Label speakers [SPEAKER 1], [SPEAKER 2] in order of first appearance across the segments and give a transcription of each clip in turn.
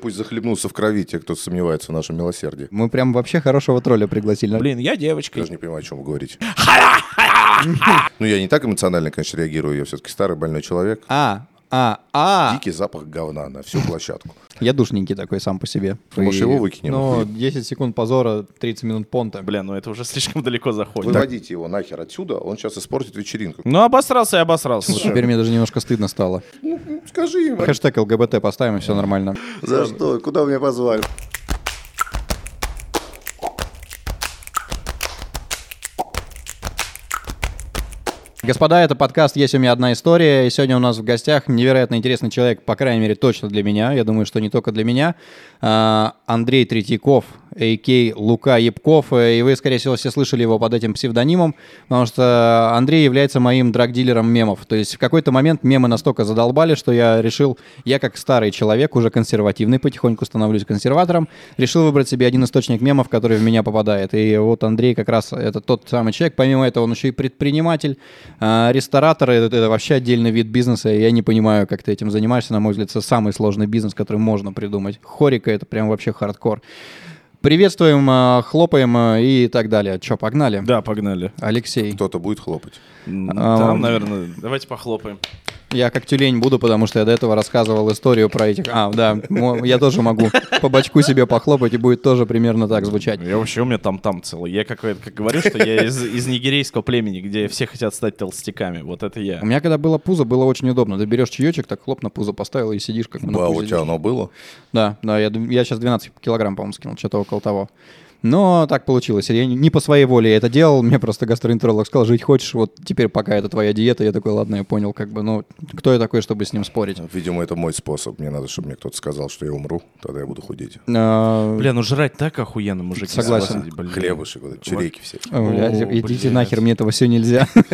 [SPEAKER 1] Пусть захлебнутся в крови те, кто сомневается в нашем милосердии.
[SPEAKER 2] Мы прям вообще хорошего тролля пригласили.
[SPEAKER 3] Блин, я девочка.
[SPEAKER 1] Даже не понимаю, о чем вы говорите. Ну, я не так эмоционально, конечно, реагирую. Я все-таки старый больной человек.
[SPEAKER 2] А, а, а,
[SPEAKER 1] Дикий запах говна на всю площадку.
[SPEAKER 2] я душненький такой сам по себе.
[SPEAKER 1] Может,
[SPEAKER 2] И-
[SPEAKER 1] его выкинем?
[SPEAKER 4] Но 10 Ну, секунд позора, 30 минут понта.
[SPEAKER 3] Бля, ну это уже слишком далеко заходит.
[SPEAKER 1] Выводите его нахер отсюда, он сейчас испортит вечеринку.
[SPEAKER 3] Ну обосрался и обосрался.
[SPEAKER 2] Теперь мне даже немножко стыдно стало.
[SPEAKER 1] Скажи им,
[SPEAKER 2] Хэштег ЛГБТ поставим, и все нормально.
[SPEAKER 1] за что, куда меня позвали?
[SPEAKER 2] Господа, это подкаст «Есть у меня одна история», и сегодня у нас в гостях невероятно интересный человек, по крайней мере, точно для меня, я думаю, что не только для меня, А, Андрей Третьяков, а.к.а. Лука Ябков, и вы, скорее всего, все слышали его под этим псевдонимом, потому что Андрей является моим драгдилером мемов, то есть в какой-то момент мемы настолько задолбали, что я решил, я как старый человек, уже консервативный, потихоньку становлюсь консерватором, решил выбрать себе один источник мемов, который в меня попадает, и вот Андрей как раз это тот самый человек, помимо этого он еще и предприниматель, а, Рестораторы это, это вообще отдельный вид бизнеса. и Я не понимаю, как ты этим занимаешься. На мой взгляд, это самый сложный бизнес, который можно придумать. Хорика это прям вообще хардкор. Приветствуем, а, хлопаем а, и так далее. Че, погнали?
[SPEAKER 3] Да, погнали.
[SPEAKER 2] Алексей,
[SPEAKER 1] Кто-то будет хлопать.
[SPEAKER 3] М,
[SPEAKER 2] А,
[SPEAKER 3] Там,
[SPEAKER 2] он-
[SPEAKER 3] наверное, давайте похлопаем.
[SPEAKER 2] я как тюлень буду, потому что я до этого рассказывал историю про этих... А, да, мо- я тоже могу по бачку себе похлопать, и будет тоже примерно так звучать.
[SPEAKER 3] Я вообще, у меня там-там целый. Я как, как говорю, что я из, из нигерийского племени, где все хотят стать толстяками. Вот это я.
[SPEAKER 2] У меня когда было пузо, было очень удобно. Ты берешь чаечек, так хлоп на пузо поставил и сидишь как бы на
[SPEAKER 1] Ба, у
[SPEAKER 2] пузе
[SPEAKER 1] тебя
[SPEAKER 2] лежишь.
[SPEAKER 1] оно было?
[SPEAKER 2] Да, да, я, дум- я сейчас 12 килограмм, по-моему, скинул, что-то около того. Но так получилось. Я не- не по своей воле я это делал. Мне просто гастроэнтеролог сказал, жить хочешь, вот теперь пока это твоя диета. Я такой, ладно, я понял, как бы, ну, кто я такой, чтобы с ним спорить?
[SPEAKER 1] Видимо, это мой способ. Мне надо, чтобы мне кто-то сказал, что я умру, тогда я буду худеть.
[SPEAKER 2] А,
[SPEAKER 3] Бля, ну жрать так охуенно, мужики.
[SPEAKER 2] Согласен.
[SPEAKER 3] господи, блин.
[SPEAKER 1] Хлебушек, вот эти чуреки все.
[SPEAKER 2] бля,
[SPEAKER 3] О,
[SPEAKER 2] идите
[SPEAKER 3] блядь.
[SPEAKER 2] нахер, мне этого все нельзя.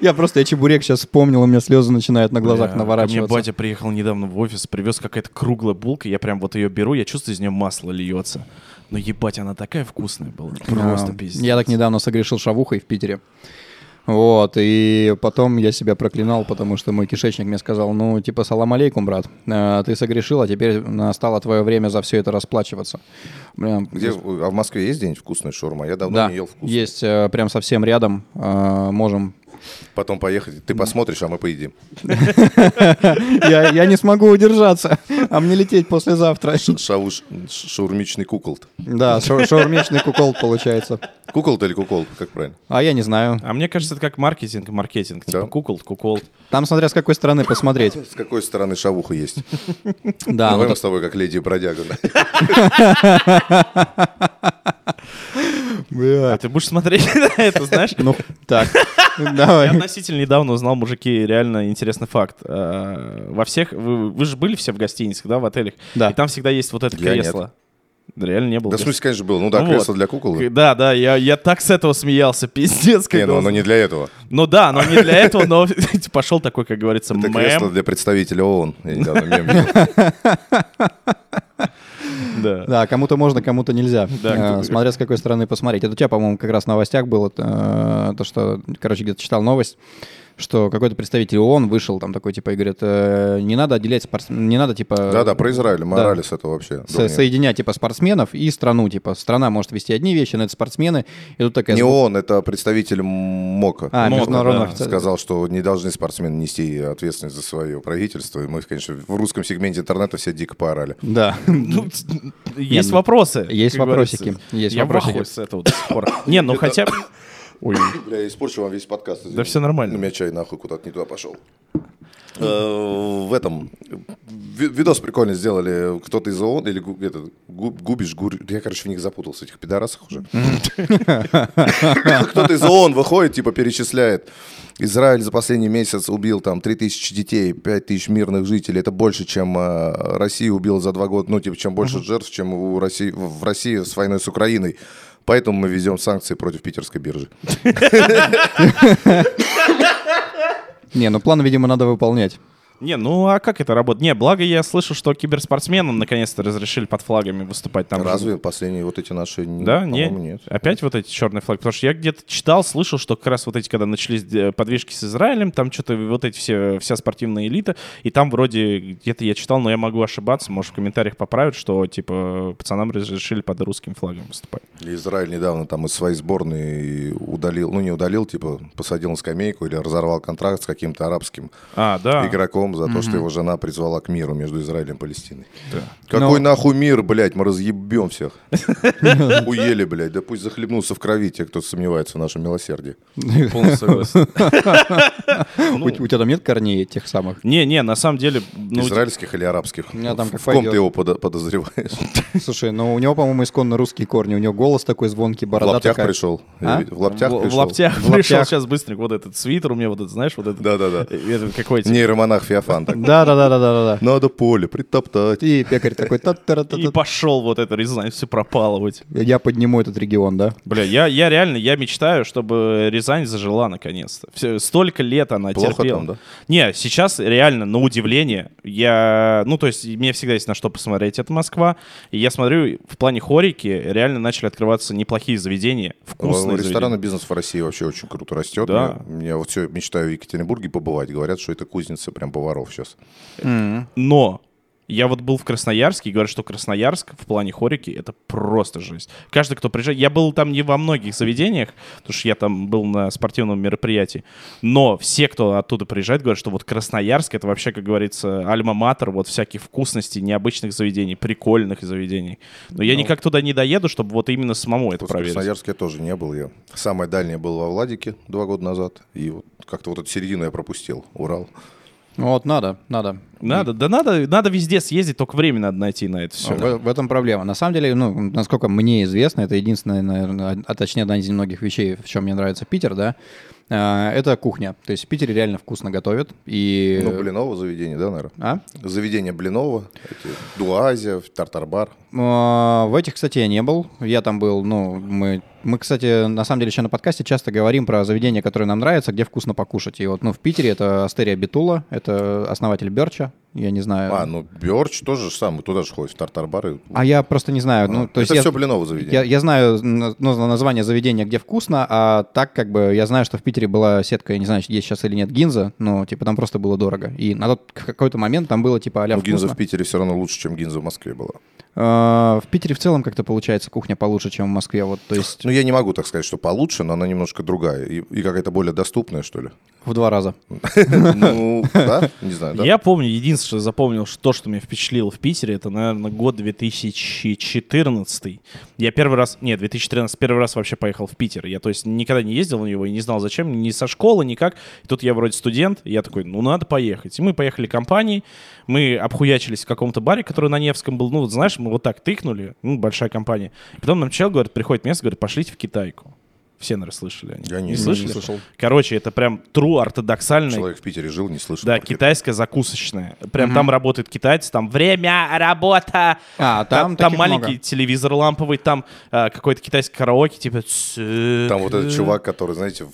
[SPEAKER 2] Я просто, я чебурек сейчас вспомнил, у меня слезы начинают на
[SPEAKER 3] Бля,
[SPEAKER 2] глазах
[SPEAKER 3] ко Мне
[SPEAKER 2] наворачиваться.
[SPEAKER 3] батя приехал недавно в офис, привез какая-то круглая булка, я прям вот ее беру, я чувствую, из нее масло льется. Но ебать, она такая вкусная была. Просто
[SPEAKER 2] А,
[SPEAKER 3] пиздец.
[SPEAKER 2] Я так недавно согрешил шавухой в Питере. Вот, и потом я себя проклинал, потому что мой кишечник мне сказал, ну, типа, салам алейкум, брат, А, ты согрешил, а теперь настало твое время за все это расплачиваться. Прям,
[SPEAKER 1] Где, а в Москве есть где-нибудь вкусная шаурма? Я давно
[SPEAKER 2] да,
[SPEAKER 1] не ел вкус.
[SPEAKER 2] есть э, прям совсем рядом, а, можем...
[SPEAKER 1] Потом поехать, ты посмотришь, а мы поедим.
[SPEAKER 2] Я, я не смогу удержаться, а мне лететь послезавтра.
[SPEAKER 1] Шауш, ш- шаурмичный куколт.
[SPEAKER 2] Да, шау- шаурмичный кукол получается.
[SPEAKER 1] Куколт или куколт, как правильно?
[SPEAKER 2] А я не знаю.
[SPEAKER 3] А мне кажется, это как маркетинг, маркетинг. Типа
[SPEAKER 1] Да.
[SPEAKER 3] кукол, кукол.
[SPEAKER 2] Там смотря с какой стороны посмотреть.
[SPEAKER 1] С какой стороны шавуха есть?
[SPEAKER 2] Да, ну
[SPEAKER 1] Давай
[SPEAKER 2] то-
[SPEAKER 1] мы с тобой как леди и бродяга. да.
[SPEAKER 3] А ты будешь смотреть на это, знаешь?
[SPEAKER 2] ну, так,
[SPEAKER 3] Я
[SPEAKER 2] давай.
[SPEAKER 3] относительно недавно узнал, мужики, реально интересный факт. Э, Во всех... Вы, вы же были все в гостиницах, да, в отелях?
[SPEAKER 2] Да.
[SPEAKER 3] И там всегда есть вот это
[SPEAKER 1] Я нет.
[SPEAKER 3] кресло. Да Реально не было.
[SPEAKER 1] Да в смысле, конечно, было. Ну да,
[SPEAKER 3] Ну
[SPEAKER 1] кресло
[SPEAKER 3] вот.
[SPEAKER 1] для кукол.
[SPEAKER 3] К- Да, да, я, я так с этого смеялся,
[SPEAKER 1] Не,
[SPEAKER 3] пиздец. когда
[SPEAKER 1] ну
[SPEAKER 3] узнал.
[SPEAKER 1] оно не для этого.
[SPEAKER 3] Ну да, но не для этого, но пошел такой, как говорится,
[SPEAKER 1] Это кресло
[SPEAKER 3] мэм.
[SPEAKER 1] для представителя ООН. Я недавно мем видел.
[SPEAKER 3] Да.
[SPEAKER 2] Да, кому-то можно, кому-то нельзя.
[SPEAKER 3] Да,
[SPEAKER 2] Э,
[SPEAKER 3] кто-то-
[SPEAKER 2] смотря с какой стороны посмотреть. Это у тебя, по-моему, как раз в новостях было э, то, что, короче, где-то читал новость что какой-то представитель ООН вышел там такой, типа, и говорит, «Э, не надо отделять, спортс- не надо, типа...
[SPEAKER 1] Да-да, про Израиль. Мы
[SPEAKER 2] Да.
[SPEAKER 1] орали с этого вообще.
[SPEAKER 2] со-
[SPEAKER 1] Думаю,
[SPEAKER 2] соединять, типа, спортсменов и страну, типа, страна может вести одни вещи, но это спортсмены, и тут такая...
[SPEAKER 1] Не
[SPEAKER 2] зву-
[SPEAKER 1] он, это представитель МОКа.
[SPEAKER 2] А,
[SPEAKER 3] Мока,
[SPEAKER 2] международный
[SPEAKER 3] да.
[SPEAKER 2] офицер.
[SPEAKER 1] Сказал, что не должны спортсмены нести ответственность за свое правительство. И мы, конечно, в русском сегменте интернета все дико поорали.
[SPEAKER 2] Да.
[SPEAKER 3] Ну, т- есть
[SPEAKER 2] ну,
[SPEAKER 3] вопросы.
[SPEAKER 2] есть
[SPEAKER 3] как
[SPEAKER 2] вопросики,
[SPEAKER 3] говорится.
[SPEAKER 2] есть
[SPEAKER 3] я в ахуе
[SPEAKER 2] вопросики.
[SPEAKER 3] с этого до сих пор. Не, ну хотя бы... Ой,
[SPEAKER 1] Бля, я испорчу вам весь подкаст.
[SPEAKER 3] Да всё нормально.
[SPEAKER 1] У меня чай нахуй куда-то не туда пошел. Э, В этом ви- видос прикольно сделали. Кто-то из ООН или Гу- этот, Гу- Губиш, Гур... Я, короче, в них запутался, в этих пидорасах уже. Кто-то из ООН выходит, типа, перечисляет. Израиль за последний месяц убил там 3000 детей, 5000 мирных жителей. Это больше, чем э, Россия убила за два года. Ну, типа, чем больше жертв, чем у России, в России с войной с Украиной. Поэтому мы везем санкции против питерской биржи.
[SPEAKER 2] Не, ну план, видимо, надо выполнять.
[SPEAKER 3] Не, ну а как это работает? Не, благо я слышу, что киберспортсменам наконец-то разрешили под флагами выступать. Там же-
[SPEAKER 1] Разве последние вот эти наши... не-
[SPEAKER 3] Да, не,
[SPEAKER 1] по-моему, нет.
[SPEAKER 3] Опять вот эти черные флаги. Потому что я где-то читал, слышал, что как раз вот эти, когда начались э, подвижки с Израилем, там что-то вот эти все, вся спортивная элита, и там вроде где-то я читал, но я могу ошибаться, может в комментариях поправят, что типа пацанам разрешили под русским флагом выступать.
[SPEAKER 1] Израиль недавно там из своей сборной удалил, ну не удалил, типа посадил на скамейку или разорвал контракт с каким-то арабским
[SPEAKER 3] А, да.
[SPEAKER 1] игроком за то, что его жена призвала к миру между Израилем и Палестиной.
[SPEAKER 3] Да.
[SPEAKER 1] Какой нахуй мир, блядь, мы разъебем всех. Уели, блядь, да пусть захлебнулся в крови те, кто сомневается в нашем милосердии.
[SPEAKER 3] Полностью согласен.
[SPEAKER 2] У, у тебя там нет корней тех самых?
[SPEAKER 3] Не, не, на самом деле, ну,
[SPEAKER 1] Израильских или арабских?
[SPEAKER 2] У меня там как
[SPEAKER 1] в ком
[SPEAKER 2] пойдет.
[SPEAKER 1] ты его подо- подозреваешь?
[SPEAKER 2] Слушай, ну у него, по-моему, исконно русские корни. У него голос такой звонкий,
[SPEAKER 1] В
[SPEAKER 2] борода
[SPEAKER 1] лаптях
[SPEAKER 2] такая.
[SPEAKER 1] пришел.
[SPEAKER 2] А?
[SPEAKER 1] В лаптях
[SPEAKER 3] в, в
[SPEAKER 1] пришел.
[SPEAKER 3] лаптях
[SPEAKER 2] В
[SPEAKER 3] пришел
[SPEAKER 2] лаптях.
[SPEAKER 3] сейчас быстренько вот этот свитер у меня вот этот, знаешь, вот этот.
[SPEAKER 1] Да-да-да.
[SPEAKER 3] э, этот какой то
[SPEAKER 1] Нейромонах Феофан. так.
[SPEAKER 2] Да-да-да-да-да-да.
[SPEAKER 1] Надо поле притоптать.
[SPEAKER 2] И пекарь такой... «Та-та-ра-та-та».
[SPEAKER 3] И пошел вот это Рязань все пропалывать.
[SPEAKER 2] Я подниму этот регион, да?
[SPEAKER 3] Бля, я, я реально, я мечтаю, чтобы Рязань зажила наконец-то. Все, столько лет она
[SPEAKER 1] Плохо
[SPEAKER 3] терпела.
[SPEAKER 1] там, да?
[SPEAKER 3] Не, сейчас реально, на удивление, я... Ну, то есть, мне всегда есть на что посмотреть, это Москва. И я смотрю, в плане хорики реально начали открываться неплохие заведения, вкусные
[SPEAKER 1] Ресторанный
[SPEAKER 3] заведения.
[SPEAKER 1] бизнес в России вообще очень круто растет.
[SPEAKER 3] Да.
[SPEAKER 1] Я, я вот все мечтаю в Екатеринбурге побывать. Говорят, что это кузница прям поваров сейчас.
[SPEAKER 3] Но я вот был в Красноярске и говорят, что Красноярск в плане хорики — это просто жесть. Каждый, кто приезжает... Я был там не во многих заведениях, потому что я там был на спортивном мероприятии, но все, кто оттуда приезжает, говорят, что вот Красноярск — это вообще, как говорится, альма-матер вот всяких вкусностей, необычных заведений, прикольных заведений. Но
[SPEAKER 2] Ну.
[SPEAKER 3] я никак туда не доеду, чтобы вот именно самому это
[SPEAKER 1] Вот в
[SPEAKER 3] проверить.
[SPEAKER 1] Красноярске я тоже не был. Я самое дальнее был во Владике два года назад. И вот как-то вот эту середину я пропустил. Урал.
[SPEAKER 2] Ну Вот, надо, надо.
[SPEAKER 3] Надо, да надо, надо везде съездить, только время надо найти на это все.
[SPEAKER 2] А В, в этом проблема. На самом деле, ну, насколько мне известно, это единственное, наверное, од- а точнее, одна из немногих вещей, в чем мне нравится Питер, да, а, это кухня. То есть в Питере реально вкусно готовят. И...
[SPEAKER 1] Ну, Блинова заведение, да, наверное?
[SPEAKER 2] А?
[SPEAKER 1] Заведение Блинова, эти, Дуазия, Тартарбар.
[SPEAKER 2] А, В этих, кстати, я не был. Я там был, ну, мы... Мы, кстати, на самом деле еще на подкасте часто говорим про заведения, которые нам нравятся, где вкусно покушать. И вот, ну, в Питере это Астерия Битула, это основатель Берча, я не знаю.
[SPEAKER 1] А, ну, Бёрч тоже же самое. Туда же ходит, в Тартарбар. И...
[SPEAKER 2] Э. А я просто не знаю. Ну, то есть
[SPEAKER 1] это
[SPEAKER 2] я-
[SPEAKER 1] все Блинова заведение.
[SPEAKER 2] Я, я знаю н- ну, название заведения, где вкусно, а так как бы я знаю, что в Питере была сетка, я не знаю, есть сейчас или нет, Гинза, но типа там просто было дорого. И на тот к- какой-то момент там было типа а-ля
[SPEAKER 1] Ну, Гинза
[SPEAKER 2] вкусно.
[SPEAKER 1] в Питере все равно лучше, чем Гинза в Москве была.
[SPEAKER 2] А, в Питере в целом как-то получается кухня получше, чем в Москве. Вот, то есть
[SPEAKER 1] Ну, я не могу так сказать, что получше, но она немножко другая. И, и какая-то более доступная, что ли.
[SPEAKER 2] в два раза.
[SPEAKER 1] Ну, да, не знаю, да.
[SPEAKER 3] Я помню, единственное, что запомнил, что, то, что меня впечатлило в Питере, это, наверное, год 2014. Я первый раз, нет, 2013, первый раз вообще поехал в Питер. Я, то есть, никогда не ездил на него и не знал, зачем, ни со школы, никак. И тут я вроде студент, и я такой, ну, надо поехать. И мы поехали компанией, мы обхуячились в каком-то баре, который на Невском был. Ну, вот знаешь, мы вот так тыкнули, ну, большая компания. И потом нам чел, говорит, приходит место, говорит, пошлите в Китайку. Все, наверное, слышали они.
[SPEAKER 1] Я не-
[SPEAKER 3] слышали?
[SPEAKER 1] не
[SPEAKER 3] слышал. Короче, это прям true ортодоксальный
[SPEAKER 1] Человек в Питере жил, не слышал.
[SPEAKER 3] да,
[SPEAKER 1] про Китай.
[SPEAKER 3] китайская закусочная. Прям там работают китайцы, там время, работа.
[SPEAKER 2] А, там
[SPEAKER 3] там
[SPEAKER 2] таких
[SPEAKER 3] маленький
[SPEAKER 2] много.
[SPEAKER 3] телевизор ламповый, там э, какой-то китайский караоке, типа... «Цы-
[SPEAKER 1] Там вот этот чувак, который, знаете, в,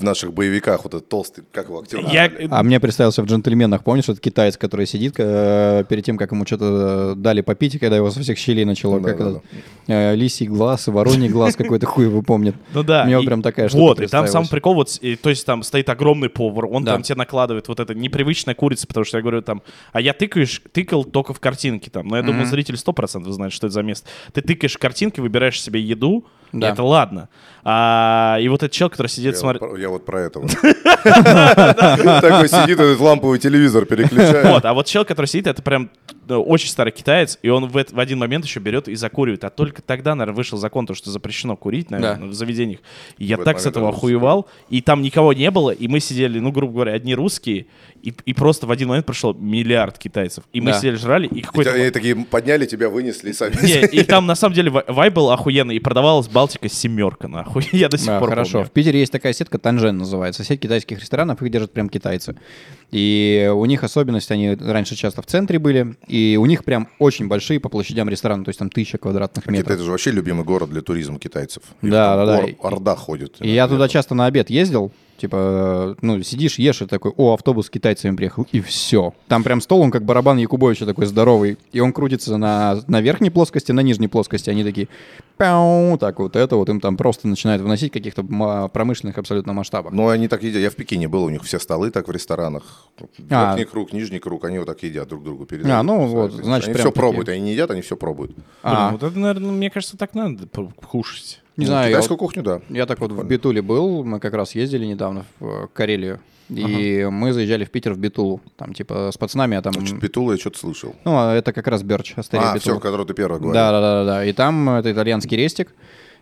[SPEAKER 1] в наших боевиках, вот этот толстый, как его актер?
[SPEAKER 3] Я...
[SPEAKER 1] назвали?
[SPEAKER 2] А мне представился в джентльменах, помнишь, этот китаец, который сидит э, перед тем, как ему что-то дали попить, и когда его со всех щелей начало,
[SPEAKER 1] Да,
[SPEAKER 2] как
[SPEAKER 1] да,
[SPEAKER 2] этот, э, лисий глаз, и вороний глаз какой-то хуй его помнит.
[SPEAKER 3] Ну да.
[SPEAKER 2] Мне вот
[SPEAKER 3] и-
[SPEAKER 2] прям такая штука
[SPEAKER 3] Вот, и там сам
[SPEAKER 2] представилась.
[SPEAKER 3] прикол, вот, с- и, то есть там стоит огромный повар, он
[SPEAKER 2] Да.
[SPEAKER 3] там тебе накладывает вот это непривычная курица, потому что я говорю там, а я тыкаешь, тыкал только в картинке там, но я думаю, зритель 100% знает, что это за место. Ты тыкаешь в картинке, выбираешь себе еду, и
[SPEAKER 2] Да.
[SPEAKER 3] это ладно. А, и вот этот чел, который сидит,
[SPEAKER 1] Я,
[SPEAKER 3] смотрит...
[SPEAKER 1] про- я вот про этого. Такой сидит, этот ламповый телевизор переключает.
[SPEAKER 3] Вот, а вот чел, который сидит, это прям э, очень старый китаец, и он в, эт- в один момент еще берет и закуривает. А только тогда, наверное, вышел закон, то, что запрещено курить, наверное,
[SPEAKER 2] Да.
[SPEAKER 3] в заведениях. И я
[SPEAKER 1] В этот
[SPEAKER 3] так с
[SPEAKER 1] момент
[SPEAKER 3] этого
[SPEAKER 1] он
[SPEAKER 3] охуевал, и там никого не было, и мы сидели, ну, грубо говоря, одни русские, и, и просто в один момент пришел миллиард китайцев. И мы
[SPEAKER 2] Да.
[SPEAKER 3] сидели, жрали, и
[SPEAKER 1] И
[SPEAKER 3] какой-то...
[SPEAKER 1] та- и такие подняли тебя, вынесли и сами.
[SPEAKER 3] Не, и там на самом деле вай- вайб был охуенный, и продавалась Балтика семерка, нахуй. Я до сих
[SPEAKER 2] Да,
[SPEAKER 3] пор
[SPEAKER 2] хорошо.
[SPEAKER 3] помню.
[SPEAKER 2] В Питере есть такая сетка Танжен называется. Сеть китайских ресторанов, их держат прям китайцы. И у них особенность, они раньше часто в центре были, и у них прям очень большие по площадям рестораны, то есть там тысяча квадратных
[SPEAKER 1] Китай
[SPEAKER 2] метров.
[SPEAKER 1] это же вообще любимый город для туризма китайцев.
[SPEAKER 2] Да, да, да.
[SPEAKER 1] Орда ходит.
[SPEAKER 2] И я туда часто на обед ездил, Типа, э, ну, сидишь, ешь, и такой, о, автобус с китайцами приехал, и все. Там прям стол, он как барабан Якубовича такой здоровый, и он крутится на, на верхней плоскости, на нижней плоскости, они такие, пяу, так вот это вот, им там просто начинают выносить каких-то ма- промышленных абсолютно масштабах.
[SPEAKER 1] Ну, они так едят. Я в Пекине был, у них все столы так в ресторанах.
[SPEAKER 2] А.
[SPEAKER 1] Верхний круг, нижний круг, они вот так едят друг другу перед.
[SPEAKER 2] А, ну вот, значит,
[SPEAKER 1] они
[SPEAKER 2] прям
[SPEAKER 1] все
[SPEAKER 2] такие.
[SPEAKER 1] пробуют, они не едят, они все пробуют.
[SPEAKER 2] А,
[SPEAKER 3] Блин, ну, вот это, наверное, мне кажется, так надо п- кушать.
[SPEAKER 2] не
[SPEAKER 1] Ну,
[SPEAKER 2] знаю, я вот-
[SPEAKER 1] Китайскую кухню, да.
[SPEAKER 2] Я так вот в Битуле был, мы как раз ездили недавно в э, Карелию, и мы заезжали в Питер в Битулу, там типа с пацанами, а там...
[SPEAKER 1] Значит, Петула я что-то слышал.
[SPEAKER 2] Ну, а это как раз Берч, старее
[SPEAKER 1] А, все, который ты первый говорил.
[SPEAKER 2] Да, да, да, да. И там э, это итальянский рестик,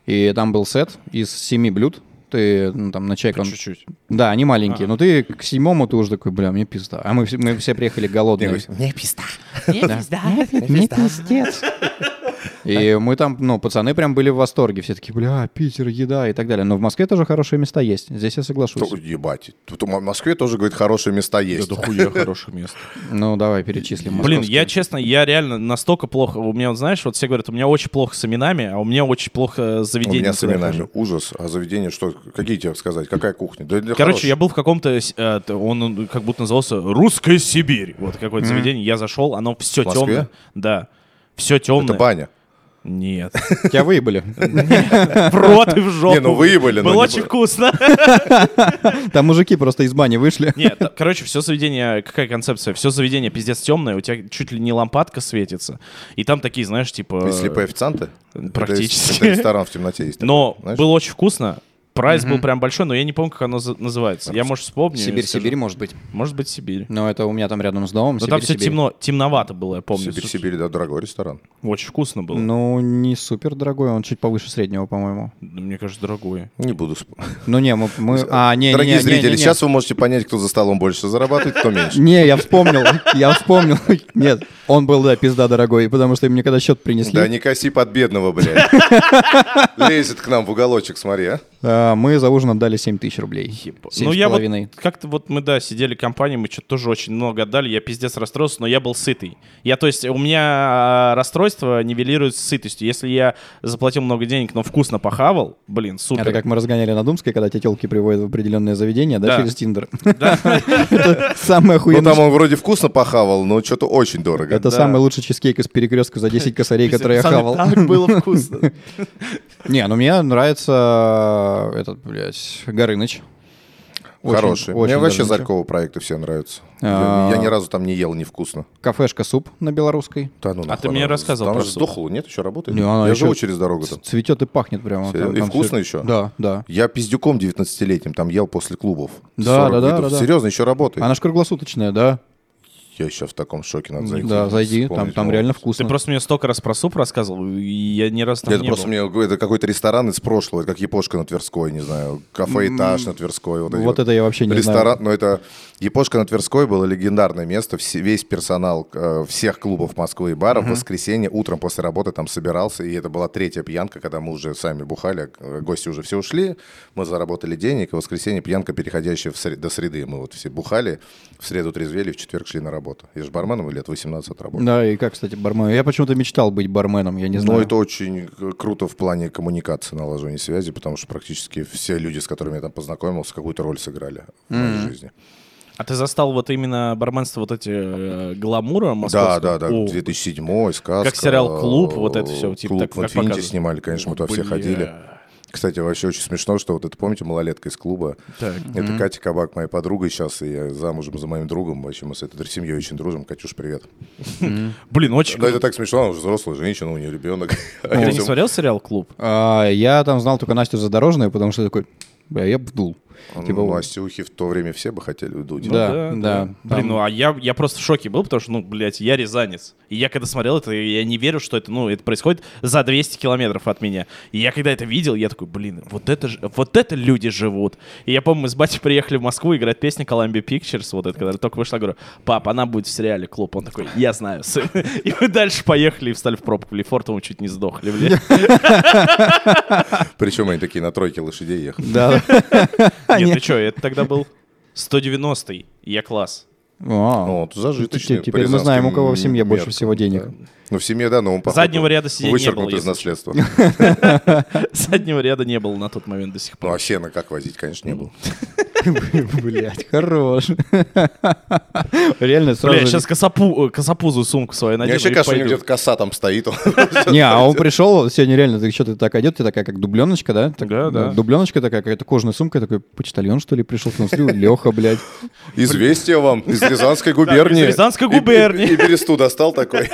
[SPEAKER 2] и там был сет из семи блюд. Ты ну, там на чайк он...
[SPEAKER 3] Чуть-чуть.
[SPEAKER 2] Да, они маленькие. Но ты к седьмому ты уже такой, бля, мне пизда. А мы, все- мы все приехали голодные.
[SPEAKER 1] Не пизда.
[SPEAKER 2] Не пиздец. И мы там, ну, пацаны прям были в восторге. Все такие, бля, Питер, еда и так далее. Но в Москве тоже хорошие места есть. Здесь я соглашусь.
[SPEAKER 1] Ебать. Тут в Москве тоже, говорит, хорошие места есть.
[SPEAKER 3] Это хуя хорошее место.
[SPEAKER 2] Ну, давай перечислим.
[SPEAKER 3] Блин,
[SPEAKER 2] московские.
[SPEAKER 3] я честно, я реально настолько плохо. У меня, вот знаешь, вот все говорят, у меня очень плохо с именами, а у меня очень плохо с
[SPEAKER 1] У
[SPEAKER 3] заведением.
[SPEAKER 1] меня с
[SPEAKER 3] куда я хожу.
[SPEAKER 1] именами ужас, а заведение что? Какие тебе сказать? Какая кухня? Да, да
[SPEAKER 3] Короче,
[SPEAKER 1] хорошая.
[SPEAKER 3] я был в каком-то, э, т- он э, как будто назывался «Русская Сибирь». Вот какое-то заведение. Я зашел, оно все
[SPEAKER 1] В Москве?
[SPEAKER 3] темное. Да. Все
[SPEAKER 1] Это
[SPEAKER 3] темное.
[SPEAKER 1] баня.
[SPEAKER 3] Нет.
[SPEAKER 2] Тебя выебали.
[SPEAKER 3] В рот и в жопу.
[SPEAKER 1] Не, ну выебали, но
[SPEAKER 3] Было
[SPEAKER 1] не
[SPEAKER 3] очень
[SPEAKER 1] бы-
[SPEAKER 3] вкусно.
[SPEAKER 2] Там мужики просто из бани вышли.
[SPEAKER 3] Нет, та- короче, все заведение, какая концепция? Все заведение пиздец темное, у тебя чуть ли не лампадка светится. И там такие, знаешь,
[SPEAKER 2] Э,
[SPEAKER 3] типа...
[SPEAKER 1] И слепые официанты?
[SPEAKER 3] практически.
[SPEAKER 1] Это, это ресторан в темноте есть. такой,
[SPEAKER 3] Но
[SPEAKER 1] знаешь?
[SPEAKER 3] было очень вкусно. Прайс был прям большой, но я не помню, как оно за- называется. Я, может, вспомню. и
[SPEAKER 2] Сибирь,
[SPEAKER 3] скажу.
[SPEAKER 2] Сибирь, может быть.
[SPEAKER 3] Может быть, Сибирь.
[SPEAKER 2] Но это у меня там рядом с домом.
[SPEAKER 3] Но там все
[SPEAKER 2] Сибирь, Сибирь.
[SPEAKER 3] темно, темновато было, я помню.
[SPEAKER 1] Сибирь,
[SPEAKER 3] Су-
[SPEAKER 1] Сибирь, да, дорогой ресторан.
[SPEAKER 3] Очень вкусно было.
[SPEAKER 2] Ну, не супер дорогой, он чуть повыше среднего, по-моему.
[SPEAKER 3] Да, Мне кажется, дорогое.
[SPEAKER 1] Не буду сп-
[SPEAKER 2] Ну не, мы... мы- А, не, не,
[SPEAKER 1] Дорогие
[SPEAKER 2] не, не,
[SPEAKER 1] зрители,
[SPEAKER 2] не, не.
[SPEAKER 1] сейчас вы можете понять, кто за столом больше зарабатывает, кто меньше.
[SPEAKER 2] Не, я вспомнил, я вспомнил. Нет, он был, да, пизда дорогой, потому что им мне когда счет
[SPEAKER 1] Да
[SPEAKER 2] принесли,
[SPEAKER 1] не коси под бедного, блядь. Лезет к нам в уголочек, смотри, а.
[SPEAKER 2] а, мы за ужин отдали 7 тысяч рублей. Семь
[SPEAKER 3] Ну,
[SPEAKER 2] с
[SPEAKER 3] я вот
[SPEAKER 2] половиной.
[SPEAKER 3] как-то вот мы, да, сидели в компании, мы что-то тоже очень много отдали, я пиздец расстроился, но я был сытый. Я, то есть, у меня а, расстройство нивелируется с сытостью. Если я заплатил много денег, но вкусно похавал, блин, супер.
[SPEAKER 2] Это как мы разгоняли на Думской, когда тебя телки приводят в определенное заведение, да,
[SPEAKER 3] Да.
[SPEAKER 2] через Тиндер. Это самое
[SPEAKER 1] Ну там
[SPEAKER 2] охуенное.
[SPEAKER 1] он вроде вкусно похавал, но что-то очень дорого.
[SPEAKER 2] Это
[SPEAKER 3] да.
[SPEAKER 2] самый лучший чизкейк из перекрестков за 10 косарей,
[SPEAKER 3] Пиздец,
[SPEAKER 2] который я
[SPEAKER 3] пацаны,
[SPEAKER 2] хавал.
[SPEAKER 3] Так было вкусно.
[SPEAKER 2] Не, ну мне нравится э, этот, блядь, Горыныч. Очень-
[SPEAKER 1] Хороший.
[SPEAKER 2] очень
[SPEAKER 1] Мне вообще
[SPEAKER 2] даже ничего.
[SPEAKER 1] Зарькова проекты все нравятся. Я
[SPEAKER 2] А.
[SPEAKER 1] я ни разу там не ел невкусно.
[SPEAKER 2] Кафешка суп на белорусской.
[SPEAKER 1] Да ну нахуй
[SPEAKER 3] А ты мне
[SPEAKER 1] она-
[SPEAKER 3] рассказывал
[SPEAKER 1] Там
[SPEAKER 3] про
[SPEAKER 1] же
[SPEAKER 3] суп.
[SPEAKER 1] сдохло, нет, еще работает?
[SPEAKER 2] Не, она
[SPEAKER 1] Я
[SPEAKER 2] еще
[SPEAKER 1] живу через дорогу
[SPEAKER 2] Ц-
[SPEAKER 1] там.
[SPEAKER 2] Цветет и пахнет прямо.
[SPEAKER 1] Серьезно? И
[SPEAKER 2] там
[SPEAKER 1] вкусно
[SPEAKER 2] всё-
[SPEAKER 1] еще?
[SPEAKER 2] Да, да.
[SPEAKER 1] Я пиздюком 19-летним там ел после клубов.
[SPEAKER 2] Да,
[SPEAKER 1] 40
[SPEAKER 2] да, да,
[SPEAKER 1] видов.
[SPEAKER 2] да, да.
[SPEAKER 1] Серьезно, еще работает.
[SPEAKER 2] Она же круглосуточная, да?
[SPEAKER 1] Я еще в таком шоке, надо зайти.
[SPEAKER 2] да, зайди, там,
[SPEAKER 1] вспомнить,
[SPEAKER 2] там
[SPEAKER 1] ну.
[SPEAKER 2] реально вкусно.
[SPEAKER 3] Ты просто мне столько раз про суп рассказывал, и я ни разу там
[SPEAKER 1] Это
[SPEAKER 3] не
[SPEAKER 1] просто
[SPEAKER 3] был.
[SPEAKER 1] мне это какой-то ресторан из прошлого, это как Япошка на Тверской, не знаю, кафе этаж на Тверской. Вот, эти
[SPEAKER 2] Ну, Вот это я вообще не
[SPEAKER 1] Ресторан, но это Япошка на Тверской было легендарное место. Все- весь персонал э, всех клубов Москвы и баров в воскресенье утром после работы там собирался, и это была третья пьянка, когда мы уже сами бухали, э, гости уже все ушли, мы заработали денег, и в воскресенье пьянка, переходящая в сред- до среды. Мы вот все бухали, в среду трезвели, в четверг шли на работу. Я же барменом лет 18 отработал.
[SPEAKER 2] Да, и как, кстати, бармен. Я почему-то мечтал быть барменом, я не
[SPEAKER 1] Ну,
[SPEAKER 2] знаю.
[SPEAKER 1] это очень к- круто в плане коммуникации, налаживания связи, потому что практически все люди, с которыми я там познакомился, какую-то роль сыграли в моей жизни.
[SPEAKER 3] А ты застал вот именно барменство вот эти э, гламура
[SPEAKER 1] Да,
[SPEAKER 3] московского?
[SPEAKER 1] да, да,
[SPEAKER 3] О,
[SPEAKER 1] 2007 сказка.
[SPEAKER 3] Как сериал «Клуб», вот это всё, типа,
[SPEAKER 1] «Клуб»
[SPEAKER 3] так,
[SPEAKER 1] в
[SPEAKER 3] как
[SPEAKER 1] «Инфинити»
[SPEAKER 3] показывают.
[SPEAKER 1] снимали, конечно, мы туда все
[SPEAKER 3] бля.
[SPEAKER 1] ходили. Кстати, вообще очень смешно, что вот это, помните, малолетка из клуба?
[SPEAKER 3] Так.
[SPEAKER 1] Это Катя Кабак, моя подруга сейчас, и я замужем за моим другом. Вообще мы с этой семьей очень дружим. Катюш, привет.
[SPEAKER 2] Хм.
[SPEAKER 3] Блин, очень
[SPEAKER 1] Да, это
[SPEAKER 3] круто. А
[SPEAKER 1] так смешно, она уже взрослая женщина, у нее ребенок.
[SPEAKER 3] Ты не смотрел сериал «Клуб»?
[SPEAKER 2] А, я там знал только Настю Задорожную, потому что я такой, бля, я бдул. Типа,
[SPEAKER 1] Ну, Настюхи в то время все бы хотели удуть.
[SPEAKER 2] Ну, Да, да, там-
[SPEAKER 3] Типа, Блин, ну а я, я просто в шоке был, потому что, ну, блядь, я рязанец. И я когда смотрел это, я не верю, что это, ну, это происходит за 200 километров от меня. И я когда это видел, я такой, блин, вот это, ж- вот это люди живут. И я помню, мы с батей приехали в Москву, играть песня Columbia Pictures, вот это, когда только вышла, я говорю, пап, она будет в сериале «Клуб». Он такой, я знаю, сын. И мы дальше поехали и встали в пробку. В Лефортово чуть не сдохли, блядь.
[SPEAKER 1] Причем они такие на тройке лошадей ехали.
[SPEAKER 2] Да. А,
[SPEAKER 3] Нет, ты что, это тогда был 190-й, я класс.
[SPEAKER 2] О,
[SPEAKER 1] Ну, вот зажиточный.
[SPEAKER 2] Те-
[SPEAKER 1] по
[SPEAKER 2] теперь мы знаем, у кого в семье
[SPEAKER 1] рязанским
[SPEAKER 2] больше всего денег.
[SPEAKER 1] да. Ну, в семье, да, но он, походу,
[SPEAKER 3] Заднего ряда сидений не
[SPEAKER 1] вычеркнут
[SPEAKER 3] было,
[SPEAKER 1] из
[SPEAKER 3] если
[SPEAKER 1] наследства.
[SPEAKER 3] Заднего ряда не было на тот момент до сих
[SPEAKER 1] Ну,
[SPEAKER 3] пор.
[SPEAKER 1] а сена как возить, конечно, не было.
[SPEAKER 2] Блять, хорош. Реально
[SPEAKER 3] Бля, я
[SPEAKER 2] сразу...
[SPEAKER 3] сейчас косопу, э, косопузую сумку свою
[SPEAKER 1] Мне
[SPEAKER 3] надену
[SPEAKER 1] вообще
[SPEAKER 3] и
[SPEAKER 1] кажется, у него
[SPEAKER 3] пойду.
[SPEAKER 1] где-то коса там стоит.
[SPEAKER 2] Не, а он пришел сегодня реально, ты что-то так одет, ты такая как дубленочка, да? Так, ну,
[SPEAKER 3] Да, да.
[SPEAKER 2] Дубленочка такая, какая-то кожаная сумка, я такой почтальон, что ли, пришел, смотрю, Леха, блядь.
[SPEAKER 1] Известие вам из Рязанской губернии.
[SPEAKER 3] из Рязанской
[SPEAKER 1] И- и-
[SPEAKER 3] губернии.
[SPEAKER 1] И бересту достал такой.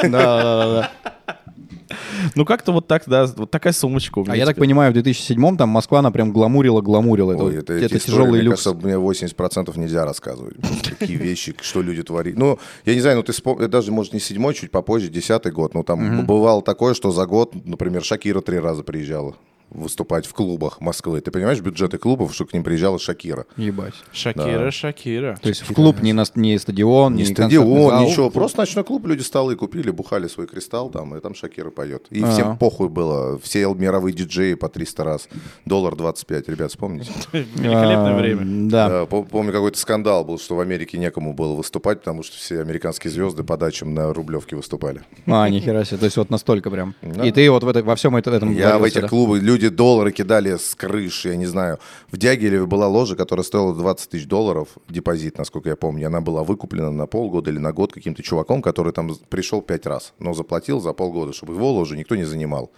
[SPEAKER 3] Ну как-то вот так, да, вот такая сумочка у меня.
[SPEAKER 2] А я так
[SPEAKER 3] теперь.
[SPEAKER 2] понимаю, в 2007-м там Москва, она прям гламурила-гламурила. Это,
[SPEAKER 1] Ой,
[SPEAKER 2] вот-
[SPEAKER 1] это,
[SPEAKER 2] это
[SPEAKER 1] эти истории,
[SPEAKER 2] тяжелый
[SPEAKER 1] мне
[SPEAKER 2] люкс.
[SPEAKER 1] кажется, мне 80% нельзя рассказывать. Просто Такие вещи, что люди творили. Ну, я не знаю, ну ты вспом- даже, может, не седьмой, чуть попозже, десятый год. Ну, там бывало такое, что за год, например, Шакира три раза приезжала выступать в клубах Москвы. Ты понимаешь бюджеты клубов, что к ним приезжала Шакира?
[SPEAKER 2] Ебать.
[SPEAKER 3] Шакира, Шакира.
[SPEAKER 2] То есть в клуб не, на, не стадион,
[SPEAKER 1] Не
[SPEAKER 2] не концертный
[SPEAKER 1] стадион,
[SPEAKER 2] зал.
[SPEAKER 1] ничего. Просто ночной клуб люди столы купили, бухали свой кристалл там, и там Шакира поет.
[SPEAKER 2] А.
[SPEAKER 1] И всем похуй было. Все мировые диджеи по 300 раз. Доллар 25, ребят, вспомните.
[SPEAKER 3] Великолепное
[SPEAKER 2] А,
[SPEAKER 3] время.
[SPEAKER 2] Да.
[SPEAKER 1] Э, пом- Помню, какой-то скандал был, что в Америке некому было выступать, потому что все американские звезды по дачам на Рублевке выступали.
[SPEAKER 2] А, нихера себе. То есть вот настолько прям. И ты вот в этой- во всем это- этом
[SPEAKER 1] Я в
[SPEAKER 2] ввалился,
[SPEAKER 1] этих
[SPEAKER 2] да?
[SPEAKER 1] клубах, люди доллары кидали с крыши, я не знаю. В Дягилеве была ложа, которая стоила 20 тысяч долларов, депозит, насколько я помню. Она была выкуплена на полгода или на год каким-то чуваком, который там пришел пять раз, но заплатил за полгода, чтобы его ложу никто не занимал.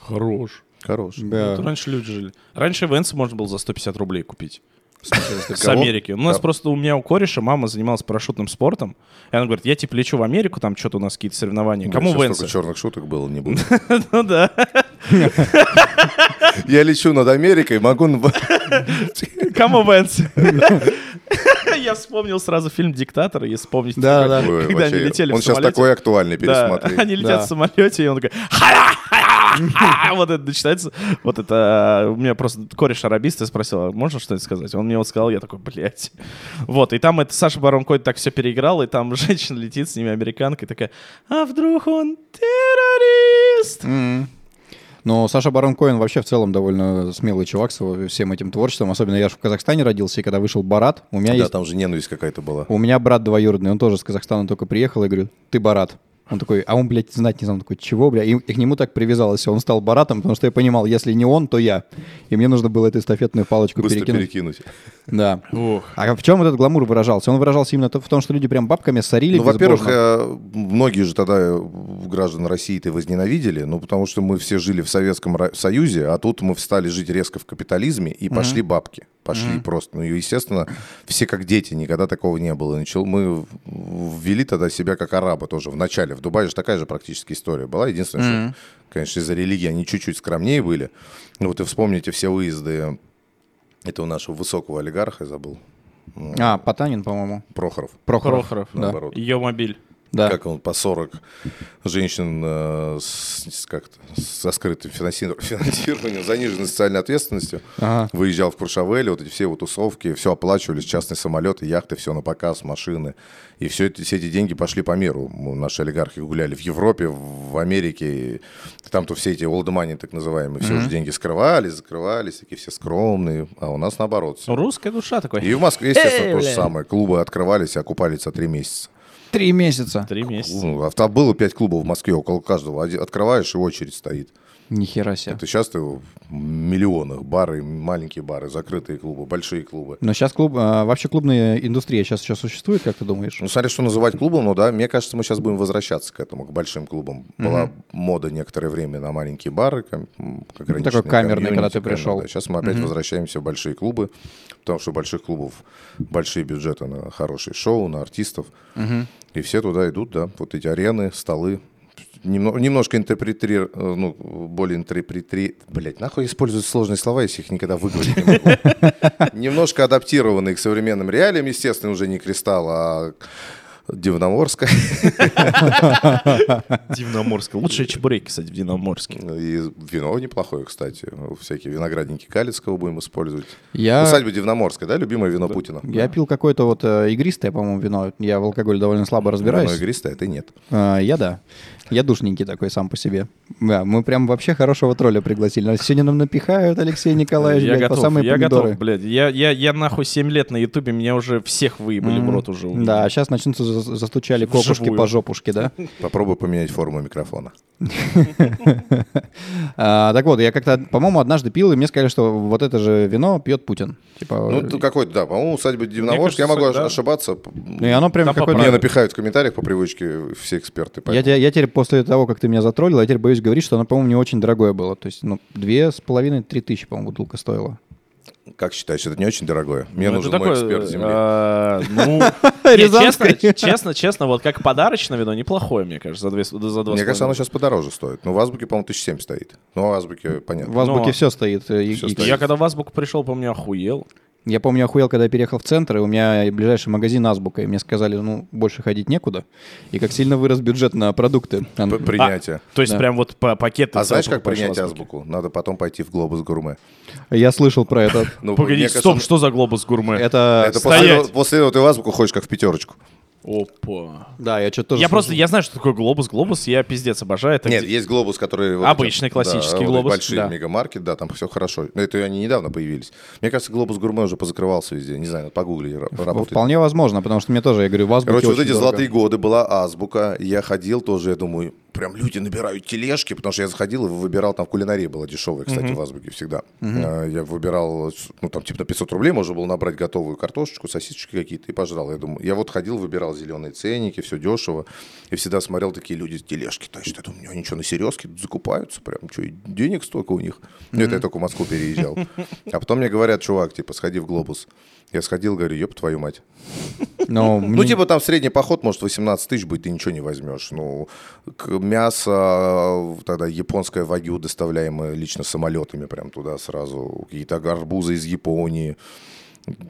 [SPEAKER 3] Хорош.
[SPEAKER 1] Хорош.
[SPEAKER 2] Да.
[SPEAKER 3] Вот А раньше люди жили. Раньше Венс можно было за 150 рублей купить. С
[SPEAKER 1] кого?
[SPEAKER 3] Америки. У нас
[SPEAKER 1] Да.
[SPEAKER 3] просто у меня у кореша мама занималась парашютным спортом. И она говорит, я типа лечу в Америку, там что-то у нас какие-то соревнования. Кому
[SPEAKER 1] Сейчас
[SPEAKER 3] Венс?
[SPEAKER 1] столько черных шуток было, не буду.
[SPEAKER 3] Ну да.
[SPEAKER 1] Я лечу над Америкой, могу... на-
[SPEAKER 3] Кому Венс? Я вспомнил сразу фильм «Диктатор», если вспомнить.
[SPEAKER 2] Да, да.
[SPEAKER 1] Ой,
[SPEAKER 3] Когда они
[SPEAKER 1] вообще,
[SPEAKER 3] летели в
[SPEAKER 1] Он сейчас
[SPEAKER 3] самолете.
[SPEAKER 1] такой актуальный,
[SPEAKER 3] Да,
[SPEAKER 1] пересмотри.
[SPEAKER 3] они летят
[SPEAKER 2] Да.
[SPEAKER 3] в самолете, и он такой... «Ха-ля, ха-ля, ха-ля». Вот это начинается. Вот это... э, У меня просто кореш арабист я спросил, «А можно что-нибудь сказать? Он мне вот сказал, я такой, блядь. Вот, и там это Саша Барон Кой так все переиграл, и там женщина летит с ними, американка, и такая, а вдруг он террорист?
[SPEAKER 2] М. Но Саша Барон Коэн вообще в целом довольно смелый чувак со всем этим творчеством. Особенно я же в Казахстане родился, и когда вышел Барат, у меня
[SPEAKER 1] Да,
[SPEAKER 2] есть...
[SPEAKER 1] там же ненависть какая-то была.
[SPEAKER 2] У меня брат двоюродный, он тоже с Казахстана только приехал, я говорю, ты Барат. Он такой, а он, блядь, знать не знал, Он такой, чего, блядь, и, и к нему так привязалось, он стал Баратом, потому что я понимал, если не он, то я. И мне нужно было эту эстафетную палочку
[SPEAKER 1] Быстро
[SPEAKER 2] перекинуть.
[SPEAKER 1] перекинуть.
[SPEAKER 2] Да. А в чем этот гламур выражался? Он выражался именно то- в том, что люди прям бабками сорили.
[SPEAKER 1] Ну, во-первых,
[SPEAKER 2] безбожно.
[SPEAKER 1] э, многие же тогда э, граждан России-то возненавидели, ну, потому что мы все жили в Советском Ра- Союзе, а тут мы встали жить резко в капитализме, и пошли бабки. Пошли просто. Ну, и, естественно, все как дети, никогда такого не было. Начал, мы в- ввели тогда себя как арабы тоже в начале. В Дубае же такая же практически история была. Единственное, что, конечно, из-за религии они чуть-чуть скромнее были. Ну, вот и вспомните все выезды этого нашего высокого олигарха, я забыл,
[SPEAKER 2] А, Потанин, по-моему.
[SPEAKER 1] Прохоров,
[SPEAKER 2] Прохоров.
[SPEAKER 3] Прохоров, ну,
[SPEAKER 2] да.
[SPEAKER 1] наоборот.
[SPEAKER 3] Ее мобиль.
[SPEAKER 2] Да.
[SPEAKER 1] как он по 40 женщин э, с, с- как это, со скрытым финанси- финансированием, заниженной социальной ответственностью,
[SPEAKER 2] Ага.
[SPEAKER 1] выезжал в Куршавеле, вот эти все его тусовки, все оплачивались, частные самолеты, яхты, все на показ, машины. И все, эти, все эти деньги пошли по миру. М, Наши олигархи гуляли в Европе, в Америке, и там-то все эти old money, так называемые, все уже деньги скрывались, закрывались, такие все скромные, а у нас наоборот. всё.
[SPEAKER 3] Русская душа такой.
[SPEAKER 1] И в Москве, естественно,
[SPEAKER 3] Эй,
[SPEAKER 1] то же
[SPEAKER 3] бля.
[SPEAKER 1] самое. Клубы открывались и окупались за три месяца.
[SPEAKER 2] Три месяца.
[SPEAKER 3] Три месяца.
[SPEAKER 1] Ну, а там было пять клубов в Москве, около каждого. Оди- Открываешь, и очередь стоит.
[SPEAKER 2] Нихера себе.
[SPEAKER 1] Это сейчас ты в миллионах. Бары, маленькие бары, закрытые клубы, большие клубы.
[SPEAKER 2] Но сейчас клуб, а, вообще клубная индустрия сейчас, сейчас существует, как ты думаешь?
[SPEAKER 1] Ну, смотри, что называть клубом, ну да, мне кажется, мы сейчас будем возвращаться к этому, к большим клубам. Была мода некоторое время на маленькие бары, ком- м, как ограниченные
[SPEAKER 2] такой камерный, когда ты
[SPEAKER 1] комьюнити,
[SPEAKER 2] пришел.
[SPEAKER 1] да. Сейчас мы опять возвращаемся в большие клубы, потому что у больших клубов большие бюджеты на хорошие шоу, на артистов. И все туда идут, да, вот эти арены, столы. Немно- немножко интерпретри, э, ну, более интерпретри... Блять, нахуй используют сложные слова, если их никогда выговорить не могу. Немножко адаптированные к современным реалиям, естественно, уже не «Кристалл», а к- Дивноморска.
[SPEAKER 3] Дивноморская. Лучшие чебуреки, кстати, в Дивноморске.
[SPEAKER 1] И вино неплохое, кстати. Всякие виноградники Калицкого будем использовать.
[SPEAKER 2] Я-
[SPEAKER 1] Усадьба Дивноморская, ну, да, любимое вино Путина?
[SPEAKER 2] А, Я пил какое-то вот э, игристое, по-моему, вино. Я в алкоголе довольно
[SPEAKER 1] Ну,
[SPEAKER 2] слабо разбираюсь.
[SPEAKER 1] Вино игристое, а ты нет.
[SPEAKER 2] А, я да. Я душненький такой сам по себе. Да, мы прям вообще хорошего тролля пригласили. Нас сегодня нам напихают, Алексей Николаевич,
[SPEAKER 3] Я
[SPEAKER 2] блядь, по
[SPEAKER 3] готов,
[SPEAKER 2] самые
[SPEAKER 3] я
[SPEAKER 2] помидоры.
[SPEAKER 3] готов, блядь. Я, я, я нахуй 7 лет на Ютубе, меня уже всех выебали в рот уже.
[SPEAKER 2] Да, сейчас начнутся за- застучали кокушки
[SPEAKER 3] Вживую.
[SPEAKER 2] по жопушке, да?
[SPEAKER 1] Попробуй поменять форму микрофона.
[SPEAKER 2] А, Так вот, я как-то, по-моему, однажды пил, и мне сказали, что вот это же вино пьет Путин. Типа,
[SPEAKER 1] Ну, ты какой-то, да, по-моему, усадьба Дивногорск.
[SPEAKER 3] кажется,
[SPEAKER 1] Я могу
[SPEAKER 3] усадьба,
[SPEAKER 1] ош-
[SPEAKER 3] да.
[SPEAKER 1] ошибаться.
[SPEAKER 2] ну и оно прям
[SPEAKER 3] Да,
[SPEAKER 2] какое-то...
[SPEAKER 1] Мне
[SPEAKER 3] поправь.
[SPEAKER 1] напихают в комментариях по привычке все эксперты.
[SPEAKER 2] Я,
[SPEAKER 1] поэтому-
[SPEAKER 2] те- я теперь после того, как ты меня затроллил, я теперь боюсь говорить, что оно, по-моему, не очень дорогое было. То есть, ну, две с половиной, три тысячи, по-моему, бутылка стоила.
[SPEAKER 1] Как считаешь, это не очень дорогое? Мне
[SPEAKER 3] Ну, это
[SPEAKER 1] нужен мой
[SPEAKER 3] такое,
[SPEAKER 1] эксперт земли.
[SPEAKER 3] э, Ну, не,
[SPEAKER 2] Рязанской.
[SPEAKER 3] честно, честно, честно, вот как подарочное вино неплохое, мне кажется, за две с- за два с
[SPEAKER 1] Мне кажется, оно
[SPEAKER 3] половиной.
[SPEAKER 1] сейчас подороже стоит. Ну, в Азбуке, по-моему, 1007 стоит. Ну, в Азбуке,
[SPEAKER 2] В
[SPEAKER 1] понятно.
[SPEAKER 2] азбуке
[SPEAKER 3] Ну,
[SPEAKER 2] все стоит. э, и-
[SPEAKER 1] всё
[SPEAKER 2] и-
[SPEAKER 1] стоит.
[SPEAKER 3] Я когда в Азбуку пришел, помню, охуел.
[SPEAKER 2] Я помню, охуел, когда я переехал в центр, и у меня ближайший магазин Азбука, и мне сказали, ну, больше ходить некуда. И как сильно вырос бюджет на продукты. Ан-
[SPEAKER 1] П- Принятие.
[SPEAKER 3] То есть
[SPEAKER 2] Да.
[SPEAKER 3] прям вот по пакеты.
[SPEAKER 1] А знаешь,
[SPEAKER 3] целых
[SPEAKER 1] как принять
[SPEAKER 3] пошла
[SPEAKER 1] азбуку? Надо потом пойти в глобус гурме.
[SPEAKER 2] Я слышал про это.
[SPEAKER 1] Ну,
[SPEAKER 3] Погоди,
[SPEAKER 1] мне
[SPEAKER 3] стоп,
[SPEAKER 1] кажется,
[SPEAKER 3] что за глобус гурме?
[SPEAKER 2] Это...
[SPEAKER 1] Это после
[SPEAKER 3] Стоять!
[SPEAKER 1] этого, после этого ты в азбуку ходишь, как в пятерочку.
[SPEAKER 3] Опа.
[SPEAKER 2] Да, я что-то тоже...
[SPEAKER 3] я просто,
[SPEAKER 2] слышал.
[SPEAKER 3] я знаю, что такое глобус. Глобус я пиздец обожаю. Это
[SPEAKER 1] Нет,
[SPEAKER 3] где-
[SPEAKER 1] есть глобус, который... вот
[SPEAKER 3] Обычный
[SPEAKER 1] эти,
[SPEAKER 3] классический
[SPEAKER 1] да, вот
[SPEAKER 3] глобус,
[SPEAKER 1] Большие
[SPEAKER 3] да.
[SPEAKER 1] мегамаркет, да, там все хорошо. Но это они недавно появились. Мне кажется, глобус гурме уже позакрывался везде. Не знаю, надо погуглить, ра- работает.
[SPEAKER 2] Вполне возможно, потому что мне тоже, я говорю, в азбуке
[SPEAKER 1] Короче, вот
[SPEAKER 2] очень
[SPEAKER 1] эти
[SPEAKER 2] дорого.
[SPEAKER 1] золотые годы была азбука. Я ходил тоже, я думаю, прям люди набирают тележки, потому что я заходил и выбирал, там в кулинарии была дешевая, кстати, в азбуке всегда. Э, Я выбирал, ну там типа на 500 рублей можно было набрать готовую картошечку, сосисочки какие-то и пожрал. Я думаю, я вот ходил, выбирал зеленые ценники, все дешево. И всегда смотрел такие люди тележки тащат. Я думаю, у него ничего на серьезке закупаются прям, что, и денег столько у них. Ну это я только в Москву переезжал. А потом мне говорят, чувак, типа, сходи в глобус. Я сходил, говорю, еб твою мать.
[SPEAKER 2] Но
[SPEAKER 1] Ну,
[SPEAKER 2] мне-
[SPEAKER 1] типа там средний поход может 18 тысяч быть, ты ничего не возьмешь. Ну, к- мясо, э, тогда японское вагю, доставляемое лично самолетами прям туда сразу. Какие-то арбузы из Японии.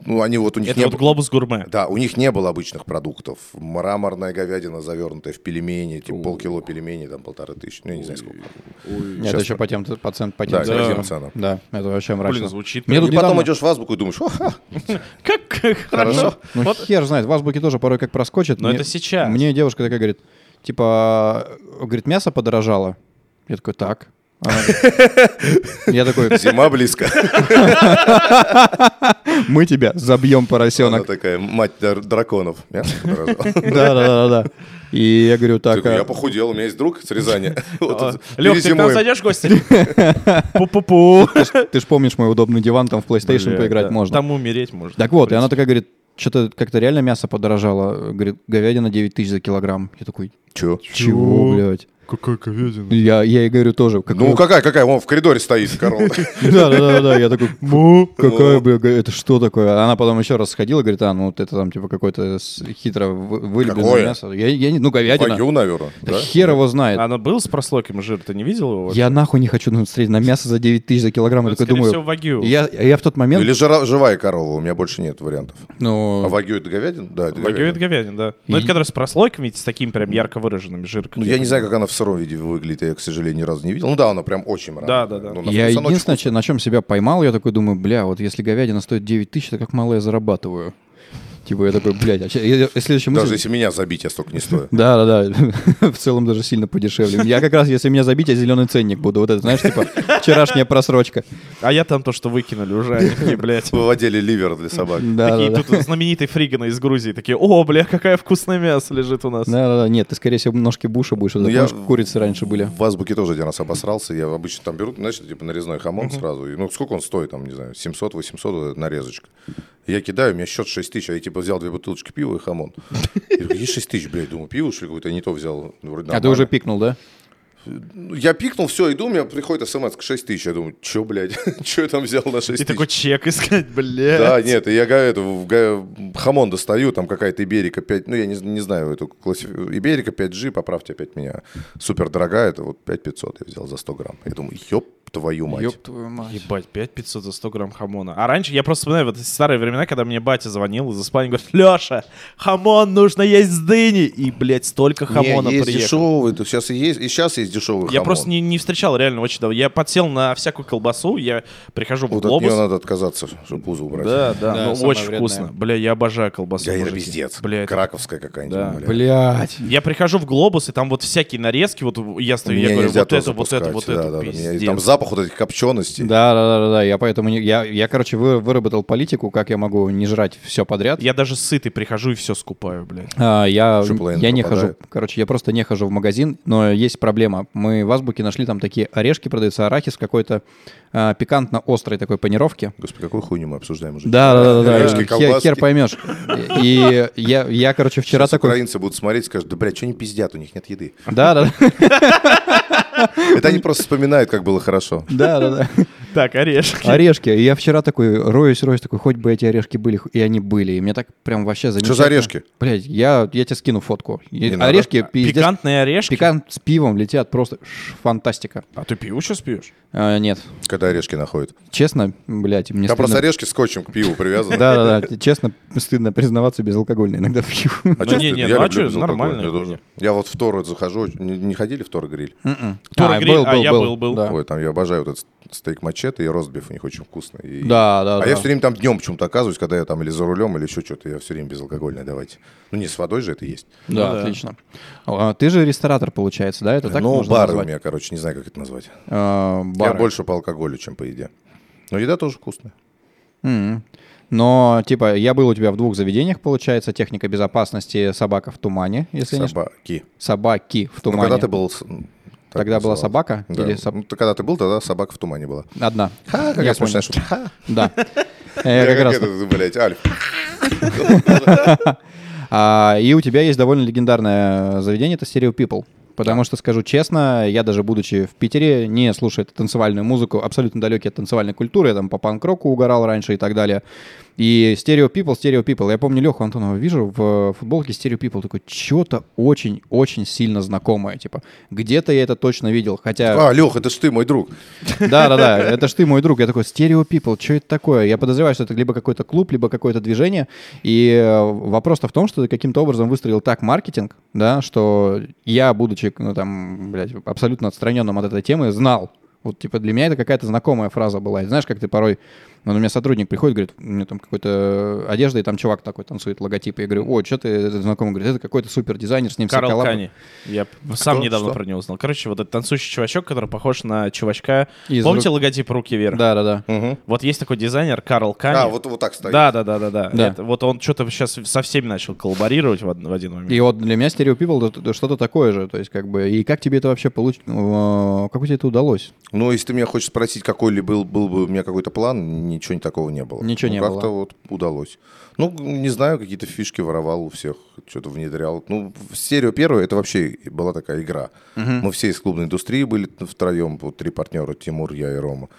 [SPEAKER 1] Ну, они вот у них
[SPEAKER 3] это
[SPEAKER 1] не
[SPEAKER 3] вот
[SPEAKER 1] б-
[SPEAKER 3] глобус гурме.
[SPEAKER 1] Да, у них не было обычных продуктов. Мраморная говядина, завернутая в пельмени, типа полкило пельменей, там полторы тысячи, ну, я не знаю сколько.
[SPEAKER 2] Это еще по тем по цен- по тем
[SPEAKER 1] Да,
[SPEAKER 2] ценам.
[SPEAKER 1] по тем ценам.
[SPEAKER 2] Да, это вообще мрачно.
[SPEAKER 3] звучит
[SPEAKER 2] Мне
[SPEAKER 3] прям-
[SPEAKER 2] тут
[SPEAKER 1] И потом
[SPEAKER 2] недавно-
[SPEAKER 1] идешь в азбуку и думаешь, «О, ха,
[SPEAKER 3] Как как хорошо.
[SPEAKER 2] Ну, хер знает, в азбуке тоже порой как проскочит.
[SPEAKER 3] Но это сейчас.
[SPEAKER 2] Мне девушка такая говорит, типа, э, говорит, мясо подорожало. Я такой, так. Она- Я такой,
[SPEAKER 1] зима близко.
[SPEAKER 2] мы тебя забьем,
[SPEAKER 1] Она
[SPEAKER 2] поросенок.
[SPEAKER 1] такая, мать дар- драконов. Мясо подорожало.
[SPEAKER 2] Да-да-да-да. И я говорю,
[SPEAKER 1] Я
[SPEAKER 2] так,
[SPEAKER 1] говорю, Я
[SPEAKER 2] а-
[SPEAKER 1] похудел, у меня есть друг с Рязани. Вот
[SPEAKER 3] А,
[SPEAKER 1] тут
[SPEAKER 3] Лёх, ты к нам
[SPEAKER 1] перезимуем.
[SPEAKER 3] зайдешь в гости? Пу-пу-пу.
[SPEAKER 2] а ты ж помнишь мой удобный диван, там в PlayStation
[SPEAKER 3] Бля,
[SPEAKER 2] поиграть
[SPEAKER 3] да.
[SPEAKER 2] можно.
[SPEAKER 3] Там умереть можно.
[SPEAKER 2] Так вот, и она такая говорит, что-то как-то реально мясо подорожало. Говорит, говядина 9 тысяч за килограмм. Я такой,
[SPEAKER 1] Чё?
[SPEAKER 2] чего, блядь?
[SPEAKER 4] Какая говядина.
[SPEAKER 2] Я, я ей говорю тоже.
[SPEAKER 1] Ну,
[SPEAKER 2] какую-
[SPEAKER 1] какая, какая? Вон в коридоре стоит корова.
[SPEAKER 2] Да, да, да, да. Я такой, «Му,
[SPEAKER 1] Ну.
[SPEAKER 2] какая, бля, га- это что такое? Она потом еще раз сходила, говорит, а, ну, вот это там, типа, какое-то с- хитро вы- вылепленное
[SPEAKER 1] Какое?
[SPEAKER 2] мясо. Я, я не, ну, говядина.
[SPEAKER 1] Вагю, наверное.
[SPEAKER 2] Да
[SPEAKER 1] да?
[SPEAKER 2] хер его знает.
[SPEAKER 3] Она был с прослойком жира, ты не видел его?
[SPEAKER 2] Я нахуй не хочу ну, встретить на мясо за 9 тысяч за килограмм. Я
[SPEAKER 3] Это,
[SPEAKER 2] такой
[SPEAKER 3] скорее всего,
[SPEAKER 2] думаю,
[SPEAKER 3] вагю.
[SPEAKER 2] я, я в тот момент,
[SPEAKER 1] Ну, Или жира- живая корова, у меня больше нет вариантов. А
[SPEAKER 2] ну,
[SPEAKER 1] вагю это говядина? Да, это
[SPEAKER 3] Вагю это
[SPEAKER 1] говядина.
[SPEAKER 3] говядин, да. Ну,
[SPEAKER 2] И-
[SPEAKER 3] это который с прослойками, с таким прям ярко выраженным жирком.
[SPEAKER 1] Ну, я не знаю, как она в сыром виде выглядит, я, к сожалению, ни разу не видел. Ну да, она прям очень мраморная.
[SPEAKER 3] да, да.
[SPEAKER 1] Ну, на
[SPEAKER 2] я
[SPEAKER 1] вкус она очень
[SPEAKER 2] единственное, че- на чем себя поймал, я такой думаю, бля, вот если говядина стоит 9 тысяч, то как мало я зарабатываю. Типа я такой, блядь, а че- я- я- следующая
[SPEAKER 1] вкусная. Даже
[SPEAKER 2] мысль...
[SPEAKER 1] если меня забить, я столько не стою.
[SPEAKER 2] Да, да, да. В целом даже сильно подешевле. Я как раз, если меня забить, я зеленый ценник буду. Вот это, знаешь, типа вчерашняя просрочка.
[SPEAKER 3] А я там то, что выкинули уже, они такие, блядь.
[SPEAKER 1] Выводили ливер для собак.
[SPEAKER 2] Да,
[SPEAKER 3] Такие
[SPEAKER 2] да, да.
[SPEAKER 3] тут знаменитые фриганы из Грузии такие, о, бля, какая вкусное мясо лежит у нас.
[SPEAKER 2] Да, да, да. Нет, ты, скорее всего, ножки Буша будешь.
[SPEAKER 1] Ну,
[SPEAKER 2] Это,
[SPEAKER 1] я-
[SPEAKER 2] помнишь, курицы раньше были. А
[SPEAKER 1] В азбуке тоже один раз обосрался. Я обычно там беру, знаешь, типа нарезной хамон сразу. И, ну, сколько он стоит, там, не знаю, 700-800 вот эта нарезочка. Я кидаю, у меня счет 6 тысяч, а я типа взял две бутылочки пива и хамон. И такой, есть 6 тысяч, блядь, думаю, пиво, что ли, какое-то я не то взял. Ну, Вроде
[SPEAKER 2] А ты
[SPEAKER 1] нормально.
[SPEAKER 2] уже пикнул, да?
[SPEAKER 1] Ну, Я пикнул, все, иду, у меня приходит смс к 6 тысяч. Я думаю, что, блядь, что я там взял на 6
[SPEAKER 3] И
[SPEAKER 1] тысяч?
[SPEAKER 3] такой чек искать, блядь.
[SPEAKER 1] Да, нет, и я га- это, в га- хамон достаю, там какая-то Иберика 5, ну я не, не знаю, эту классиф... Иберика 5G, поправьте опять меня, супер дорогая, это вот 5500 я взял за 100 грамм. Я думаю, ёб твою мать.
[SPEAKER 2] Ёб твою мать.
[SPEAKER 3] Ебать, 5500 за 100 грамм хамона. А раньше, я просто вспоминаю вот эти старые времена, когда мне батя звонил из Испании, говорит, Леша, хамон нужно есть с дыни. И, блядь, столько хамона
[SPEAKER 1] есть
[SPEAKER 3] приехало.
[SPEAKER 1] дешевый, то сейчас и есть, и сейчас есть дешевый
[SPEAKER 3] Я
[SPEAKER 1] хамон.
[SPEAKER 3] просто не, не встречал реально очень давно. Я подсел на всякую колбасу, я прихожу в
[SPEAKER 1] Вот от
[SPEAKER 3] глобус.
[SPEAKER 1] нее надо отказаться, чтобы пузо убрать.
[SPEAKER 3] Да, да,
[SPEAKER 2] Да,
[SPEAKER 3] ну,
[SPEAKER 2] самое
[SPEAKER 3] очень
[SPEAKER 2] вредное.
[SPEAKER 3] вкусно. Бля, я обожаю колбасу.
[SPEAKER 1] Я это
[SPEAKER 3] мужики.
[SPEAKER 1] пиздец.
[SPEAKER 3] Бля, это-
[SPEAKER 1] Краковская какая-нибудь.
[SPEAKER 3] Да.
[SPEAKER 1] бля.
[SPEAKER 2] Блять.
[SPEAKER 3] Я прихожу в глобус, и там вот всякие нарезки, вот я стою, я
[SPEAKER 1] Меня
[SPEAKER 3] говорю,
[SPEAKER 1] нельзя
[SPEAKER 3] вот
[SPEAKER 1] туда
[SPEAKER 3] это, вот это,
[SPEAKER 1] запускать.
[SPEAKER 3] вот
[SPEAKER 1] Да,
[SPEAKER 3] это,
[SPEAKER 1] да, да, меня-
[SPEAKER 3] пиздец.
[SPEAKER 1] Там запах запах вот этих копченостей.
[SPEAKER 2] Да, да, да, да. Я поэтому не- я, я, короче, вы- выработал политику, как я могу не жрать все подряд.
[SPEAKER 3] Я даже сытый прихожу и все скупаю, блядь.
[SPEAKER 2] А, я
[SPEAKER 1] Чтоб половина
[SPEAKER 2] я не хожу.
[SPEAKER 1] пропадает.
[SPEAKER 2] Короче, я просто не хожу в магазин, но есть проблема. Мы в Азбуке нашли там такие орешки, продается арахис какой-то а, пикантно-острой такой панировки.
[SPEAKER 1] Господи, какую хуйню мы обсуждаем уже?
[SPEAKER 2] Да, да, да, да.
[SPEAKER 1] Орешки,
[SPEAKER 2] Хер,
[SPEAKER 1] колбаски.
[SPEAKER 2] хер поймешь. И я, я, короче, вчера
[SPEAKER 1] Сейчас
[SPEAKER 2] такой...
[SPEAKER 1] украинцы будут смотреть и скажут, да, блядь, что они пиздят, у них нет еды.
[SPEAKER 2] Да, да,
[SPEAKER 1] Это они просто вспоминают, как было хорошо.
[SPEAKER 2] да, да, да.
[SPEAKER 3] Так, орешки.
[SPEAKER 2] Орешки. И я вчера такой роюсь, роюсь, такой, хоть бы эти орешки были, и они были. И мне так прям вообще замечательно.
[SPEAKER 1] орешки?
[SPEAKER 2] Блять, я, я тебе скину фотку. И
[SPEAKER 1] Не надо.
[SPEAKER 3] А
[SPEAKER 2] Орешки, пиздец, пикант.
[SPEAKER 3] Пикантные орешки.
[SPEAKER 2] с пивом летят просто ш, фантастика.
[SPEAKER 3] А ты пиво сейчас пьешь?
[SPEAKER 2] А, нет,
[SPEAKER 1] Когда орешки находят.
[SPEAKER 2] честно, блядь, мне
[SPEAKER 1] Там просто
[SPEAKER 2] стыдно.
[SPEAKER 1] орешки скотчем к пиву привязаны.
[SPEAKER 2] Да, да, да, честно, стыдно признаваться безалкогольно иногда пью.
[SPEAKER 1] А
[SPEAKER 3] Ну,
[SPEAKER 1] чё
[SPEAKER 3] не,
[SPEAKER 1] стыдно?
[SPEAKER 3] не,
[SPEAKER 1] Я
[SPEAKER 3] ну, а
[SPEAKER 1] люблю
[SPEAKER 3] чё,
[SPEAKER 1] безалкогольное
[SPEAKER 3] нормально,
[SPEAKER 1] тоже.
[SPEAKER 3] вроде.
[SPEAKER 1] Я вот в Торрет захожу. Не, не ходили в Торрет гриль?
[SPEAKER 3] Тора
[SPEAKER 2] А,
[SPEAKER 3] гриль, а я был, был.
[SPEAKER 2] Да,
[SPEAKER 1] Ой, там я обожаю вот этот стейк мачете и ростбиф у них очень вкусно. И-
[SPEAKER 2] да, да.
[SPEAKER 1] А
[SPEAKER 2] да.
[SPEAKER 1] я все время там днем почему-то оказываюсь, когда я там или за рулем, или еще что-то, я все время безалкогольное давайте. Ну не с водой же это есть.
[SPEAKER 2] Да,
[SPEAKER 3] да.
[SPEAKER 2] отлично. А, ты же ресторатор, получается, да? Это так
[SPEAKER 1] ну,
[SPEAKER 2] можно
[SPEAKER 1] бары
[SPEAKER 2] назвать?
[SPEAKER 1] у меня, короче, не знаю, как это назвать.
[SPEAKER 2] А, бары.
[SPEAKER 1] Я больше по алкоголю, чем по еде. Но еда тоже вкусная.
[SPEAKER 2] Мгм. Но, типа, я был у тебя в двух заведениях, получается, техника безопасности собака в тумане, если не ошиб-
[SPEAKER 1] Собаки.
[SPEAKER 2] Собаки в
[SPEAKER 1] Ну,
[SPEAKER 2] тумане.
[SPEAKER 1] когда ты был... с- м, так
[SPEAKER 2] Тогда была
[SPEAKER 1] называлось.
[SPEAKER 2] собака?
[SPEAKER 1] Да.
[SPEAKER 2] Или соб-
[SPEAKER 1] Ну, ты- когда ты был, тогда собака в тумане была.
[SPEAKER 2] Одна.
[SPEAKER 1] Ха, какая
[SPEAKER 2] Я
[SPEAKER 1] смешная
[SPEAKER 2] понял.
[SPEAKER 1] шутка. Ха.
[SPEAKER 2] Да. Э, Я как раз-
[SPEAKER 1] это, Э, блядь, Альф.
[SPEAKER 2] А, И у тебя есть довольно легендарное заведение, это Stereo People. Потому что, скажу честно, я даже будучи в Питере, не слушая эту танцевальную музыку, абсолютно далекий от танцевальной культуры, я там по панк-року угорал раньше и так далее. И Stereo People, Stereo People. Я помню Леху Антонова вижу в футболке Stereo People, такой, что-то очень-очень сильно знакомое, типа, где-то я это точно видел, хотя,
[SPEAKER 1] А, Лех, это ж ты, мой друг.
[SPEAKER 2] да-да-да, это ж ты, мой друг, я такой, Stereo People, что это такое? Я подозреваю, что это либо какой-то клуб, либо какое-то движение, и э, вопрос-то в том, что ты каким-то образом выстроил так маркетинг, да, что я, будучи, ну, там, блядь, абсолютно отстраненным от этой темы, знал, вот, типа, для меня это какая-то знакомая фраза была. И знаешь, как ты порой... Ну, у меня сотрудник приходит, говорит, у меня там какой-то одежда, и там чувак такой танцует логотип. Я говорю, о, что ты это знакомый? Говорит, это какой-то супер дизайнер, с ним все
[SPEAKER 3] Карл
[SPEAKER 2] коллабы».
[SPEAKER 3] Кани. Я п- сам недавно
[SPEAKER 1] Что?
[SPEAKER 3] про него узнал. Короче, вот этот танцующий чувачок, который похож на чувачка...
[SPEAKER 2] Из
[SPEAKER 3] Помните
[SPEAKER 2] ру-
[SPEAKER 3] логотип «Руки вверх»?
[SPEAKER 2] Да-да-да.
[SPEAKER 1] Мгм.
[SPEAKER 3] Вот есть такой дизайнер Карл Кани.
[SPEAKER 1] А, вот, вот так стоит.
[SPEAKER 3] Да, да, да, да, да.
[SPEAKER 2] Да.
[SPEAKER 3] Это- вот он что-то сейчас со всеми начал коллаборировать в, од- в один момент.
[SPEAKER 2] И вот для меня Stereo People это- это что-то такое же. То есть, как бы, и как тебе это вообще получ... э, Как у тебя это удалось?
[SPEAKER 1] Ну, если ты меня хочешь спросить, какой ли был, был бы у меня какой-то план, ничего такого не было.
[SPEAKER 2] Ничего
[SPEAKER 1] Ну,
[SPEAKER 2] не
[SPEAKER 1] как-то
[SPEAKER 2] было.
[SPEAKER 1] вот удалось. Ну, не знаю, какие-то фишки воровал у всех, что-то внедрял. Ну, в серию первую это вообще была такая игра. Мы все из клубной индустрии были втроем, вот три партнера, Тимур, я и Рома.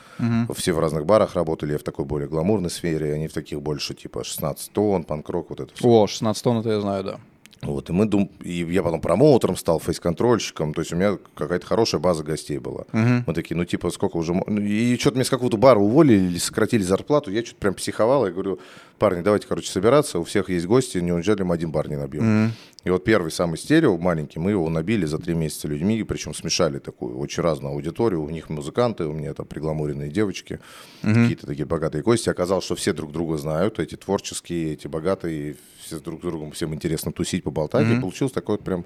[SPEAKER 1] Все в разных барах работали, я в такой более гламурной сфере, они в таких больше, типа, 16 тонн, панкрок, вот это все.
[SPEAKER 2] О, 16 тонн это я знаю, да.
[SPEAKER 1] Вот, и мы дум... и я потом промоутером стал, фейс-контрольщиком, то есть у меня какая-то хорошая база гостей была. Мы такие, ну типа, сколько уже... мо- ну, И что-то меня с какого-то бара уволили или сократили зарплату, я что-то прям психовал, я говорю, парни, давайте, короче, собираться, у всех есть гости, неужели мы один бар не набьем? И вот первый самый стерео, маленький, мы его набили за три месяца людьми, и причем смешали такую очень разную аудиторию, у них музыканты, у меня там пригламуренные девочки, какие-то такие богатые гости. Оказалось, что все друг друга знают, эти творческие, эти богатые, все друг с другом, всем интересно тусить, поболтать, и получилось такое вот прям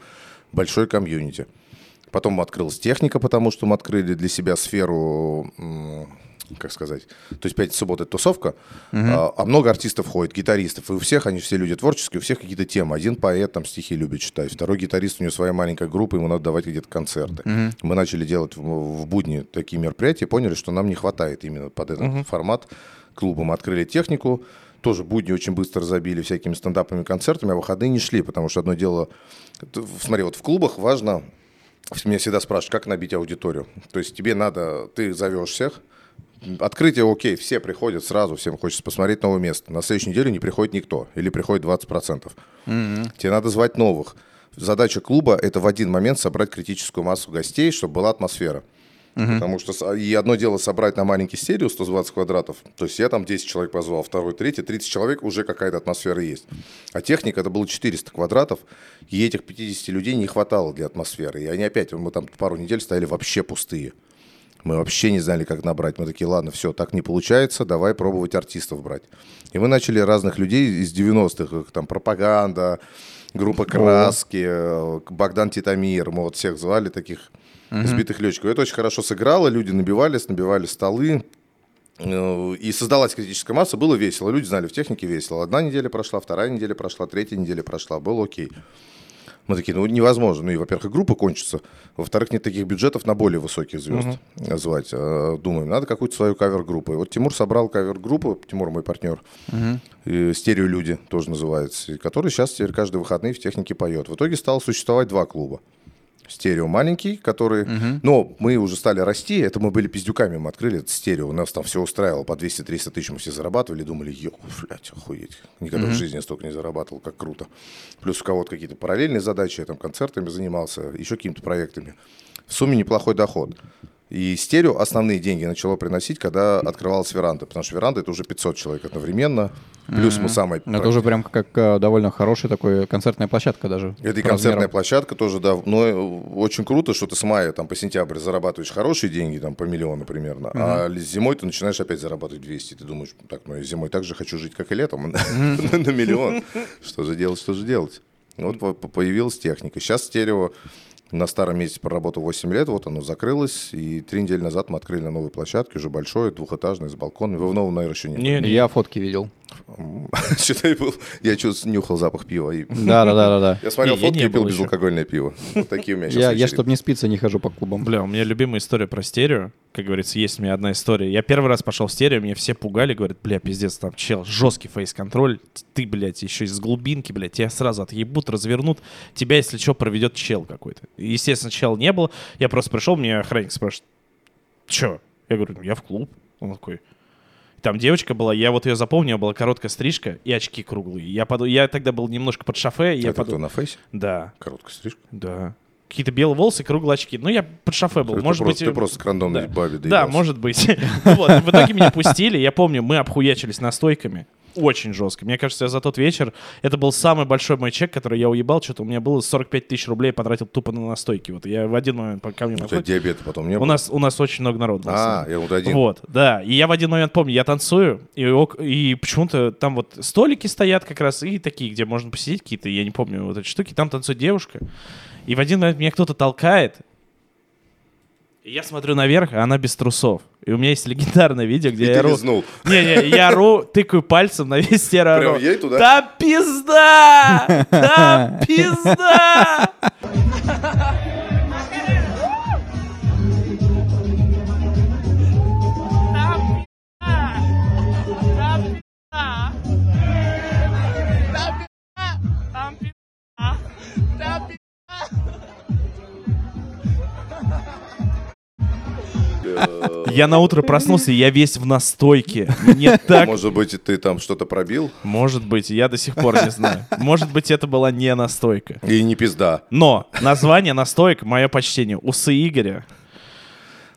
[SPEAKER 1] большой комьюнити. Потом открылась техника, потому что мы открыли для себя сферу, м, как сказать, то есть пятница, суббота – это тусовка, а, а много артистов ходит, гитаристов, и у всех, они все люди творческие, у всех какие-то темы. Один поэт там стихи любит читать, второй гитарист, у него своя маленькая группа, ему надо давать где-то концерты. Мы начали делать в, в будни такие мероприятия, поняли, что нам не хватает именно под этот формат клуба. Мы открыли технику, тоже будни очень быстро забили всякими стендапами, концертами, а выходные не шли, потому что одно дело, т- смотри, вот в клубах важно меня всегда спрашивают, как набить аудиторию. То есть тебе надо, ты зовешь всех, открытие окей, все приходят сразу, всем хочется посмотреть новое место. На следующей неделе не приходит никто или приходит 20%. Тебе надо звать новых. Задача клуба – это в один момент собрать критическую массу гостей, чтобы была атмосфера. Потому что с- и одно дело собрать на маленький стерео 120 квадратов, то есть я там 10 человек позвал, второй, третий, 30 человек, уже какая-то атмосфера есть. А техника это было 400 квадратов, и этих 50 людей не хватало для атмосферы. И они опять, мы там пару недель стояли вообще пустые. Мы вообще не знали, как набрать. Мы такие, ладно, все, так не получается, давай пробовать артистов брать. И мы начали разных людей из 90-х, их там пропаганда, группа Краски, э, Богдан Титамир, мы вот всех звали таких избитых летчиков. Это очень хорошо сыграло, люди набивались, набивали столы. Э, И создалась критическая масса, было весело. Люди знали, в технике весело. Одна неделя прошла, вторая неделя прошла, третья неделя прошла. Было окей. Мы такие, ну невозможно. Ну и, во-первых, и группа кончится. Во-вторых, нет таких бюджетов на более высоких звезд звать. А, Думаем, надо какую-то свою кавер-группу. И вот Тимур собрал кавер-группу, Тимур мой партнер, и «Стереолюди» тоже называется, и который сейчас теперь каждые выходные в технике поет. В итоге стало существовать два клуба. Стерео маленький, который... Но мы уже стали расти, это мы были пиздюками, мы открыли этот стерео, у нас там все устраивало, по 200-300 тысяч мы все зарабатывали, думали, ё, блядь, охуеть, никогда в жизни столько не зарабатывал, как круто. Плюс у кого-то какие-то параллельные задачи, я там концертами занимался, еще какими-то проектами. В сумме неплохой доход. И стерео основные деньги начало приносить, когда открывалась веранда, потому что веранда это уже 500 человек одновременно, плюс мы самые...
[SPEAKER 2] Это уже прям как э, довольно хорошая такая концертная площадка даже.
[SPEAKER 1] Это и
[SPEAKER 2] по
[SPEAKER 1] концертная
[SPEAKER 2] размерам.
[SPEAKER 1] площадка тоже, да. Но э, очень круто, что ты с мая там, по сентябрь зарабатываешь хорошие деньги, там по миллиону примерно, а л- зимой ты начинаешь опять зарабатывать 200. Ты думаешь, так, ну я зимой так же хочу жить, как и летом, на миллион. Что же делать, что же делать? Вот по- по- появилась техника. Сейчас стерео на старом месте проработал 8 лет, вот оно закрылось, и три недели назад мы открыли на новой площадке, уже большое, двухэтажное, с балконами. Вы в новом, наверное, еще не были.
[SPEAKER 3] Не, не,
[SPEAKER 2] Я фотки видел.
[SPEAKER 1] Считай, был- Я чуть нюхал запах пива и
[SPEAKER 2] Да-да-да.
[SPEAKER 1] я смотрел
[SPEAKER 3] Не, я
[SPEAKER 1] фотки
[SPEAKER 3] не
[SPEAKER 1] и пил
[SPEAKER 3] был еще.
[SPEAKER 1] безалкогольное пиво. Вот такие у меня сейчас
[SPEAKER 2] Я, я чтобы не спиться, не хожу по клубам.
[SPEAKER 3] Бля, у меня любимая история про стерео. Как говорится, есть у меня одна история. Я первый раз пошел в стерео, меня все пугали, говорят, бля, пиздец, там чел, жесткий фейс-контроль, т- ты, блядь, еще из глубинки, блядь, тебя сразу отъебут, развернут, тебя, если что, проведет чел какой-то. Естественно, чел не было, я просто пришел, мне охранник спрашивает, че? Я говорю, «Ну, я в клуб. Он такой, там девочка была, я вот ее запомнил, была короткая стрижка и очки круглые. Я, поду- я тогда был немножко под шофе, и я
[SPEAKER 1] Это кто,
[SPEAKER 3] подумал,
[SPEAKER 1] на фейсе?
[SPEAKER 3] да,
[SPEAKER 1] Короткая стрижка.
[SPEAKER 3] да. Какие-то белые волосы, круглые очки. Ну, я под шофе был.
[SPEAKER 1] Это
[SPEAKER 3] может
[SPEAKER 1] просто-
[SPEAKER 3] быть,
[SPEAKER 1] Ты просто к рандомной
[SPEAKER 3] да.
[SPEAKER 1] бабе
[SPEAKER 3] Да,
[SPEAKER 1] доебался.
[SPEAKER 3] может быть. Вот, В итоге меня пустили. Я помню, мы обхуячились настойками. Очень жестко. Мне кажется, я за тот вечер... Это был самый большой мой чек, который я уебал. Что-то у меня было 45 тысяч рублей, потратил тупо на настойки. Вот я в один момент по- ко мне
[SPEAKER 1] Ну, У тебя
[SPEAKER 3] подходит.
[SPEAKER 1] диабета потом не
[SPEAKER 3] У
[SPEAKER 1] было?
[SPEAKER 3] нас, у нас очень много народу. было с нами.
[SPEAKER 1] А, я вот один.
[SPEAKER 3] Вот, да. И я в один момент помню, я танцую, и, ок- и почему-то там вот столики стоят как раз, и такие, где можно посидеть какие-то, я не помню вот эти штуки, там танцует девушка. И в один момент меня кто-то толкает, и я смотрю наверх, а она без трусов. И у меня есть легендарное видео, где
[SPEAKER 1] И
[SPEAKER 3] я
[SPEAKER 1] ты
[SPEAKER 3] ору-
[SPEAKER 1] лизнул.
[SPEAKER 3] не-не, я ору, тыкаю пальцем на весь серый
[SPEAKER 1] Прям
[SPEAKER 3] ору.
[SPEAKER 1] ей туда?
[SPEAKER 3] Да пизда! Да пизда! Я на утро проснулся, и я весь в настойке. Мне так
[SPEAKER 1] Может быть, и ты там что-то пробил?
[SPEAKER 3] Может быть, я до сих пор не знаю. Может быть, это была не настойка.
[SPEAKER 1] И не пизда.
[SPEAKER 3] Но название настоек, мое почтение, усы Игоря.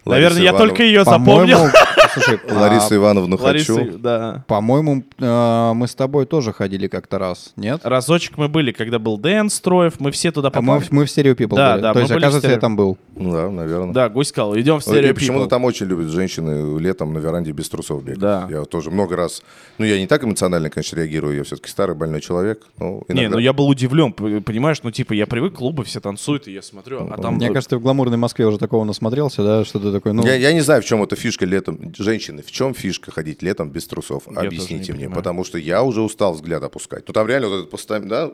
[SPEAKER 1] Лариса
[SPEAKER 3] Наверное, я
[SPEAKER 1] Ивановна-
[SPEAKER 3] только ее
[SPEAKER 2] По-моему,
[SPEAKER 3] запомнил.
[SPEAKER 2] Слушай, а,
[SPEAKER 1] Ларису Ивановну
[SPEAKER 3] Ларисы,
[SPEAKER 1] хочу.
[SPEAKER 3] да.
[SPEAKER 2] По-моему, э, мы с тобой тоже ходили как-то раз,
[SPEAKER 3] А,
[SPEAKER 2] нет?
[SPEAKER 3] Разочек мы были, когда был Дэн Строев, мы все туда
[SPEAKER 2] А мы,
[SPEAKER 3] попали.
[SPEAKER 2] мы в Стерео People
[SPEAKER 3] Да,
[SPEAKER 2] были.
[SPEAKER 3] да,
[SPEAKER 2] То
[SPEAKER 3] мы
[SPEAKER 2] есть,
[SPEAKER 3] были в
[SPEAKER 2] оказывается, я
[SPEAKER 3] «Стерео».
[SPEAKER 2] там был.
[SPEAKER 1] Ну Да, наверное.
[SPEAKER 3] Да, Гусь сказал, идем в
[SPEAKER 1] И
[SPEAKER 3] стерео
[SPEAKER 1] почему-то
[SPEAKER 3] People».
[SPEAKER 1] там очень любят женщины летом на веранде без трусов бегать.
[SPEAKER 3] Да.
[SPEAKER 1] Я вот тоже много раз... Ну, я не так эмоционально, конечно, реагирую. Я все-таки старый, больной человек. Ну,
[SPEAKER 3] Не,
[SPEAKER 1] иногда-
[SPEAKER 3] ну я был удивлен, п- понимаешь, ну типа я привык, клубы все танцуют, и я смотрю, а там...
[SPEAKER 2] Мне кажется, ты в гламурной Москве уже такого насмотрелся, да, что ты такой, ну,
[SPEAKER 1] Я, я не знаю, в чем эта фишка летом. Женщины, в чем фишка ходить летом без трусов?
[SPEAKER 3] тоже
[SPEAKER 1] Объясните
[SPEAKER 3] не
[SPEAKER 1] мне.
[SPEAKER 3] понимаю.
[SPEAKER 1] Потому что я уже устал взгляд опускать. Ну там реально вот этот постамент, да,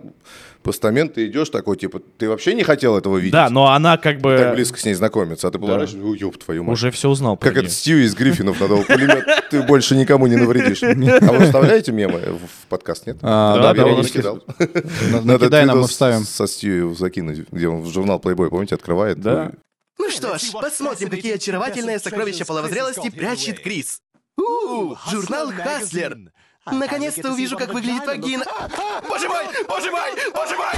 [SPEAKER 1] постамент, ты идешь такой, типа, ты вообще не хотел этого видеть?
[SPEAKER 3] Да, но она как бы
[SPEAKER 1] Так близко с ней знакомиться, а ты поворачиваешься, «Ой, ёб твою мать.
[SPEAKER 3] уже все узнал. про
[SPEAKER 1] Как
[SPEAKER 3] неё.
[SPEAKER 1] этот Стью из Гриффинов, надо пулемет, ты больше никому не навредишь. А вы вставляете мемы в подкаст, нет?
[SPEAKER 2] А,
[SPEAKER 3] да,
[SPEAKER 1] я его
[SPEAKER 3] периодически.
[SPEAKER 1] накидал.
[SPEAKER 2] на-
[SPEAKER 1] Надо
[SPEAKER 2] накидай нам, мы
[SPEAKER 1] твитос
[SPEAKER 2] вставим.
[SPEAKER 1] Со Стью закинуть, где он в журнал Playboy, помните, открывает.
[SPEAKER 3] Да.
[SPEAKER 5] Ну что ж, посмотрим, какие очаровательные сокровища половозрелости прячет Крис. У, журнал Хаслер. Наконец-то увижу, как выглядит вагина. А, Боже мой, боже мой, боже мой!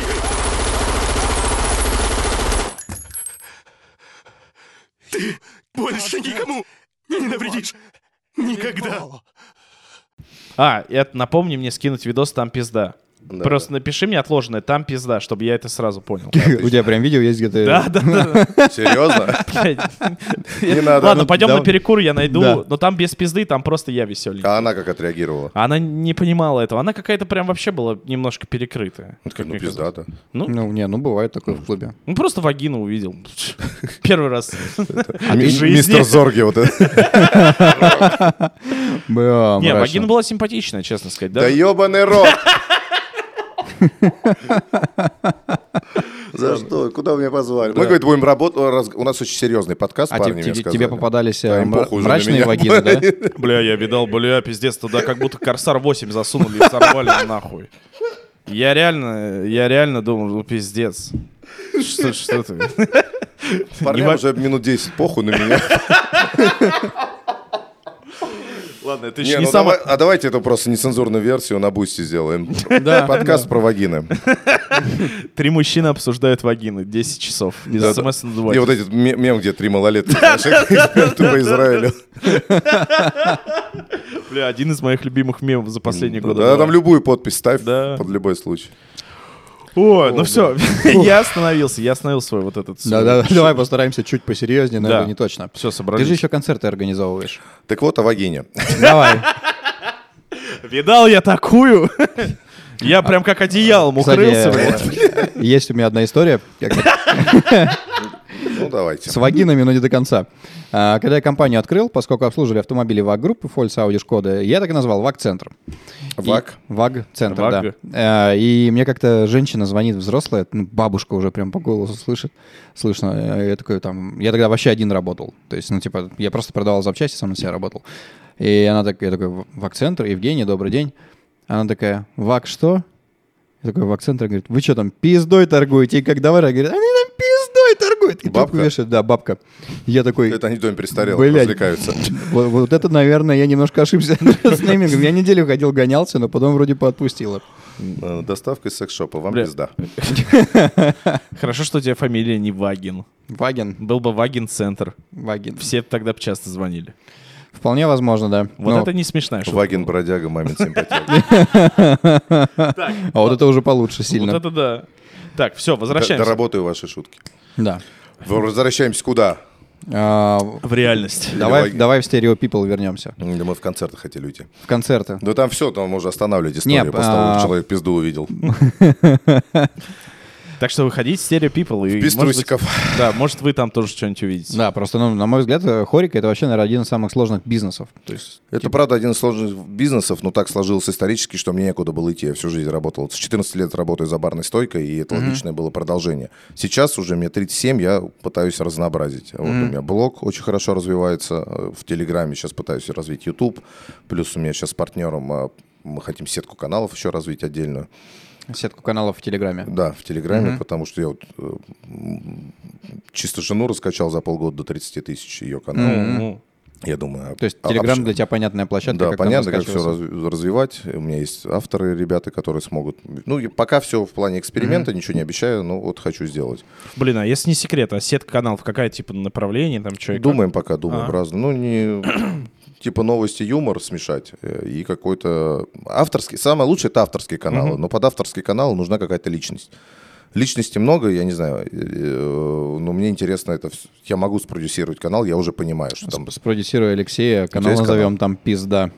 [SPEAKER 5] Ты больше никому не навредишь. Никогда.
[SPEAKER 3] А, это напомни мне скинуть видос, там пизда.
[SPEAKER 1] Да,
[SPEAKER 3] Просто напиши мне отложенное, там пизда, чтобы я это сразу понял.
[SPEAKER 2] У тебя прям видео есть, где ты...
[SPEAKER 3] Да, да, да.
[SPEAKER 1] да. Серьезно?
[SPEAKER 3] блядь.
[SPEAKER 1] Не надо.
[SPEAKER 3] Ладно,
[SPEAKER 1] Ну,
[SPEAKER 3] пойдем
[SPEAKER 2] да.
[SPEAKER 3] на перекур, я найду.
[SPEAKER 2] Да.
[SPEAKER 3] Но там без пизды, там просто я веселенький.
[SPEAKER 1] А она как отреагировала?
[SPEAKER 3] Она не понимала этого. Она какая-то прям вообще была немножко перекрытая.
[SPEAKER 1] Ну, как, ну,
[SPEAKER 3] Мне
[SPEAKER 1] пизда
[SPEAKER 3] казалось.
[SPEAKER 1] то
[SPEAKER 3] Ну,
[SPEAKER 2] Ну, не, ну бывает такое в клубе.
[SPEAKER 3] ну, просто вагину увидел. Первый раз.
[SPEAKER 1] М-
[SPEAKER 3] в жизни.
[SPEAKER 1] Мистер Зорги вот это.
[SPEAKER 2] Бля,
[SPEAKER 3] Не,
[SPEAKER 2] мрачно.
[SPEAKER 3] вагина была симпатичная, честно сказать.
[SPEAKER 1] Да
[SPEAKER 3] Да,
[SPEAKER 1] ебаный рот! За что? Куда меня позвали? Мы, говорит, будем работать. У нас очень серьезный подкаст,
[SPEAKER 2] А
[SPEAKER 1] парни
[SPEAKER 2] те-
[SPEAKER 1] мне
[SPEAKER 2] те-
[SPEAKER 1] сказали.
[SPEAKER 2] тебе попадались э,
[SPEAKER 1] Да, им
[SPEAKER 2] мра-
[SPEAKER 1] похуй уже на
[SPEAKER 2] мрачные
[SPEAKER 1] меня.
[SPEAKER 2] вагины, да?
[SPEAKER 3] Бля, я видал, бля, пиздец, туда как будто Корсар 8 засунули и сорвали нахуй. Я реально, я реально думал, ну пиздец. Что, что ты?
[SPEAKER 1] Парням
[SPEAKER 3] Не ва-
[SPEAKER 1] уже минут 10 похуй на меня.
[SPEAKER 3] Ладно, это
[SPEAKER 1] Не,
[SPEAKER 3] еще не
[SPEAKER 1] ну
[SPEAKER 3] самое...
[SPEAKER 1] давай- А давайте эту просто нецензурную версию на бусте сделаем.
[SPEAKER 2] Да.
[SPEAKER 1] Подкаст про вагины.
[SPEAKER 3] Три мужчины обсуждают вагины 10 часов. Без
[SPEAKER 1] Да, да.
[SPEAKER 3] смс
[SPEAKER 1] И вот этот ме- мем, где три малолетних наших по Израилю.
[SPEAKER 3] Бля, один из моих любимых мемов за последние годы.
[SPEAKER 1] Ну Да,
[SPEAKER 3] два.
[SPEAKER 1] там любую подпись ставь
[SPEAKER 3] Да.
[SPEAKER 1] под любой случай.
[SPEAKER 3] О, ну все, я остановился, я остановил свой вот этот...
[SPEAKER 2] Да, да, давай постараемся чуть посерьезнее, но
[SPEAKER 3] Да.
[SPEAKER 2] это не точно.
[SPEAKER 3] Все,
[SPEAKER 2] Ты же
[SPEAKER 3] собрались.
[SPEAKER 2] еще концерты организовываешь.
[SPEAKER 1] Так вот о вагине.
[SPEAKER 2] Давай.
[SPEAKER 3] Видал я такую? Я прям как одеялом укрылся, блядь.
[SPEAKER 2] Кстати, э, есть у меня одна история как бы,
[SPEAKER 1] Ну, давайте.
[SPEAKER 2] с вагинами, но не до конца. А, Когда я компанию открыл, поскольку обслуживали автомобили ВАГ-группы Фольц, Ауди, Шкода, я так и назвал ВАГ-центр. И-
[SPEAKER 1] Ваг?
[SPEAKER 2] ВАГ-центр,
[SPEAKER 3] Ваг.
[SPEAKER 2] да. Э, И мне как-то женщина звонит, взрослая, ну, бабушка уже прям по голосу слышит, слышно. Э, Я такой там, я тогда вообще один работал. То есть, ну, типа, я просто продавал запчасти, сам на себя работал. И она так, я такой, ВАГ-центр, Евгений, добрый день. Она такая, ВАГ что? Я такой в акцент говорит, вы что там пиздой торгуете? И как давай, говорит, они там пиздой торгуют. И трубку
[SPEAKER 1] Бабка?
[SPEAKER 2] вешает, да, бабка. Я такой,
[SPEAKER 1] Это они доме престарелых
[SPEAKER 2] Блядь.
[SPEAKER 1] развлекаются.
[SPEAKER 2] вот, вот это, наверное, я немножко ошибся с неймингом. Я неделю ходил, гонялся, но потом вроде поотпустило.
[SPEAKER 1] Э, Доставка из секс-шопа. Вам
[SPEAKER 3] Бля.
[SPEAKER 1] пизда.
[SPEAKER 3] Хорошо, что у тебя фамилия не Вагин.
[SPEAKER 2] Вагин,
[SPEAKER 3] Был бы Вагин-центр.
[SPEAKER 2] Вагин.
[SPEAKER 3] Все тогда бы часто звонили.
[SPEAKER 2] Вполне возможно, да.
[SPEAKER 3] Вот
[SPEAKER 2] Но-
[SPEAKER 3] это не смешная шутка.
[SPEAKER 1] Вагин, бродяга, мамин симпатия.
[SPEAKER 2] А вот это уже получше сильно.
[SPEAKER 3] Вот это ну, да. Так, все, возвращаемся.
[SPEAKER 1] Доработаю ваши шутки.
[SPEAKER 2] Да.
[SPEAKER 1] Возвращаемся куда?
[SPEAKER 2] А,
[SPEAKER 3] В реальность.
[SPEAKER 2] Давай,
[SPEAKER 1] Вагин.
[SPEAKER 2] давай в стерео People вернемся.
[SPEAKER 1] М, Да мы в концерты хотели уйти.
[SPEAKER 2] В концерты.
[SPEAKER 1] Да там все, там уже останавливать историю.
[SPEAKER 2] Не,
[SPEAKER 1] После того,
[SPEAKER 2] а-
[SPEAKER 1] как человек пизду увидел.
[SPEAKER 3] Так что выходите, стерео people. и,
[SPEAKER 1] Без
[SPEAKER 3] может быть,
[SPEAKER 1] трусиков.
[SPEAKER 3] Да, может, вы там тоже что-нибудь увидите.
[SPEAKER 2] Да, просто, ну, на мой взгляд, э, хорик это вообще, наверное, один из самых сложных бизнесов. То есть,
[SPEAKER 1] Это, правда, один из сложных бизнесов, но так сложилось исторически, что мне некуда было идти. Я всю жизнь работал. С 14 лет работаю за барной стойкой, и это логичное было продолжение. Сейчас уже мне 37, я пытаюсь разнообразить. Вот у меня блог очень хорошо развивается. э, В Телеграме сейчас пытаюсь развить YouTube. Плюс у меня сейчас с партнером э, мы хотим сетку каналов еще развить отдельную.
[SPEAKER 2] сетку каналов в Телеграме.
[SPEAKER 1] Да, в Телеграме, потому что я вот э, м, чисто жену раскачал за полгода до 30 тысяч ее канал.
[SPEAKER 3] Ну,
[SPEAKER 1] Я думаю...
[SPEAKER 2] То есть
[SPEAKER 1] а-
[SPEAKER 2] Телеграм
[SPEAKER 1] обш-
[SPEAKER 2] для тебя понятная площадка.
[SPEAKER 1] да,
[SPEAKER 2] как там
[SPEAKER 1] понятно, как все
[SPEAKER 2] раскачиваться.
[SPEAKER 1] развивать. У меня есть авторы, ребята, которые смогут. Ну, и пока все в плане эксперимента, ничего не обещаю, но вот хочу сделать.
[SPEAKER 3] Блин, а если не секрет, а сетка каналов какая типа направление там что?
[SPEAKER 1] думаем пока, думаем
[SPEAKER 3] А.
[SPEAKER 1] разно. Ну, не типа новости, юмор смешать э, и какой-то авторский. Самое лучшее это авторские каналы, но под авторский канал нужна какая-то личность. Личности много, я не знаю, э, э, но мне интересно это. вс- Я могу спродюсировать канал, я уже понимаю, что там
[SPEAKER 2] Спродюсируя Алексея, канал
[SPEAKER 1] есть
[SPEAKER 2] назовем там «Пизда».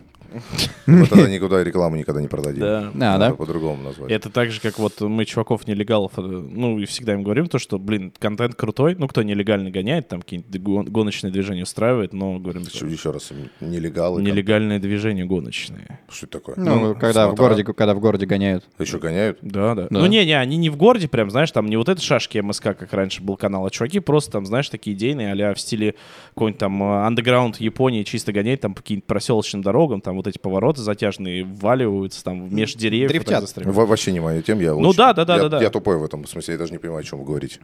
[SPEAKER 1] мы тогда никуда рекламу никогда не продадим.
[SPEAKER 3] Да.
[SPEAKER 2] А,
[SPEAKER 1] Надо
[SPEAKER 2] да?
[SPEAKER 1] По-другому назвать.
[SPEAKER 3] Это так же, как вот мы чуваков нелегалов, э, ну и всегда им говорим то, что, блин, контент крутой, ну кто нелегально гоняет, там какие-нибудь гон- гоночные движения устраивает, но говорим,
[SPEAKER 1] Еще, еще раз, нелегалы. как-
[SPEAKER 3] нелегальные движения гоночные.
[SPEAKER 1] Что это такое?
[SPEAKER 2] Ну, когда, в
[SPEAKER 1] смотра.
[SPEAKER 2] городе, когда в городе гоняют.
[SPEAKER 1] Еще гоняют?
[SPEAKER 3] Да, да. Ну не, не, они не в городе прям, знаешь, там не вот это шашки МСК, как раньше был канал, а чуваки просто там, знаешь, такие идейные, а в стиле какой-нибудь там э, андеграунд Японии чисто гонять там по каким-то проселочным дорогам, там вот эти повороты затяжные вваливаются там меж деревьев.
[SPEAKER 2] Дрифтят.
[SPEAKER 3] вот так застряли.
[SPEAKER 1] Во- Вообще не моя тема. Я
[SPEAKER 3] Ну
[SPEAKER 1] очень-
[SPEAKER 3] да, да, да,
[SPEAKER 1] я-
[SPEAKER 3] да, да.
[SPEAKER 1] Я тупой в этом смысле, я даже не понимаю, о чем вы говорите.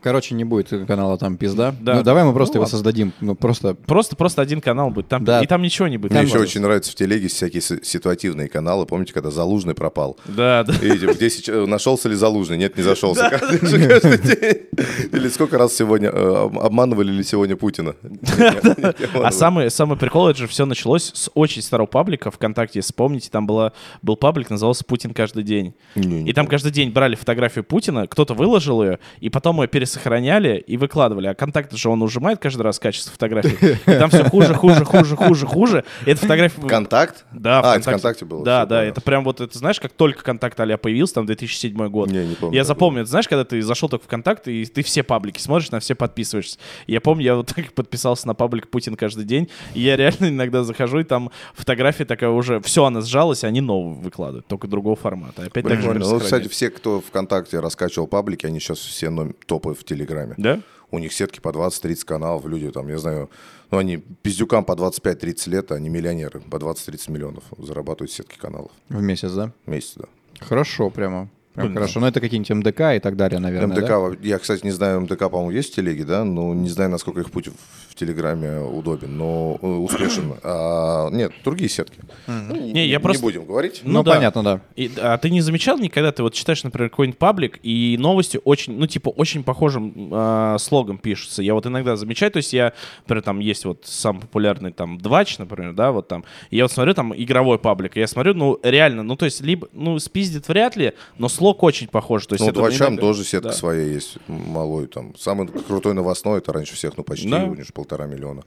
[SPEAKER 2] Короче, не будет канала там пизда.
[SPEAKER 3] Да.
[SPEAKER 2] Ну, давай мы просто
[SPEAKER 3] Ну,
[SPEAKER 2] его
[SPEAKER 3] ладно.
[SPEAKER 2] создадим. Ну, просто...
[SPEAKER 3] Просто, просто один канал будет, там,
[SPEAKER 2] Да.
[SPEAKER 3] и там ничего не будет.
[SPEAKER 1] Мне
[SPEAKER 3] Там
[SPEAKER 1] еще
[SPEAKER 3] будет.
[SPEAKER 1] очень нравятся в телеге всякие си- ситуативные каналы. Помните, когда Залужный пропал?
[SPEAKER 3] Да, да.
[SPEAKER 1] И типа, где сейчас, нашелся ли Залужный? Нет, не зашелся. Каждый каждый день. Или сколько раз сегодня э, об- обманывали ли сегодня Путина?
[SPEAKER 3] А самый, самый прикол, это же все началось с очень старого паблика ВКонтакте. Вспомните, там была, был паблик, назывался «Путин каждый день».
[SPEAKER 1] Не, не
[SPEAKER 3] И там каждый день брали фотографию Путина, кто-то выложил ее, и потом ее пересохраняли и выкладывали. А контакт же он ужимает каждый раз качество фотографии. И там все хуже, хуже, хуже, хуже, хуже. И эта фотография...
[SPEAKER 1] Контакт?
[SPEAKER 3] Да,
[SPEAKER 1] А, это ВКонтакте было.
[SPEAKER 3] Да,
[SPEAKER 1] всё,
[SPEAKER 3] да,
[SPEAKER 1] понял.
[SPEAKER 3] это прям вот, это знаешь, как только контакт а появился, там 2007 год.
[SPEAKER 1] Не, не помню
[SPEAKER 3] Я
[SPEAKER 1] такого.
[SPEAKER 3] запомнил, это знаешь, когда ты зашел только в контакт, и ты все паблики смотришь, на все подписываешься. Я помню, я вот так подписался на паблик Путин каждый день, и я реально иногда захожу, и там фотография такая уже, все, она сжалась, и они новую выкладывают, только другого формата. Опять так же
[SPEAKER 1] Прикольно. Ну, кстати,
[SPEAKER 3] пересохраняют.
[SPEAKER 1] все, кто ВКонтакте раскачивал паблики, они сейчас все номер- топы в Телеграме.
[SPEAKER 3] Да?
[SPEAKER 1] У них сетки по 20-30 каналов, люди там, я знаю, ну они пиздюкам по 25-30 лет, они миллионеры, по 20-30 миллионов зарабатывают сетки каналов
[SPEAKER 2] В месяц, да?
[SPEAKER 1] в месяц, да.
[SPEAKER 2] Хорошо прямо. Прям хорошо. Ну, это какие-нибудь МДК и так далее, наверное,
[SPEAKER 1] МДК,
[SPEAKER 2] да?
[SPEAKER 1] во- я, кстати, не знаю, МДК, по-моему, есть в телеге, да, но не знаю, насколько их путь в, в Телеграме удобен, но э, успешен. А, нет, другие сетки. Ну,
[SPEAKER 3] Не, я просто-
[SPEAKER 1] Не будем говорить.
[SPEAKER 2] Ну,
[SPEAKER 3] да.
[SPEAKER 2] понятно, да.
[SPEAKER 3] И- а ты не замечал никогда, ты вот читаешь, например, какой-нибудь паблик, и новости очень, ну, типа, очень похожим э, слогом пишутся. Я вот иногда замечаю, то есть я, например, там есть вот самый популярный там Двач, например, да, вот там. И я вот смотрю там игровой паблик, и я смотрю, ну, реально, ну, то есть, либо, ну, спиздит вряд ли, но слог очень похож. То есть
[SPEAKER 1] Ну,
[SPEAKER 3] это
[SPEAKER 1] Двачам
[SPEAKER 3] иногда-
[SPEAKER 1] тоже сетка
[SPEAKER 3] да.
[SPEAKER 1] своя есть, м, малой там. Самый крутой новостной, это раньше всех, ну, почти,
[SPEAKER 3] Да.
[SPEAKER 1] у них же полтора миллиона.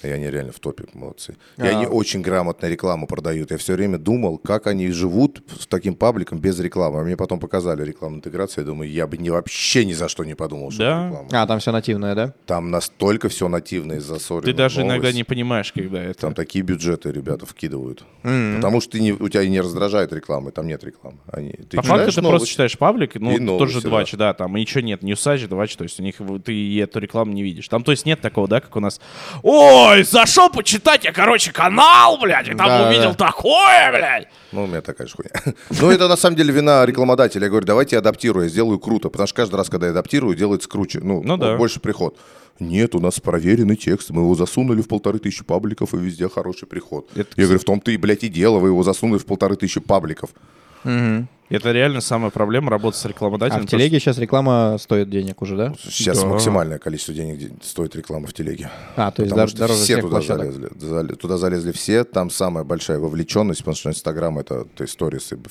[SPEAKER 1] И они реально в топе, молодцы. И они очень грамотно рекламу продают. Я все время думал, как они живут с таким пабликом без рекламы. А мне потом показали рекламную интеграцию, я думаю, я бы не, вообще ни за что не подумал, что
[SPEAKER 3] Да.
[SPEAKER 1] это реклама.
[SPEAKER 2] А, там все нативное, да?
[SPEAKER 1] Там настолько все нативно и засорено.
[SPEAKER 3] Ты даже иногда
[SPEAKER 1] новость.
[SPEAKER 3] не понимаешь, когда это.
[SPEAKER 1] Там такие бюджеты ребята вкидывают. Потому что ты не, у тебя и не раздражает реклама, и там нет рекламы. Они, ты
[SPEAKER 3] По факту
[SPEAKER 1] читаешь
[SPEAKER 3] ты просто
[SPEAKER 1] новость,
[SPEAKER 3] читаешь паблик, ну,
[SPEAKER 1] И
[SPEAKER 3] тот
[SPEAKER 1] новости,
[SPEAKER 3] же
[SPEAKER 1] да.
[SPEAKER 3] Двач, да, там, и ничего нет, Ньюсач, Двач, то есть у них в- ты и эту рекламу не видишь. Там, то есть нет такого, да, как у нас, ой, зашел почитать я, короче, канал, блядь, и там
[SPEAKER 2] Да-да-да.
[SPEAKER 3] увидел такое, блядь.
[SPEAKER 1] Ну, у меня такая же хуйня. Ну, это на самом деле вина рекламодателя. Я говорю, давайте я адаптирую, я сделаю круто. Потому что каждый раз, когда я адаптирую, делается круче. Ну,
[SPEAKER 3] Ну да.
[SPEAKER 1] больше приход. Нет, у нас проверенный текст. Мы его засунули в полторы тысячи пабликов, и везде хороший приход. Я говорю, в том-то и, блядь, и дело. Вы его засунули в полторы тысячи пабликов.
[SPEAKER 3] Это реально самая проблема работы с
[SPEAKER 2] А
[SPEAKER 3] рекламодателем.
[SPEAKER 2] в телеге сейчас реклама стоит денег уже, да?
[SPEAKER 1] Сейчас
[SPEAKER 3] Да.
[SPEAKER 1] максимальное количество денег де- стоит реклама в телеге.
[SPEAKER 2] А, то есть
[SPEAKER 1] Потому
[SPEAKER 2] дор-
[SPEAKER 1] что
[SPEAKER 2] дороже
[SPEAKER 1] все
[SPEAKER 2] всех
[SPEAKER 1] туда
[SPEAKER 2] площадок.
[SPEAKER 1] залезли. Зале- Туда залезли все. Там самая большая вовлеченность, потому что Инстаграм — это ты сторис, и б-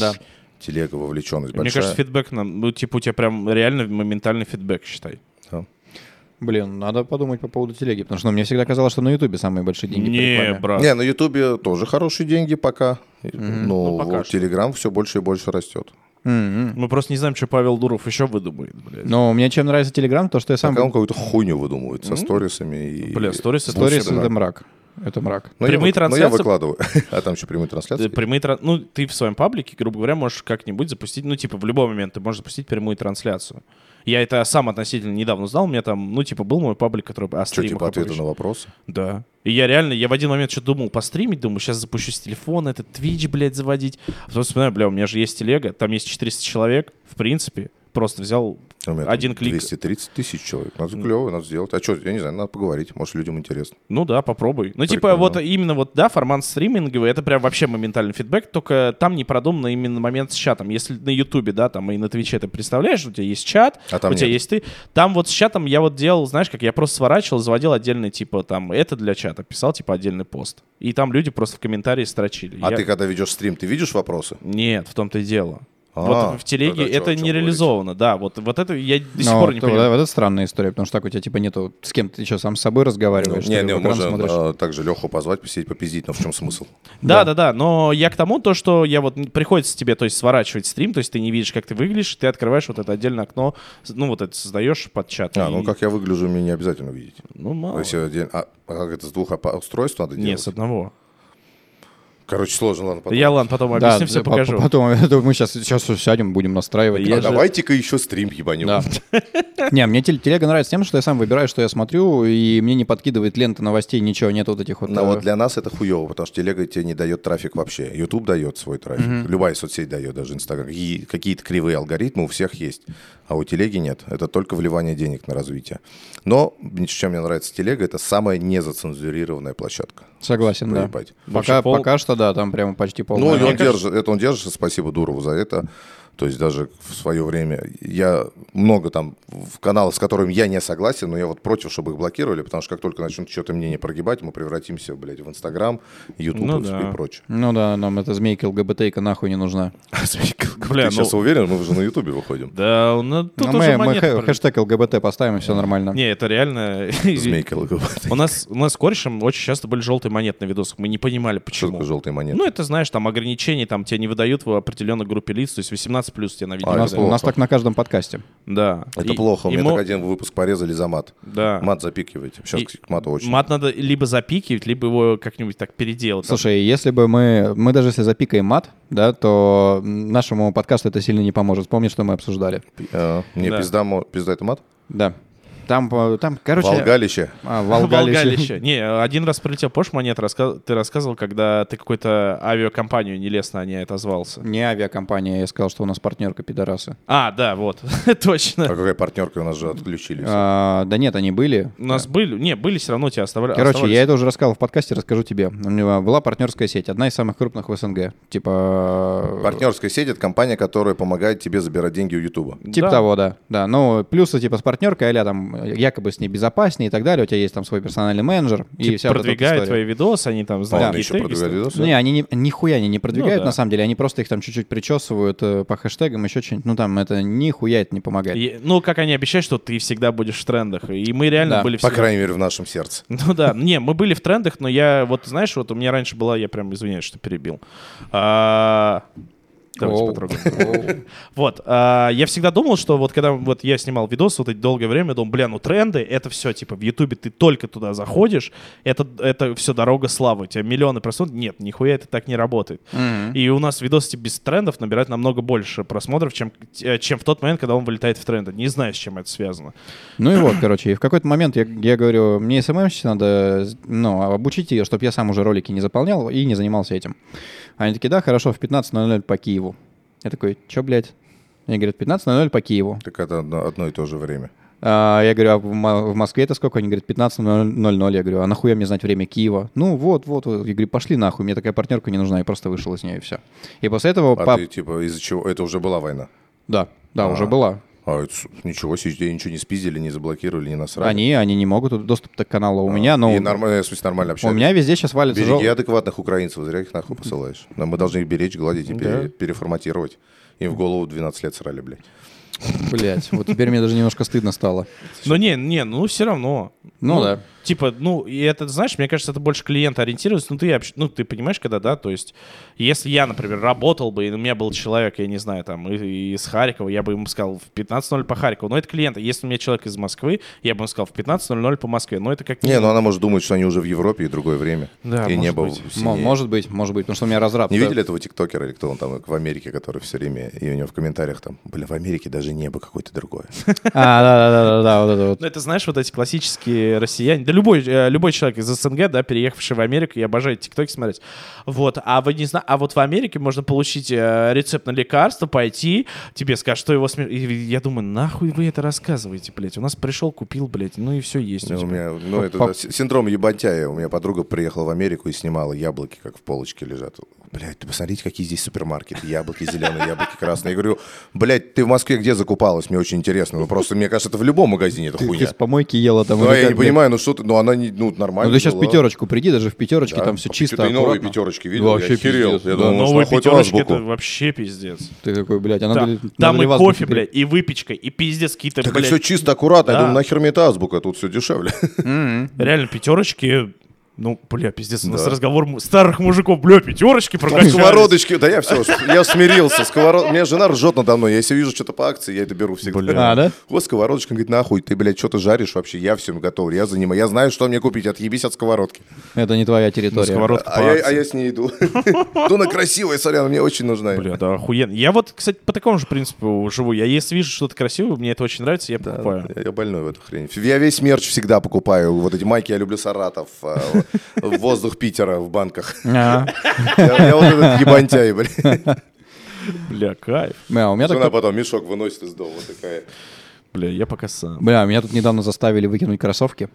[SPEAKER 2] Да.
[SPEAKER 1] телега, вовлеченность
[SPEAKER 3] Мне
[SPEAKER 1] большая.
[SPEAKER 3] кажется, фидбэк нам, ну, типа, у тебя прям реально моментальный фидбэк, считай.
[SPEAKER 1] Да.
[SPEAKER 2] Блин, надо подумать по поводу телеги, потому что ну, мне всегда казалось, что на Ютубе самые большие деньги по
[SPEAKER 3] Не,
[SPEAKER 2] рекламе.
[SPEAKER 3] брат.
[SPEAKER 1] Не, на Ютубе тоже хорошие деньги пока. Но
[SPEAKER 3] Ну, пока
[SPEAKER 1] вот
[SPEAKER 3] что.
[SPEAKER 1] Телеграм все больше и больше растет.
[SPEAKER 2] М-м.
[SPEAKER 3] Мы просто не знаем, что Павел Дуров еще выдумает, блядь.
[SPEAKER 2] Но мне чем нравится Телеграм, то что я сам...
[SPEAKER 1] Пока он какую-то хуйню выдумывает со сторисами и...
[SPEAKER 3] Бля, сторис это
[SPEAKER 2] Сторис —
[SPEAKER 3] вообще, да.
[SPEAKER 2] это мрак. Это мрак.
[SPEAKER 1] Ну, я
[SPEAKER 3] Прямые
[SPEAKER 1] вы- ну,
[SPEAKER 3] трансляции-
[SPEAKER 1] я выкладываю. А там еще прямые
[SPEAKER 3] Э,
[SPEAKER 1] трансляции.
[SPEAKER 3] прямые тран- Ну, ты в своем паблике, грубо говоря, можешь как-нибудь запустить, ну, типа, в любой момент ты можешь запустить прямую трансляцию. Я это сам относительно недавно узнал, у меня там, ну, типа, был мой паблик, который о
[SPEAKER 1] Что,
[SPEAKER 3] стримах
[SPEAKER 1] типа ответы
[SPEAKER 3] обычно.
[SPEAKER 1] на вопросы?
[SPEAKER 3] Да. И я реально, я в один момент что думал постримить, думаю, сейчас запущу с телефона этот Twitch, блядь, заводить. А потом вспоминаю, бля, у меня же есть телега, там есть 400 человек, в принципе, просто взял
[SPEAKER 1] Ну, У меня там
[SPEAKER 3] один клик.
[SPEAKER 1] 230 тысяч человек. Надо клево, надо сделать. А что, я не знаю, надо поговорить. Может, людям интересно.
[SPEAKER 3] Ну да, попробуй. Ну, типа,
[SPEAKER 1] Прикольно.
[SPEAKER 3] вот именно вот, да, формат стриминговый, это прям вообще моментальный фидбэк, только там не продуман именно момент с чатом. Если на Ютубе, да, там и на Твиче ты представляешь, у тебя есть чат,
[SPEAKER 1] А там
[SPEAKER 3] у тебя
[SPEAKER 1] нет.
[SPEAKER 3] есть ты. Там вот с чатом я вот делал, знаешь, как я просто сворачивал, заводил отдельный, типа, там, это для чата, писал, типа, отдельный пост. И там люди просто в комментарии строчили.
[SPEAKER 1] А
[SPEAKER 3] Я-
[SPEAKER 1] ты, когда ведешь стрим, ты видишь вопросы?
[SPEAKER 3] Нет, в том-то и дело.
[SPEAKER 1] А,
[SPEAKER 3] вот в телеге
[SPEAKER 1] тогда чё-
[SPEAKER 3] это
[SPEAKER 1] чё
[SPEAKER 3] не
[SPEAKER 1] говорить?
[SPEAKER 3] реализовано, да. Вот, вот это я до сих
[SPEAKER 2] Ну,
[SPEAKER 3] пор не
[SPEAKER 2] то-
[SPEAKER 3] понимаю.
[SPEAKER 2] Вот это странная история, потому что так у тебя типа нету с кем ты еще сам с собой разговариваешь.
[SPEAKER 1] не,
[SPEAKER 2] ты
[SPEAKER 1] не,
[SPEAKER 2] в экран
[SPEAKER 1] можно
[SPEAKER 2] смотришь.
[SPEAKER 1] а, также Леху позвать, посидеть, попиздить, но в чем смысл?
[SPEAKER 3] Да, да, да, но я к тому, то, что я вот приходится тебе, то есть, сворачивать стрим, то есть ты не видишь, как ты выглядишь, ты открываешь вот это отдельное окно, с- ну, вот это создаешь под чат.
[SPEAKER 1] А,
[SPEAKER 3] и-
[SPEAKER 1] ну как я выгляжу, мне не обязательно видеть.
[SPEAKER 3] Ну,
[SPEAKER 1] То
[SPEAKER 3] мало.
[SPEAKER 1] есть, я отдельно- а, а как это с двух апа- устройств надо
[SPEAKER 3] Нет, с
[SPEAKER 1] делать?
[SPEAKER 3] одного.
[SPEAKER 1] Короче, сложно, ладно. потом.
[SPEAKER 3] Я, ладно, потом
[SPEAKER 2] Да,
[SPEAKER 3] объясню, все
[SPEAKER 2] по-
[SPEAKER 3] покажу.
[SPEAKER 2] Потом это мы сейчас, сейчас сядем, будем настраивать.
[SPEAKER 1] А давайте-ка еще стрим ебанем.
[SPEAKER 2] Да. Не, мне тел- телега нравится тем, что я сам выбираю, что я смотрю, и мне не подкидывает лента новостей, ничего, нет вот этих вот...
[SPEAKER 1] Но
[SPEAKER 2] э,
[SPEAKER 1] Ну, вот для нас это хуево, потому что телега тебе не дает трафик вообще. YouTube дает свой трафик. Любая соцсеть дает, даже Инстаграм. И какие-то кривые алгоритмы у всех есть, а у телеги нет. Это только вливание денег на развитие. Но, чем мне нравится телега, это самая незацензурированная площадка.
[SPEAKER 2] Согласен, да.
[SPEAKER 1] Проебать.
[SPEAKER 3] Вообще
[SPEAKER 2] Пока,
[SPEAKER 3] пол-
[SPEAKER 2] пока что, да, там прямо почти
[SPEAKER 1] Ну,
[SPEAKER 2] полная.
[SPEAKER 1] и он
[SPEAKER 2] рамка.
[SPEAKER 1] держит, это он держит, спасибо Дурову за это. То есть даже в свое время я много там в каналах, с которыми я не согласен, но я вот против, чтобы их блокировали, потому что как только начнут что-то мнение прогибать, мы превратимся, блядь, в Инстаграм, Ютуб
[SPEAKER 3] Ну
[SPEAKER 1] и
[SPEAKER 3] да.
[SPEAKER 1] прочее.
[SPEAKER 2] Ну да, нам эта змейка ЛГБТ-ка нахуй не нужна.
[SPEAKER 1] Ты
[SPEAKER 3] Бля, ну-
[SPEAKER 1] сейчас уверен, мы уже на Ютубе выходим.
[SPEAKER 3] Да, ну, тут
[SPEAKER 2] Но
[SPEAKER 3] уже
[SPEAKER 2] мы, мы
[SPEAKER 3] монеты
[SPEAKER 2] хэ-
[SPEAKER 3] пролетают.
[SPEAKER 2] хэштег ЛГБТ поставим, и все нормально.
[SPEAKER 3] Не, это реально...
[SPEAKER 1] Змейка ЛГБТ.
[SPEAKER 3] У нас, у нас с корешем очень часто были желтые монеты на видосах. Мы не понимали,
[SPEAKER 1] Что
[SPEAKER 3] почему.
[SPEAKER 1] такое желтые монеты?
[SPEAKER 3] Ну, это, знаешь, там ограничений, там тебе не выдают в определенной группе лиц, то есть 18 плюс тебе на видео.
[SPEAKER 1] А,
[SPEAKER 2] у,
[SPEAKER 3] не
[SPEAKER 2] нас,
[SPEAKER 1] это
[SPEAKER 2] у нас
[SPEAKER 1] плохо.
[SPEAKER 2] так на каждом подкасте.
[SPEAKER 3] Да.
[SPEAKER 1] Это
[SPEAKER 3] И-
[SPEAKER 1] плохо, у
[SPEAKER 3] и
[SPEAKER 1] меня
[SPEAKER 3] мо-
[SPEAKER 1] так один выпуск порезали за мат.
[SPEAKER 3] Да.
[SPEAKER 1] Мат запикивайте. Сейчас
[SPEAKER 3] И-
[SPEAKER 1] к мату очень.
[SPEAKER 3] Мат надо либо запикивать, либо его как-нибудь так переделать.
[SPEAKER 2] Слушай, если бы мы, мы даже если запикаем мат, да, то м, нашему подкасту это сильно не поможет. Вспомни, что мы обсуждали.
[SPEAKER 1] Э, Не,
[SPEAKER 3] Да.
[SPEAKER 1] пизда, мо- пизда это мат?
[SPEAKER 2] Да. Там, по- там, короче...
[SPEAKER 1] Волгалище.
[SPEAKER 2] а,
[SPEAKER 3] Волгалище.
[SPEAKER 2] Волгалище.
[SPEAKER 3] Не, один раз прилетел, помнишь, монет, раска- ты рассказывал, когда ты какую-то авиакомпанию нелестно о ней отозвался.
[SPEAKER 2] Не авиакомпания, я сказал, что у нас партнерка пидорасы.
[SPEAKER 3] А, да, вот,
[SPEAKER 1] А
[SPEAKER 3] точно.
[SPEAKER 1] какая партнерка у нас же отключили. все.
[SPEAKER 2] А, да нет, они были.
[SPEAKER 3] У нас были, не, были все равно тебя оставляли.
[SPEAKER 2] Короче, я это уже рассказал в подкасте, расскажу тебе. У меня была партнерская сеть, одна из самых крупных в СНГ. Типа...
[SPEAKER 1] Партнерская сеть — это компания, которая помогает тебе забирать деньги у Ютуба.
[SPEAKER 2] Типа того, да. Да, ну, плюсы типа с партнеркой, а там якобы с ней безопаснее и так далее. У тебя есть там свой персональный менеджер и вся вот эта
[SPEAKER 3] продвигают
[SPEAKER 2] история.
[SPEAKER 3] Типа твои видосы, они там
[SPEAKER 1] А
[SPEAKER 3] знают
[SPEAKER 1] он
[SPEAKER 3] какие
[SPEAKER 1] еще
[SPEAKER 3] теги
[SPEAKER 1] продвигает
[SPEAKER 3] ставят.
[SPEAKER 1] видосы?
[SPEAKER 2] Не, они не, нихуя они не продвигают,
[SPEAKER 3] Ну да.
[SPEAKER 2] на самом деле. Они просто их там чуть-чуть причесывают э, по хэштегам, еще что-нибудь. Ну, там это нихуя это не помогает.
[SPEAKER 3] И- Ну, как они обещают, что ты всегда будешь в трендах. И мы реально
[SPEAKER 2] Да,
[SPEAKER 3] были
[SPEAKER 1] По
[SPEAKER 3] всегда...
[SPEAKER 1] крайней мере, в нашем сердце.
[SPEAKER 3] Ну да, не, мы были в трендах, но я, вот знаешь, вот у меня раньше была, я прям извиняюсь, что перебил. А, Давайте
[SPEAKER 2] Оу.
[SPEAKER 3] потрогаем. Вот, а, я всегда думал, что вот когда вот я снимал видос, вот эти долгое время, думал, бля, ну тренды, это все, типа, в Ютубе ты только туда заходишь, это, это все дорога славы, у тебя миллионы просмотров, нет, нихуя это так не работает. И у нас видосы типа, без трендов набирают намного больше просмотров, чем, э, чем в тот момент, когда он вылетает в тренды. Не знаю, с чем это связано.
[SPEAKER 2] Ну и вот, короче, и в какой-то момент я, я говорю, мне СММщица надо, ну, обучить ее, чтобы я сам уже ролики не заполнял и не занимался этим. Они такие, да, хорошо, в 15.00 по Киеву. Я такой, чё, блядь? Они говорят, 15.00 по Киеву.
[SPEAKER 1] Так это одно, одно и то же время.
[SPEAKER 2] А, я говорю, а в Мо- в Москве это сколько? Они говорят, 15.00. Я говорю, а нахуя мне знать время Киева? Ну вот, вот, вот. Я говорю, пошли нахуй, мне такая партнерка не нужна. Я просто вышел из нее и все. И после этого
[SPEAKER 1] А
[SPEAKER 2] пап...
[SPEAKER 1] ты, типа, из-за чего? Это уже была война.
[SPEAKER 2] Да, да,
[SPEAKER 1] А.
[SPEAKER 2] уже была.
[SPEAKER 1] А, это с- ничего себе, тебе ничего не спиздили, не заблокировали, не насрали.
[SPEAKER 2] Они, они не могут доступ к каналу у меня, но
[SPEAKER 1] А, И нормально, в смысле, нормально
[SPEAKER 2] у
[SPEAKER 1] общались.
[SPEAKER 2] меня везде сейчас валится жел-
[SPEAKER 1] Береги адекватных украинцев, зря их нахуй посылаешь. Но мы должны их беречь, гладить и пере- переформатировать. Им в голову 12 лет срали, блядь.
[SPEAKER 2] Блять, вот теперь мне даже немножко стыдно стало.
[SPEAKER 3] Но не, не, ну все равно.
[SPEAKER 2] Ну да.
[SPEAKER 3] Типа, ну, и это, знаешь, мне кажется, это больше клиент ориентируется. Ну, ты, общ- ну, ты понимаешь, когда, да, то есть, если я, например, работал бы, и у меня был человек, я не знаю, там, и- из Харькова, я бы ему сказал в 15.00 по Харькову. Но это клиент. Если у меня человек из Москвы, я бы ему сказал в 15.00 по Москве. Но это как...
[SPEAKER 1] Не, ну она может думать, что они уже в Европе и другое время.
[SPEAKER 3] Да,
[SPEAKER 1] и
[SPEAKER 3] может
[SPEAKER 1] небо
[SPEAKER 3] быть.
[SPEAKER 1] в-
[SPEAKER 2] Мо-
[SPEAKER 1] синее.
[SPEAKER 2] Может быть, может быть, потому что у меня разраб.
[SPEAKER 1] Не видели этого тиктокера или кто он там в Америке, который все время, и у него в комментариях там, блин, в Америке даже небо какое-то другое.
[SPEAKER 2] А, да, да, да, да, вот это вот.
[SPEAKER 3] Ну, это, знаешь, вот эти классические россияне. Да любой, э, любой человек из СНГ, да, переехавший в Америку, я обожаю тиктоки смотреть. Вот, а, вы не зна... а вот в Америке можно получить э, рецепт на лекарство, пойти, тебе скажут, что его смер- И Я думаю, нахуй вы это рассказываете, блядь. У нас пришел, купил, блядь, ну и все есть. у
[SPEAKER 1] Ну, у
[SPEAKER 3] тебя.
[SPEAKER 1] меня, ну, это
[SPEAKER 2] Пап-
[SPEAKER 1] да, с- синдром ебантяя. У меня подруга приехала в Америку и снимала яблоки, как в полочке лежат. Блядь, ты посмотрите, какие здесь супермаркеты. Яблоки зеленые, яблоки красные. Я говорю, блядь, ты в Москве где закупалась? Мне очень интересно. Ну, просто, мне кажется, это в любом магазине это
[SPEAKER 2] Ты, ты
[SPEAKER 1] хуйня.
[SPEAKER 2] с помойки ела там.
[SPEAKER 1] Ну,
[SPEAKER 2] или
[SPEAKER 1] а я
[SPEAKER 2] как,
[SPEAKER 1] не
[SPEAKER 2] блядь?
[SPEAKER 1] понимаю, ну что ты, ну она не, ну,
[SPEAKER 2] Ну
[SPEAKER 1] нормально.
[SPEAKER 2] ты сейчас в
[SPEAKER 1] была.
[SPEAKER 2] пятерочку приди, даже в пятерочке
[SPEAKER 1] Да.
[SPEAKER 2] там все чисто,
[SPEAKER 1] Ты новые
[SPEAKER 2] аккуратно.
[SPEAKER 1] пятерочки видел?
[SPEAKER 2] Вообще
[SPEAKER 1] я охерел.
[SPEAKER 2] пиздец,
[SPEAKER 1] Я
[SPEAKER 2] да.
[SPEAKER 1] думал,
[SPEAKER 3] Новые
[SPEAKER 1] может, хоть
[SPEAKER 3] пятерочки
[SPEAKER 1] азбуку. Ну,
[SPEAKER 3] это вообще пиздец.
[SPEAKER 2] Ты такой, блядь, а
[SPEAKER 3] Да.
[SPEAKER 2] надо ли-
[SPEAKER 3] Там
[SPEAKER 2] надо
[SPEAKER 3] и
[SPEAKER 2] ли в азбуке,
[SPEAKER 3] кофе, блядь, и выпечка, и пиздец какие-то,
[SPEAKER 1] Так
[SPEAKER 3] блядь,
[SPEAKER 1] все чисто, аккуратно. Я
[SPEAKER 3] Да.
[SPEAKER 1] думаю, нахер мне эта азбука, тут все дешевле.
[SPEAKER 3] реально пятерочки. Ну, бля, пиздец, у нас разговор му- старых мужиков, бля, пятерочки прокачались.
[SPEAKER 1] Сковородочки, да я все, я смирился. Сковород... У меня жена ржет надо мной. Я если вижу что-то по акции, я это беру всегда.
[SPEAKER 2] А, да?
[SPEAKER 1] Вот сковородочка, говорит, нахуй, ты, блядь, что ты жаришь вообще? Я всем готовлю, я занимаюсь. Я знаю, что мне купить, отъебись от сковородки.
[SPEAKER 2] Это не твоя территория.
[SPEAKER 3] Сковородка
[SPEAKER 1] А
[SPEAKER 3] по
[SPEAKER 1] я,
[SPEAKER 3] акции.
[SPEAKER 1] а я с ней иду. Ну, она красивая, сорян, мне очень нужна.
[SPEAKER 3] Бля, да охуенно. Я вот, кстати, по такому же принципу живу. Я если вижу что-то красивое, мне это очень нравится, я покупаю.
[SPEAKER 1] Я, я больной в эту хрень. Я весь мерч всегда покупаю. Вот эти майки я люблю Саратов, э, вот, воздух Питера в банках.
[SPEAKER 2] А.
[SPEAKER 1] Я я вот этот ебантяй, блядь.
[SPEAKER 3] Ну, Бля, кайф.
[SPEAKER 2] Бля, у меня так
[SPEAKER 1] Жена потом мешок выносит из дома такая.
[SPEAKER 3] Бля, я пока сам.
[SPEAKER 2] Бля, меня тут недавно заставили выкинуть кроссовки.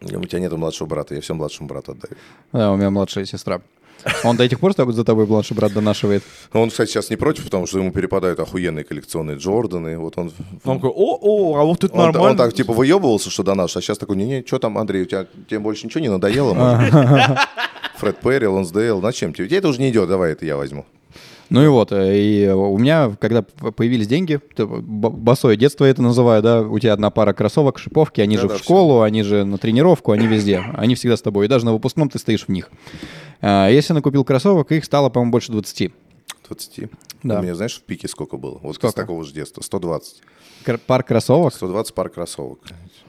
[SPEAKER 1] У тебя нету младшего брата, я всем младшему брату отдаю.
[SPEAKER 2] Да, у меня младшая сестра. Он до этих пор так вот за тобой младший брат донашивает.
[SPEAKER 1] Но он, кстати, сейчас не против, потому что ему перепадают охуенные коллекционные Джорданы. Вот он,
[SPEAKER 3] Он такой, о, о, а вот тут
[SPEAKER 1] он, он
[SPEAKER 3] нормально.
[SPEAKER 1] так типа выебывался, что до нас, а сейчас такой, не-не, что там, Андрей, у тебя, тебе больше ничего не надоело? может?» Фред Перри, Лонсдейл, на чем тебе? Тебе это уже не идет, давай это я возьму.
[SPEAKER 2] Ну и вот, э, и у меня, когда п- появились деньги, т- б- босое детство я это называю, да, у тебя одна пара кроссовок, шиповки, они же
[SPEAKER 1] Да-да,
[SPEAKER 2] в
[SPEAKER 1] всё.
[SPEAKER 2] школу, они же на тренировку, они везде, они всегда с тобой, и даже на выпускном ты стоишь в них. А, Если накупил кроссовок, их стало, по-моему, больше 20.
[SPEAKER 1] 20.
[SPEAKER 2] Да.
[SPEAKER 1] У меня, знаешь, в пике сколько было? Вот с
[SPEAKER 2] Сколько?
[SPEAKER 1] такого же детства. 120.
[SPEAKER 2] Кр- Пар кроссовок,
[SPEAKER 1] 120 пар кроссовок.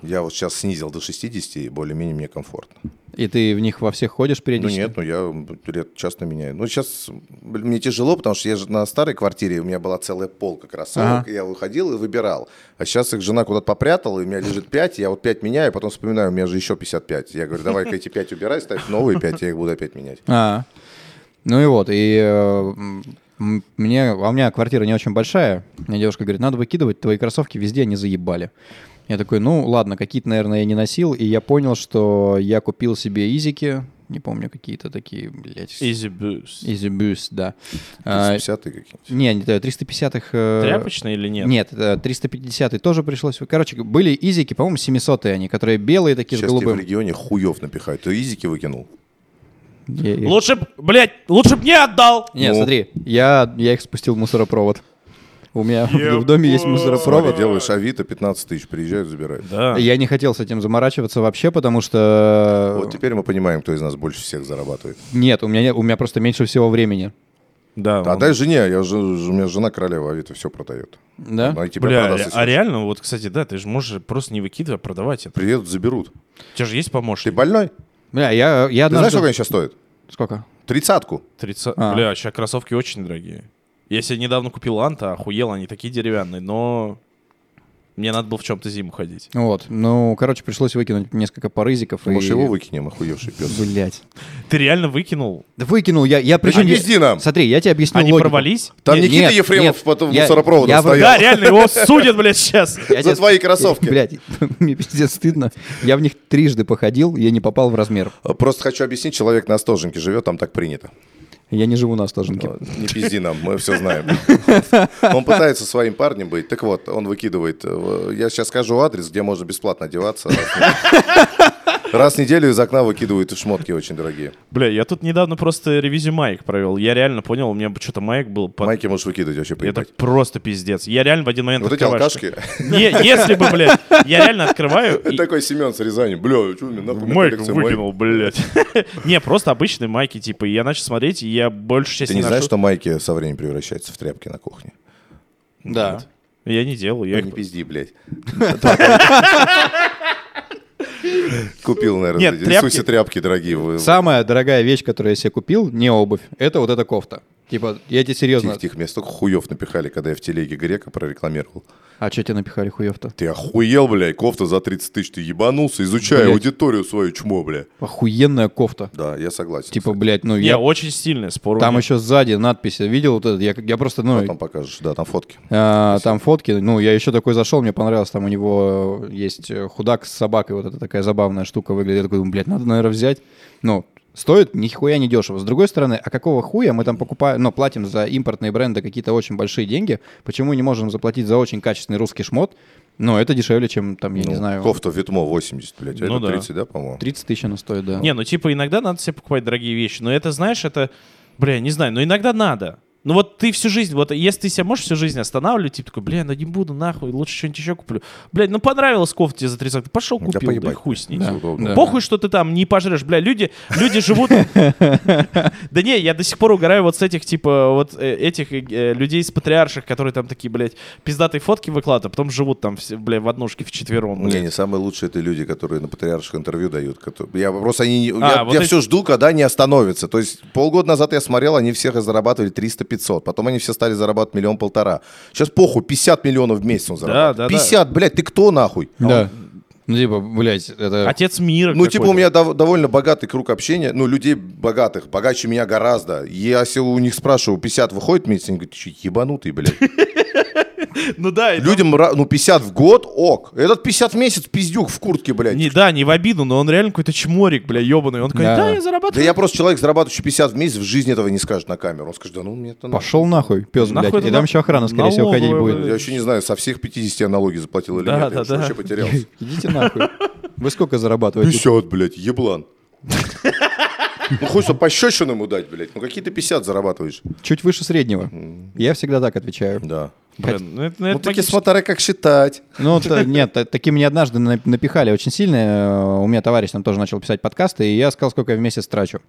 [SPEAKER 1] Я вот сейчас снизил до 60, и более-менее мне комфортно.
[SPEAKER 2] и ты в них во всех ходишь
[SPEAKER 1] Ну
[SPEAKER 2] периодически?
[SPEAKER 1] нет, ну я лет часто меняю. Ну сейчас мне тяжело, потому что я же на старой квартире, у меня была целая полка кроссовок,
[SPEAKER 2] Ага.
[SPEAKER 1] и я выходил и выбирал. А сейчас их жена куда-то попрятала, и у меня лежит 5, я вот 5 меняю, потом вспоминаю, у меня же еще 55. Я говорю, давай-ка эти 5 убирай, ставь новые 5, я их буду опять менять.
[SPEAKER 2] А, ну и вот, и э, м, м, мне, а у меня квартира не очень большая. Мне девушка говорит, надо выкидывать, твои кроссовки везде они заебали. Я такой, ну ладно, какие-то, наверное, я не носил, и я понял, что я купил себе изики, не помню, какие-то такие, блядь, с-
[SPEAKER 3] Изи бюст.
[SPEAKER 2] изибюс, да. А,
[SPEAKER 1] 50 какие-нибудь.
[SPEAKER 2] не, не, да, 350 их... э,
[SPEAKER 3] Тряпочный или нет?
[SPEAKER 2] Нет, э, 350 тоже пришлось. Короче, были изики, по-моему, 700 они, которые белые такие
[SPEAKER 1] Сейчас
[SPEAKER 2] с
[SPEAKER 1] тебе в
[SPEAKER 2] голубым.
[SPEAKER 1] регионе хуев напихают. Ты изики выкинул.
[SPEAKER 2] Я- я-
[SPEAKER 3] Лучше б, блядь, лучше б не отдал.
[SPEAKER 2] Не,
[SPEAKER 1] Ну.
[SPEAKER 2] смотри, я, я их спустил в мусоропровод. У меня в- в доме есть
[SPEAKER 1] Провод
[SPEAKER 2] мусоропровод.
[SPEAKER 1] делаешь авито, 15 тысяч, приезжают, забирают.
[SPEAKER 3] Да.
[SPEAKER 2] Я не хотел с этим заморачиваться вообще, потому что...
[SPEAKER 1] Вот теперь мы понимаем, кто из нас больше всех зарабатывает.
[SPEAKER 2] Нет, у меня, не- у меня просто меньше всего времени.
[SPEAKER 3] Да.
[SPEAKER 1] А
[SPEAKER 3] он-
[SPEAKER 1] дай жене, я же, у меня жена королева авито все продает.
[SPEAKER 2] Да?
[SPEAKER 1] Она и тебя
[SPEAKER 3] Бля,
[SPEAKER 1] продаст, если
[SPEAKER 3] а реально, вот, кстати, да, ты же можешь просто не выкидывать, а продавать это.
[SPEAKER 1] Приедут, заберут.
[SPEAKER 3] У тебя же есть
[SPEAKER 1] Ты
[SPEAKER 3] помощник?
[SPEAKER 1] больной?
[SPEAKER 2] Бля, я, я
[SPEAKER 1] Ты знаешь, сколько
[SPEAKER 2] однажды...
[SPEAKER 1] они сейчас стоят?
[SPEAKER 2] Сколько?
[SPEAKER 1] Тридцатку.
[SPEAKER 3] 30...
[SPEAKER 2] А.
[SPEAKER 3] Бля, сейчас кроссовки очень дорогие. Я себе недавно купил Анта, охуел, они такие деревянные, но мне надо было в чем-то зиму ходить.
[SPEAKER 2] Вот. Ну, короче, пришлось выкинуть несколько парызиков. и...
[SPEAKER 1] Может, его выкинем, охуевший пес.
[SPEAKER 2] Блять.
[SPEAKER 3] Ты реально выкинул?
[SPEAKER 2] Да выкинул я. Я причем...
[SPEAKER 1] не пизди нам.
[SPEAKER 2] Смотри, я тебе объясню
[SPEAKER 3] Они
[SPEAKER 2] логику.
[SPEAKER 3] порвались?
[SPEAKER 1] Там
[SPEAKER 2] Нет,
[SPEAKER 1] Никита
[SPEAKER 2] нет,
[SPEAKER 1] Ефремов
[SPEAKER 2] нет,
[SPEAKER 1] потом
[SPEAKER 2] я-
[SPEAKER 1] мусоропроводом
[SPEAKER 2] я-
[SPEAKER 1] стоял.
[SPEAKER 3] Да, реально, его судят, блядь, сейчас.
[SPEAKER 2] Я
[SPEAKER 1] За
[SPEAKER 2] тебе-
[SPEAKER 1] твои кроссовки.
[SPEAKER 2] Блядь, мне пиздец стыдно. Я в них трижды походил, я не попал в размер.
[SPEAKER 1] Просто хочу объяснить, человек на Остоженке живет, там так принято.
[SPEAKER 2] Я не живу на Остоженке.
[SPEAKER 1] Не пизди нам, мы все знаем. Он пытается своим парнем быть. Так вот, он выкидывает. э, Я сейчас скажу адрес, где можно бесплатно одеваться. Раз в неделю из окна выкидывают шмотки очень дорогие.
[SPEAKER 3] Бля, я тут недавно просто ревизию маек провел. Я реально понял, у меня что-то маек был... под-
[SPEAKER 1] Майки можешь выкидывать вообще
[SPEAKER 3] Это
[SPEAKER 1] поебать.
[SPEAKER 3] просто пиздец. Я реально в один момент
[SPEAKER 1] Вот эти
[SPEAKER 3] открываю, что-
[SPEAKER 1] алкашки.
[SPEAKER 3] Не, если бы, блядь, я реально открываю... и-
[SPEAKER 1] Такой Семен с Рязани. Бля, что у меня нахуй моя
[SPEAKER 3] Майку
[SPEAKER 1] коллекция майк?»
[SPEAKER 3] выкинул, блядь. Не, просто обычные майки, типа. И я начал смотреть, и я больше часть
[SPEAKER 1] Ты не
[SPEAKER 3] не
[SPEAKER 1] знаешь,
[SPEAKER 3] ношу.
[SPEAKER 1] что майки со временем превращаются в тряпки на кухне?
[SPEAKER 2] Да.
[SPEAKER 3] Я не делал, я
[SPEAKER 1] Ну,
[SPEAKER 3] их-
[SPEAKER 1] не пизди, блядь. Купил, наверное,
[SPEAKER 3] Нет,
[SPEAKER 1] эти
[SPEAKER 3] тряпки.
[SPEAKER 1] Иисусе тряпки дорогие. Вы-
[SPEAKER 2] Самая дорогая вещь, которую я себе купил, не обувь, это вот эта кофта. Типа, я тебе серьезно.
[SPEAKER 1] Тихо, тихо, меня столько хуев напихали, когда я в телеге грека прорекламировал.
[SPEAKER 2] А что тебе напихали хуев-то?
[SPEAKER 1] Ты охуел, блядь, кофта за 30 тысяч, ты ебанулся, изучая
[SPEAKER 2] Блядь.
[SPEAKER 1] аудиторию свою, чмо, бля.
[SPEAKER 2] Охуенная кофта.
[SPEAKER 1] Да, я согласен.
[SPEAKER 2] Типа, блядь, ну
[SPEAKER 3] Я
[SPEAKER 2] я...
[SPEAKER 3] очень сильный, спору
[SPEAKER 2] Там
[SPEAKER 3] нет.
[SPEAKER 2] еще сзади надписи. Видел вот этот? Я, я просто, ну,
[SPEAKER 1] Там покажешь, да, там фотки.
[SPEAKER 2] а, там фотки. Ну, я еще такой зашел, мне понравилось. Там у него э, есть э, худак с собакой. Вот это такая забавная штука выглядит. Я такой, блядь, надо, наверное, взять. Ну, стоит нихуя не дешево. С другой стороны, а какого хуя мы там покупаем, ну, платим за импортные бренды какие-то очень большие деньги? Почему не можем заплатить за очень качественный русский шмот? Но это дешевле, чем там, я
[SPEAKER 1] Ну,
[SPEAKER 2] не знаю,
[SPEAKER 1] Кофта Витмо 80, блядь, а
[SPEAKER 3] Ну
[SPEAKER 1] это
[SPEAKER 3] да.
[SPEAKER 1] 30, да, по-моему?
[SPEAKER 2] 30 тысяч она стоит,
[SPEAKER 1] А.
[SPEAKER 2] да.
[SPEAKER 3] Не, ну типа иногда надо себе покупать дорогие вещи, но это, знаешь, это, бля, не знаю, но иногда надо. Ну вот ты всю жизнь, вот если ты себя можешь всю жизнь останавливать, типа такой, бля, ну не буду нахуй, лучше что-нибудь еще куплю. Блядь, ну понравилась кофта тебе за 30, ты пошел купил, да,
[SPEAKER 1] Ну, поебать.
[SPEAKER 3] хуй с ней.
[SPEAKER 1] Всё удобно.
[SPEAKER 2] Да.
[SPEAKER 3] Похуй, что ты там не пожрешь, бля, люди, люди живут... Да не, я до сих пор угораю вот с этих, типа, вот э, этих э, людей с патриарших, которые там такие, блядь, пиздатые фотки выкладывают, а потом живут там, все, бля, в однушке вчетвером,
[SPEAKER 1] Не,
[SPEAKER 3] блядь.
[SPEAKER 1] не самые лучшие это люди, которые на патриарших интервью дают. которые- Я просто они, не-
[SPEAKER 3] А,
[SPEAKER 1] я,
[SPEAKER 3] вот
[SPEAKER 1] я
[SPEAKER 3] эти-
[SPEAKER 1] все жду, когда они остановятся. То есть полгода назад я смотрел, они всех зарабатывали 300-500. Потом они все стали зарабатывать миллион-полтора. Сейчас похуй, 50 миллионов в месяц он зарабатывает.
[SPEAKER 3] да, да.
[SPEAKER 1] 50, блядь, ты кто нахуй?
[SPEAKER 2] Да. Ну, типа, блядь, это...
[SPEAKER 3] Отец мира
[SPEAKER 1] Ну, типа,
[SPEAKER 3] А какой-то.
[SPEAKER 1] у меня дов- довольно богатый круг общения, ну, людей богатых, богаче меня гораздо. Я сел у них спрашиваю, 50 выходит месяц? Они говорят, ты чё, ебанутый, блядь.
[SPEAKER 3] Ну да, и
[SPEAKER 1] Людям, ра- ну, 50 в год, ок. Этот 50 в месяц, пиздюк в куртке, блядь.
[SPEAKER 3] Не, да, не в обиду, но он реально какой-то чморик, бля, ебаный. Он такой,
[SPEAKER 2] Да.
[SPEAKER 3] да, я
[SPEAKER 1] Да
[SPEAKER 3] зарабатываю.
[SPEAKER 1] я просто человек, зарабатывающий 50 в месяц, в жизни этого не скажет на камеру. Он скажет, да ну мне это нахуй».
[SPEAKER 2] Пошел нахуй, пес,
[SPEAKER 3] Нахуй
[SPEAKER 2] блядь.
[SPEAKER 3] это
[SPEAKER 2] И там
[SPEAKER 3] на-
[SPEAKER 2] еще охрана, скорее всего,
[SPEAKER 3] налоговая,
[SPEAKER 2] ходить будет.
[SPEAKER 1] Я еще не знаю, со всех 50 я налоги заплатил или
[SPEAKER 3] Да,
[SPEAKER 1] нет.
[SPEAKER 3] да,
[SPEAKER 1] я уж
[SPEAKER 3] да.
[SPEAKER 1] вообще потерялся.
[SPEAKER 2] Идите нахуй. Вы сколько зарабатываете?
[SPEAKER 1] 50, блядь, еблан. Ну, хочется пощечину ему дать, блядь. Ну, какие ты 50 зарабатываешь?
[SPEAKER 2] Чуть выше среднего. Я всегда так отвечаю.
[SPEAKER 1] Да.
[SPEAKER 3] Блин, ну это, ну,
[SPEAKER 1] Ну,
[SPEAKER 3] это
[SPEAKER 1] таки
[SPEAKER 3] логично.
[SPEAKER 1] смотря как считать. А,
[SPEAKER 2] Ну, та- нет, та- таким мне однажды на- напихали очень сильно. Э, У меня товарищ там тоже начал писать подкасты, и я сказал, сколько я в месяц трачу.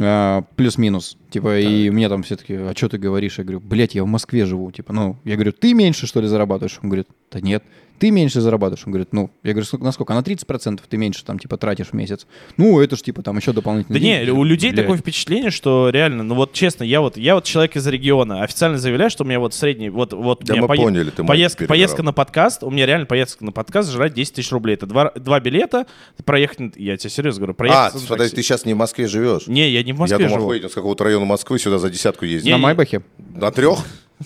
[SPEAKER 2] А, Плюс-минус. Типа, и мне там все таки а что ты говоришь? Я говорю, блядь, я в Москве живу. Типа, ну, я говорю, ты меньше, что ли, зарабатываешь? Он говорит, да нет. Ты меньше зарабатываешь? Он говорит, ну, я говорю, «Сколько- на сколько? А На 30% ты меньше там, типа, тратишь в месяц. Ну, это ж, типа, там еще дополнительно.
[SPEAKER 3] Да не, у людей такое впечатление, что реально, ну вот честно, я вот, я вот человек из региона, официально заявляю, что у меня вот средний, вот, вот
[SPEAKER 1] Да
[SPEAKER 3] у меня
[SPEAKER 1] мы поняли, ты мать
[SPEAKER 3] поездка,
[SPEAKER 1] переврал.
[SPEAKER 3] поездка на подкаст, у меня реально поездка на подкаст жрать 10 тысяч рублей, это два, два билета, проехать, на- я тебе серьезно говорю,
[SPEAKER 1] А,
[SPEAKER 3] проехать... на
[SPEAKER 1] смотри,
[SPEAKER 3] такси.
[SPEAKER 1] ты сейчас не в Москве живешь.
[SPEAKER 3] Не, я не ну, в
[SPEAKER 1] Я
[SPEAKER 3] Москве
[SPEAKER 1] думал,
[SPEAKER 3] живу.
[SPEAKER 1] охуеть, он с какого-то района Москвы сюда за десятку ездит.
[SPEAKER 2] На
[SPEAKER 3] Не-
[SPEAKER 2] Майбахе?
[SPEAKER 1] На трех?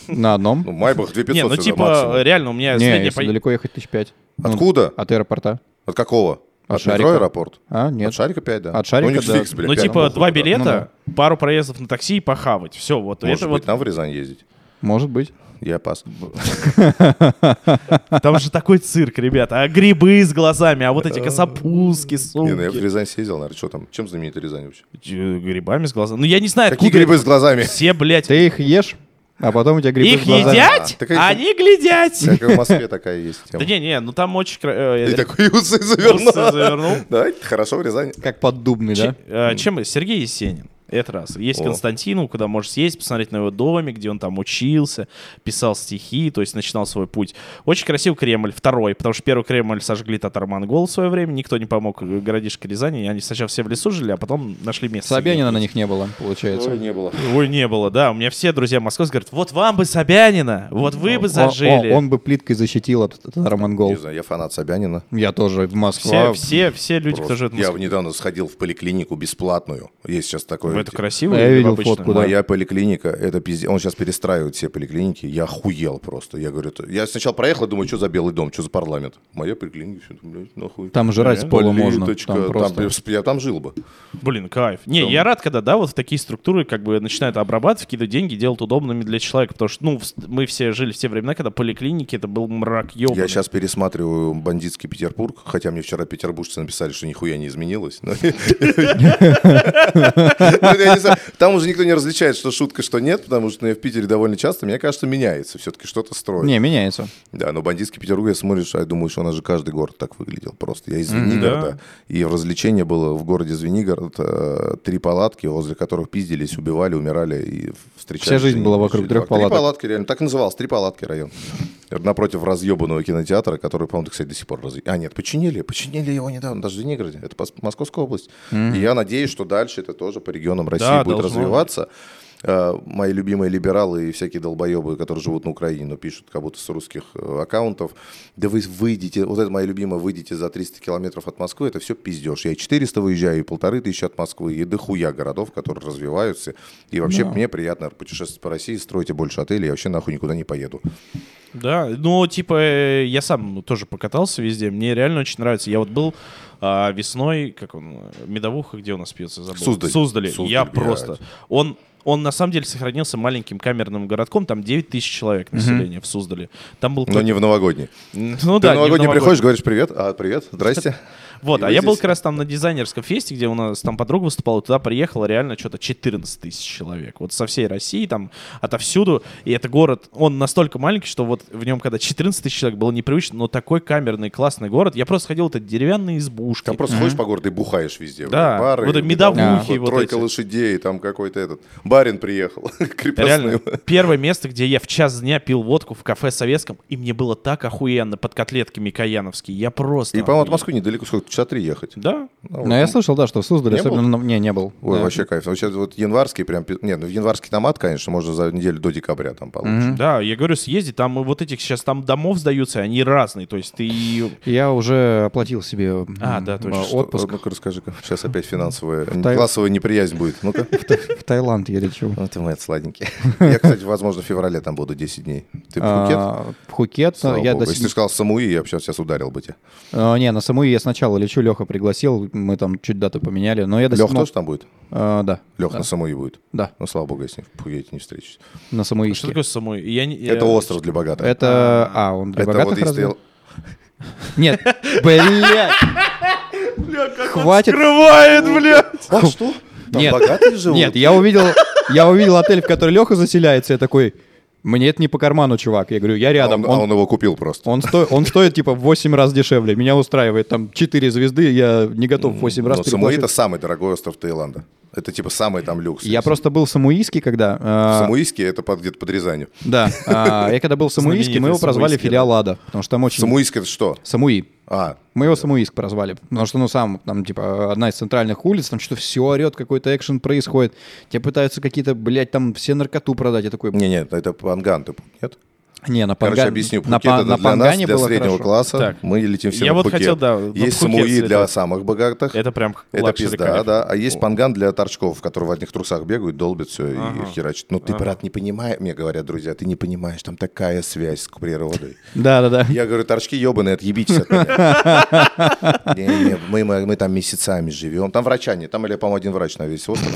[SPEAKER 2] На одном?
[SPEAKER 1] Ну, Майбах 2500
[SPEAKER 3] Не, ну
[SPEAKER 1] сюда
[SPEAKER 3] типа,
[SPEAKER 1] максимум.
[SPEAKER 3] реально, у меня
[SPEAKER 2] Не,
[SPEAKER 3] средняя
[SPEAKER 2] если
[SPEAKER 3] поездка...
[SPEAKER 2] далеко ехать, тысяч пять. Ну,
[SPEAKER 1] Откуда?
[SPEAKER 2] От аэропорта.
[SPEAKER 3] А
[SPEAKER 1] От какого? От,
[SPEAKER 2] От
[SPEAKER 1] метро
[SPEAKER 2] Шарика.
[SPEAKER 1] аэропорт?
[SPEAKER 2] А, нет.
[SPEAKER 1] От шарика 5, да.
[SPEAKER 2] От Шарика,
[SPEAKER 1] Ну, у них
[SPEAKER 2] да.
[SPEAKER 1] фикс, блядь.
[SPEAKER 3] Ну
[SPEAKER 1] пять,
[SPEAKER 3] типа
[SPEAKER 1] походу,
[SPEAKER 3] два
[SPEAKER 1] ну, да.
[SPEAKER 3] билета, пару проездов на такси и похавать. Все, вот
[SPEAKER 1] Может
[SPEAKER 3] это
[SPEAKER 1] быть,
[SPEAKER 3] вот.
[SPEAKER 1] нам в Рязань ездить?
[SPEAKER 2] Может быть.
[SPEAKER 1] Я пас.
[SPEAKER 3] Там же такой цирк, ребята. А грибы с глазами, а вот эти косопуски,
[SPEAKER 1] Э, Не, ну я в
[SPEAKER 3] сумки.
[SPEAKER 1] Рязань съездил, наверное, что там? Чем знаменита Рязань вообще?
[SPEAKER 3] Э, Грибами с глазами. Ну я не знаю,
[SPEAKER 1] Какие
[SPEAKER 3] откуда
[SPEAKER 1] грибы с глазами?
[SPEAKER 3] все, блядь.
[SPEAKER 2] Ты их ешь, а потом у тебя грибы
[SPEAKER 3] Их
[SPEAKER 2] в глазах.
[SPEAKER 3] едят,
[SPEAKER 1] Так это-
[SPEAKER 3] а они глядят.
[SPEAKER 1] Как и в Москве такая есть
[SPEAKER 3] Да
[SPEAKER 1] тема.
[SPEAKER 3] не, не, ну там очень... кра- э,
[SPEAKER 1] И
[SPEAKER 3] э,
[SPEAKER 1] такой усы
[SPEAKER 3] курсы
[SPEAKER 1] завернул.
[SPEAKER 3] завернул.
[SPEAKER 1] Да, это хорошо в Рязани.
[SPEAKER 2] Как поддубный, да?
[SPEAKER 3] Че- э, Чем Сергей Есенин? Это раз. Есть
[SPEAKER 1] О.
[SPEAKER 3] Константину, куда можешь съесть, посмотреть на его домик, где он там учился, писал стихи, то есть начинал свой путь. Очень красивый Кремль, второй, потому что первый Кремль сожгли татар-монгол в свое время, никто не помог э, городишке Рязани, и они сначала все в лесу жили, а потом нашли место.
[SPEAKER 2] Собянина на них не было, получается.
[SPEAKER 1] не было.
[SPEAKER 3] Ой, не было, да. У меня все друзья московские говорят, вот вам бы Собянина, вот вы бы
[SPEAKER 2] О,
[SPEAKER 3] зажили.
[SPEAKER 2] о, он бы плиткой защитил от
[SPEAKER 1] Не
[SPEAKER 2] татаро-монгол.
[SPEAKER 1] знаю, я фанат Собянина.
[SPEAKER 2] Я тоже в А,
[SPEAKER 3] Все,
[SPEAKER 2] Москве.
[SPEAKER 3] все, все люди, кто
[SPEAKER 1] Просто.
[SPEAKER 3] живет в
[SPEAKER 1] Я
[SPEAKER 3] Москве. Ну,
[SPEAKER 1] недавно сходил в поликлинику бесплатную. Есть сейчас такое.
[SPEAKER 3] В эту красивую
[SPEAKER 2] Я
[SPEAKER 3] или в
[SPEAKER 2] видел
[SPEAKER 3] обычную?
[SPEAKER 2] фотку, да.
[SPEAKER 1] Моя поликлиника, это пиздец. Он сейчас перестраивает все поликлиники. Я охуел просто. Я говорю, это- я сначала проехал, думаю, что за Белый дом, что за парламент. Моя поликлиника, все, блядь, нахуй.
[SPEAKER 2] Там жрать с пола можно.
[SPEAKER 1] Плиточка,
[SPEAKER 2] Там
[SPEAKER 1] там,
[SPEAKER 2] просто.
[SPEAKER 1] блин, я там жил бы.
[SPEAKER 3] Блин, кайф. Не, я рад, когда, да, вот в такие структуры как бы начинают обрабатывать, какие-то деньги делать удобными для человека, потому что, ну, в- мы все жили в те времена, когда поликлиники, это был мрак ёбаный.
[SPEAKER 1] Я сейчас пересматриваю «Бандитский Петербург», хотя мне вчера петербуржцы написали, что нихуя не изменилось. но- Ну, я не знаю, Там уже никто не различает, что шутка, что нет, потому что ну, я в Питере довольно часто, мне кажется, меняется, все-таки что-то строит.
[SPEAKER 2] Не, меняется.
[SPEAKER 1] Да, но «Бандитский Петербург», я смотришь, а я думаю, что у нас же каждый город так выглядел просто. Я из Звенигорода, и развлечение было в городе Звенигород, э, три палатки, возле которых пиздились, убивали, умирали и встречались.
[SPEAKER 2] Вся жизнь была вокруг
[SPEAKER 1] Чувак,
[SPEAKER 2] трёх палаток.
[SPEAKER 1] Три палатки, реально. Так и называлось, три палатки район. Напротив разъебанного кинотеатра, который, по-моему, кстати, до сих пор раз... А, нет, починили. Починили его недавно, даже в Звенигороде. Это пос- Московская область. И я надеюсь, что дальше это тоже по регионам России
[SPEAKER 3] Да,
[SPEAKER 1] будет
[SPEAKER 3] должно
[SPEAKER 1] развиваться. Э, Мои любимые либералы и всякие долбоебы, которые живут на Украине, но пишут как будто с русских э, аккаунтов. Да вы выйдете, вот это моя любимая, выйдете за 300 километров от Москвы, это все пиздеж. Я и 400 выезжаю, и полторы тысячи от Москвы, и дохуя городов, которые развиваются. И вообще мне приятно путешествовать по России, стройте больше отелей, я вообще нахуй никуда не поеду.
[SPEAKER 3] Да, ну, типа, э, я сам ну, тоже покатался везде, мне реально очень нравится. Я вот был а, весной, как он, э, медовуха, где у нас пьется, забыл.
[SPEAKER 1] Суздаль.
[SPEAKER 3] Суздали.
[SPEAKER 1] Суздаль,
[SPEAKER 3] я
[SPEAKER 1] блядь.
[SPEAKER 3] просто... Он он на самом деле сохранился маленьким камерным городком, там 9 тысяч человек населения в Суздале. Там был...
[SPEAKER 1] Но не в новогодний.
[SPEAKER 3] Ну
[SPEAKER 1] Ты
[SPEAKER 3] да,
[SPEAKER 1] в
[SPEAKER 3] не
[SPEAKER 1] новогодний
[SPEAKER 3] новогодний.
[SPEAKER 1] приходишь, говоришь привет, а привет, здрасте. И
[SPEAKER 3] Вот, а
[SPEAKER 1] вы
[SPEAKER 3] я был
[SPEAKER 1] здесь.
[SPEAKER 3] как раз там на дизайнерском фесте, где у нас там подруга выступала, туда приехало реально что-то 14 тысяч человек. Вот со всей России, там, отовсюду. И это город, он настолько маленький, что вот в нем, когда 14 тысяч человек, было непривычно, но такой камерный, классный город. Я просто ходил, это деревянные избушки.
[SPEAKER 1] Там просто ходишь по городу и бухаешь везде.
[SPEAKER 3] Да,
[SPEAKER 1] Бары,
[SPEAKER 3] вот эти
[SPEAKER 1] медовухи,
[SPEAKER 3] медовухи вот
[SPEAKER 1] Тройка
[SPEAKER 3] эти.
[SPEAKER 1] лошадей, там какой-то этот. Барин приехал. крепостной.
[SPEAKER 3] Реально, первое место, где я в час дня пил водку в кафе советском, и мне было так охуенно под котлетками каяновские. Я просто...
[SPEAKER 1] И, по-моему, от
[SPEAKER 3] охуел.
[SPEAKER 1] Москвы недалеко, сколько? Часа три ехать.
[SPEAKER 3] А, Да,
[SPEAKER 1] Ну,
[SPEAKER 2] Но я слышал, да, что в Суздале
[SPEAKER 1] Не был?
[SPEAKER 2] особенно... на- Не, не был.
[SPEAKER 1] Ой,
[SPEAKER 2] Да.
[SPEAKER 1] вообще кайф. Вот сейчас вот январский прям... пи- Не, ну в январский томат, конечно, можно за неделю до декабря там получить.
[SPEAKER 3] да, я говорю, съезди, там вот этих сейчас там домов сдаются, и они разные, то есть ты... и-
[SPEAKER 2] Я уже оплатил себе м,
[SPEAKER 3] А, да, точно.
[SPEAKER 2] э,
[SPEAKER 1] Что-
[SPEAKER 2] отпуск
[SPEAKER 1] Ну-ка расскажи, как сейчас опять финансовая,
[SPEAKER 2] Таи-
[SPEAKER 1] классовая неприязнь будет. Ну-ка.
[SPEAKER 2] в Таиланд, я лечу.
[SPEAKER 1] Ну, ты мой сладенький. Я, кстати, возможно, в феврале там буду 10 дней. Ты в Пхукет?
[SPEAKER 2] А, в Пхукет.
[SPEAKER 1] Слава
[SPEAKER 2] я
[SPEAKER 1] богу.
[SPEAKER 2] до
[SPEAKER 1] Если ты
[SPEAKER 2] сих-
[SPEAKER 1] сказал Самуи, я бы сейчас сейчас ударил бы тебя.
[SPEAKER 2] А, Не, на Самуи я сначала лечу, Леха пригласил, мы там чуть дату поменяли, но я до
[SPEAKER 1] Лех
[SPEAKER 2] седьмого-
[SPEAKER 1] тоже там будет?
[SPEAKER 2] А, Да,
[SPEAKER 1] Лех на Самуи будет.
[SPEAKER 2] да,
[SPEAKER 1] Ну, слава богу, я с ним в Пхукете не встречусь.
[SPEAKER 2] на Самуи.
[SPEAKER 3] Что такое самой? Я не- я-
[SPEAKER 1] Это остров для богатых.
[SPEAKER 2] Это... А, он для
[SPEAKER 1] Это
[SPEAKER 2] богатых
[SPEAKER 1] вот если
[SPEAKER 2] разве?
[SPEAKER 1] я-
[SPEAKER 2] Нет, блядь! Хватит.
[SPEAKER 3] Скрывает, бля!
[SPEAKER 1] А что? Там
[SPEAKER 2] Нет.
[SPEAKER 1] богатые живут?
[SPEAKER 2] Нет, я увидел, я увидел отель, в который Леха заселяется, я такой, мне это не по карману, чувак. Я говорю, я
[SPEAKER 1] А
[SPEAKER 2] рядом.
[SPEAKER 1] он, а он его купил просто.
[SPEAKER 2] Он, сто- он стоит типа в 8 раз дешевле. Меня устраивает там 4 звезды, я не готов 8 раз
[SPEAKER 1] Но Самуи это
[SPEAKER 2] переплачивать.
[SPEAKER 1] самый дорогой остров Таиланда. Это типа самый там люкс.
[SPEAKER 2] Я просто был в Самуиске, когда... а,
[SPEAKER 1] Самуиский это под, где-то под Рязанью.
[SPEAKER 2] Да, а, я когда был в Самуиске, мы его
[SPEAKER 3] Знаменитый
[SPEAKER 2] прозвали
[SPEAKER 3] Самуиски,
[SPEAKER 2] филиал Ада, потому что там очень...
[SPEAKER 1] Самуиск это что?
[SPEAKER 2] Самуи.
[SPEAKER 1] А,
[SPEAKER 2] Мы его Самуиск прозвали, потому что, ну, сам, там, типа, одна из центральных улиц, там что-то все орет, какой-то экшен происходит. Тебе пытаются какие-то, блядь, там все наркоту продать. Я такой,
[SPEAKER 1] не-не, это Панган, ты пом- нет?
[SPEAKER 2] не, на
[SPEAKER 1] Короче,
[SPEAKER 2] Панган-
[SPEAKER 1] объясню. Пхукет
[SPEAKER 2] на, Па-
[SPEAKER 1] это
[SPEAKER 2] на
[SPEAKER 1] для
[SPEAKER 2] Пангане
[SPEAKER 1] нас, для
[SPEAKER 2] было
[SPEAKER 1] среднего
[SPEAKER 2] хорошо.
[SPEAKER 1] класса.
[SPEAKER 3] Так.
[SPEAKER 1] Мы летим все
[SPEAKER 3] Я
[SPEAKER 1] на
[SPEAKER 3] вот
[SPEAKER 1] Пхукет.
[SPEAKER 3] хотел, да, на
[SPEAKER 1] Есть
[SPEAKER 3] Пхукет
[SPEAKER 1] Самуи
[SPEAKER 3] слетать.
[SPEAKER 1] для самых богатых.
[SPEAKER 3] Это прям
[SPEAKER 1] Это
[SPEAKER 3] лакшери
[SPEAKER 1] пизда,
[SPEAKER 3] кайф.
[SPEAKER 1] да. А есть панган для торчков, которые в одних трусах бегают, долбят все и херачат. Ну, ты, брат, не понимаешь, мне говорят друзья, ты не понимаешь, там такая связь с природой.
[SPEAKER 2] Да-да-да.
[SPEAKER 1] Я говорю, торчки ебаные, отъебитесь от меня. Не-не, мы- мы мы там месяцами живем. Там врача нет, там, или, по-моему, один врач на весь остров.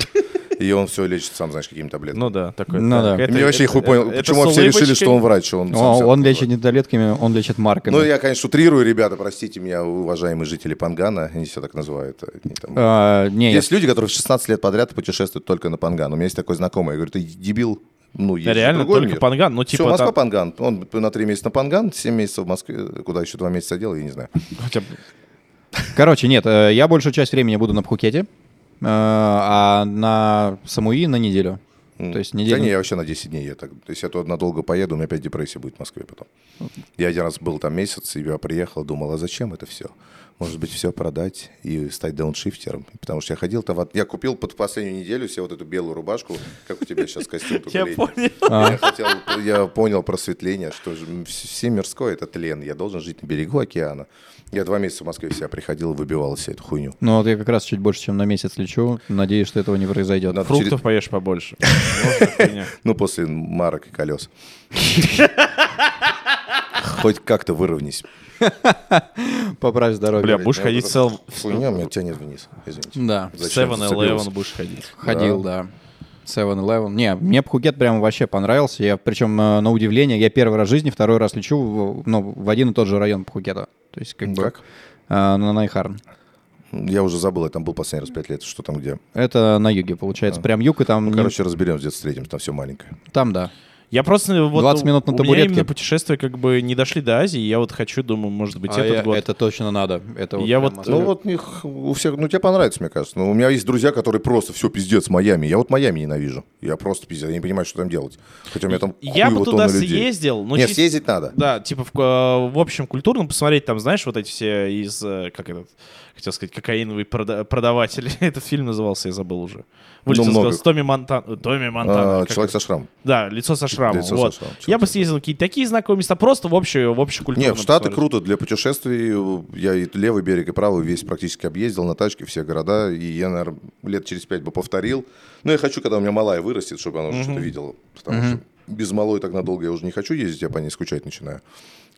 [SPEAKER 1] И он все лечит сам, знаешь, какими таблетками.
[SPEAKER 3] Ну да, такой.
[SPEAKER 2] Ну да.
[SPEAKER 1] И мне вообще хуй понял, почему все решили, что он врач. что он сам
[SPEAKER 2] О,
[SPEAKER 1] всё
[SPEAKER 2] он
[SPEAKER 1] такой.
[SPEAKER 2] лечит не таблетками, он лечит марками.
[SPEAKER 1] Ну, я, конечно, утрирую, ребята, простите меня, уважаемые жители Пангана, они все так называют. они там-
[SPEAKER 2] А, не, я-
[SPEAKER 1] Есть люди, которые в 16 лет подряд путешествуют только на Панган. У меня есть такой знакомый, я говорю, ты дебил, ну, есть же
[SPEAKER 3] Реально,
[SPEAKER 1] другой
[SPEAKER 3] только
[SPEAKER 1] мир.
[SPEAKER 3] Панган, ну,
[SPEAKER 1] Всё,
[SPEAKER 3] типа,
[SPEAKER 1] Москва
[SPEAKER 3] там-
[SPEAKER 1] Панган. Он на три месяца на Панган, 7 месяцев в Москве, куда еще два месяца делал, я не знаю.
[SPEAKER 2] Короче, нет, э, я большую часть времени буду на Пхукете, э, а на Самуи на неделю. То есть
[SPEAKER 1] Да не,
[SPEAKER 2] неделю...
[SPEAKER 1] я вообще на 10 дней. Я так, то есть я туда надолго поеду, у меня опять депрессия будет в Москве потом. Я один раз был там месяц, и я приехал, думал, а зачем это все? Может быть, все продать и стать дауншифтером? Потому что я ходил там... в от- Я купил под последнюю неделю себе вот эту белую рубашку, как у тебя сейчас костюм. только
[SPEAKER 3] Я
[SPEAKER 1] летний.
[SPEAKER 3] понял.
[SPEAKER 1] Я хотел, я понял просветление, что же, м, вс- все мирское — это тлен. Я должен жить на берегу океана. Я два месяца в Москве в себя приходил и выбивал всю эту хуйню.
[SPEAKER 2] Ну вот я как раз чуть больше, чем на месяц лечу. Надеюсь, что этого не произойдет.
[SPEAKER 1] Надо
[SPEAKER 3] Фруктов
[SPEAKER 1] через-
[SPEAKER 3] поешь побольше. Вот эта хуйня.
[SPEAKER 1] Ну, после марок и колес. Хоть как-то выровнись.
[SPEAKER 2] Поправь здоровье.
[SPEAKER 3] Бля, будешь
[SPEAKER 1] Я
[SPEAKER 3] ходить
[SPEAKER 1] вот
[SPEAKER 3] целым...
[SPEAKER 1] эта Хуйня меня тянет вниз, извините.
[SPEAKER 2] Да.
[SPEAKER 3] В
[SPEAKER 1] Зачем
[SPEAKER 3] 7-Eleven
[SPEAKER 1] зацепился?
[SPEAKER 3] будешь ходить.
[SPEAKER 2] Ходил, да. 7-Eleven. Не, мне Пхукет прям вообще понравился. Я, причем, э, на удивление, я первый раз в жизни, второй раз лечу в, ну, в один и тот же район Пхукета. То есть как бы,
[SPEAKER 1] Как?
[SPEAKER 2] э, на Найхарн.
[SPEAKER 1] Я уже забыл, я там был последний раз пять лет, что там
[SPEAKER 3] Ну,
[SPEAKER 1] где.
[SPEAKER 2] Это на юге, получается. Прям юг, и там... не-
[SPEAKER 1] Короче, разберемся, где-то встретимся, там все маленькое.
[SPEAKER 2] Там, да.
[SPEAKER 3] Я просто... Вот,
[SPEAKER 2] 20 минут на
[SPEAKER 3] у
[SPEAKER 2] табуретке.
[SPEAKER 3] меня именно путешествия как бы не дошли до Азии, я вот хочу, думаю, может быть,
[SPEAKER 2] А я-
[SPEAKER 3] этот год.
[SPEAKER 2] Это точно надо. Это
[SPEAKER 3] Я
[SPEAKER 2] прям
[SPEAKER 3] вот,
[SPEAKER 2] надо.
[SPEAKER 1] Ну вот их у всех, ну тебе понравится, мне кажется. Но у меня есть друзья, которые просто все пиздец Майами. Я вот Майами ненавижу. Я просто пиздец, я не понимаю, что там делать. Хотя у меня там
[SPEAKER 3] Я
[SPEAKER 1] хуево
[SPEAKER 3] бы туда
[SPEAKER 1] тонна людей.
[SPEAKER 3] съездил, но
[SPEAKER 1] Нет,
[SPEAKER 3] чис-
[SPEAKER 1] съездить надо.
[SPEAKER 3] Да, типа в, э, в общем культурном посмотреть, там, знаешь, вот эти все из, э, как этот, хотел сказать, кокаиновые прода- продаватели. Этот фильм назывался, я забыл уже. Вылетел
[SPEAKER 1] Ну,
[SPEAKER 3] из
[SPEAKER 1] много.
[SPEAKER 3] головы. с Томми Монтан... э, Томми Монтана.
[SPEAKER 1] А,
[SPEAKER 3] как
[SPEAKER 1] Человек
[SPEAKER 3] это?
[SPEAKER 1] со шрамом.
[SPEAKER 3] Да, лицо со шрамом.
[SPEAKER 1] Лицо со
[SPEAKER 3] вот.
[SPEAKER 1] шрамом, чё
[SPEAKER 3] Я бы
[SPEAKER 1] ты.
[SPEAKER 3] съездил на какие-то такие знакомые места, просто в общую, в общую культуру.
[SPEAKER 1] Не, в Штаты круто для путешествий. э, Я и левый берег, и правый весь практически объездил на тачке все города. И я, наверное, лет через пять бы повторил. Но я хочу, когда у меня малая вырастет, чтобы она уже что-то видела. Потому что без малой так надолго я уже не хочу ездить, я по ней скучать начинаю.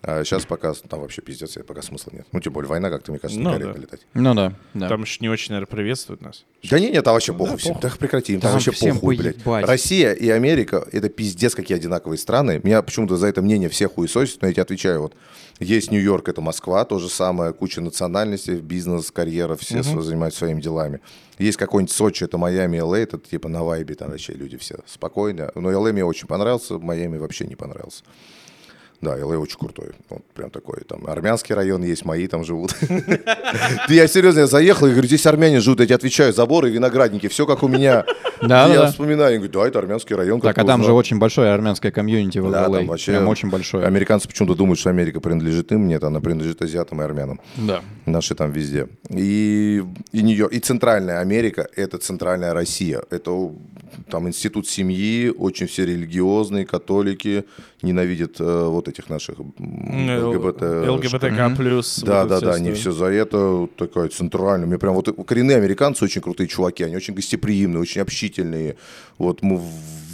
[SPEAKER 1] А сейчас пока там вообще пиздец, и пока смысла нет. Ну, тем более война, как-то, мне кажется,
[SPEAKER 3] Ну,
[SPEAKER 1] некорректно
[SPEAKER 3] да.
[SPEAKER 1] летать.
[SPEAKER 2] Ну да, да.
[SPEAKER 3] Там еще не очень, наверное, приветствуют нас.
[SPEAKER 1] Да не, нет, там вообще похуй всем. Да прекрати, им там
[SPEAKER 2] Там
[SPEAKER 1] вообще
[SPEAKER 2] всем
[SPEAKER 1] похуй, блядь.
[SPEAKER 2] поебать.
[SPEAKER 1] Россия и Америка — это пиздец, какие одинаковые страны. Меня почему-то за это мнение все хуесосят, но я тебе отвечаю, вот есть Нью-Йорк, это Москва, то же самое, куча национальностей, бизнес, карьера, все сво- занимаются своими делами. Есть какой-нибудь Сочи, это Майами, ЛА, это типа на вайбе, там вообще люди все спокойно. Но ЛА мне очень понравился, Майами вообще не понравился. Да, ЛА очень крутой. Вот прям такой. Там армянский район есть, мои там живут. Да Я серьезно, я заехал и говорю, здесь армяне живут. Я тебе отвечаю, заборы, виноградники, все как у меня.
[SPEAKER 2] Да,
[SPEAKER 1] И
[SPEAKER 2] да,
[SPEAKER 1] Я
[SPEAKER 2] да.
[SPEAKER 1] вспоминаю, я говорю, да, это армянский район. как
[SPEAKER 2] Так, а
[SPEAKER 1] ты
[SPEAKER 2] там же
[SPEAKER 1] узнал?»
[SPEAKER 2] очень большое армянское комьюнити в
[SPEAKER 1] Да,
[SPEAKER 2] LA.
[SPEAKER 1] там вообще...
[SPEAKER 2] Прям очень большое.
[SPEAKER 1] Американцы почему-то думают, что Америка принадлежит им. Нет, она принадлежит азиатам и армянам.
[SPEAKER 2] Да.
[SPEAKER 1] Наши там везде. И, и Нью-Йорк, и Центральная Америка – это Центральная Россия. Это у- там институт семьи, очень все религиозные, католики, ненавидят э, вот этих наших м, ЛГБТ.
[SPEAKER 3] Э, ЛГБТК плюс.
[SPEAKER 1] Да,
[SPEAKER 3] вот это
[SPEAKER 1] да, да,
[SPEAKER 3] всё
[SPEAKER 1] они
[SPEAKER 3] история.
[SPEAKER 1] все за это такая центральная. Мне прям вот коренные американцы очень крутые чуваки, они очень гостеприимные, очень общительные. Вот мы в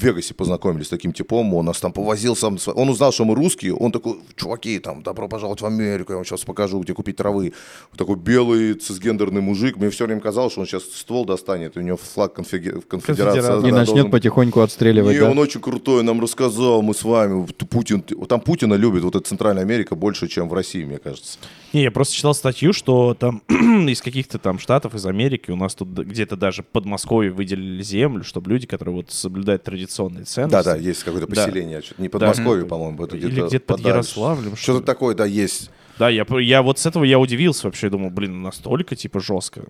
[SPEAKER 1] Вегасе познакомились с таким типом, он нас там повозил сам, с- он узнал, что мы русские, он такой, чуваки, там, добро пожаловать в Америку, я вам сейчас покажу, где купить травы. Вот такой белый цисгендерный мужик, мне все время казалось, что он сейчас ствол достанет, и у него флаг конфеге- конфедерации.
[SPEAKER 2] И
[SPEAKER 1] да,
[SPEAKER 2] начнет
[SPEAKER 1] должен-
[SPEAKER 2] потихоньку отстреливать,
[SPEAKER 1] не,
[SPEAKER 2] да?
[SPEAKER 1] он очень крутой, нам рассказал, мы с вами. Т- Путин, т- там Путина любит, вот эта Центральная Америка, больше, чем в России, мне кажется.
[SPEAKER 3] Не, я просто читал статью, что там из каких-то там штатов, из Америки, у нас тут д- где-то даже Подмосковье выделили землю, чтобы люди, которые вот соблюдают традиционные ценности.
[SPEAKER 1] Да, да, есть какое-то
[SPEAKER 3] Да.
[SPEAKER 1] поселение. чё-то Не Подмосковье,
[SPEAKER 3] Да.
[SPEAKER 1] по-моему, это
[SPEAKER 3] Или
[SPEAKER 1] где-то.
[SPEAKER 3] где-то под
[SPEAKER 1] подальше.
[SPEAKER 3] Ярославлем, что
[SPEAKER 1] Что-то
[SPEAKER 3] ли?
[SPEAKER 1] такое, да, есть.
[SPEAKER 3] Да, я, п- я вот с этого я удивился вообще, думал, блин, настолько, типа, жестко.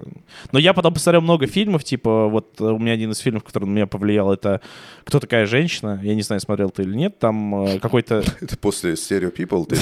[SPEAKER 3] Но я потом посмотрел много фильмов, типа, вот э, у меня один из фильмов, который на меня повлиял, это «Кто такая женщина?», я не знаю, смотрел ты или нет, там э, какой-то
[SPEAKER 1] Это после Stereo People ты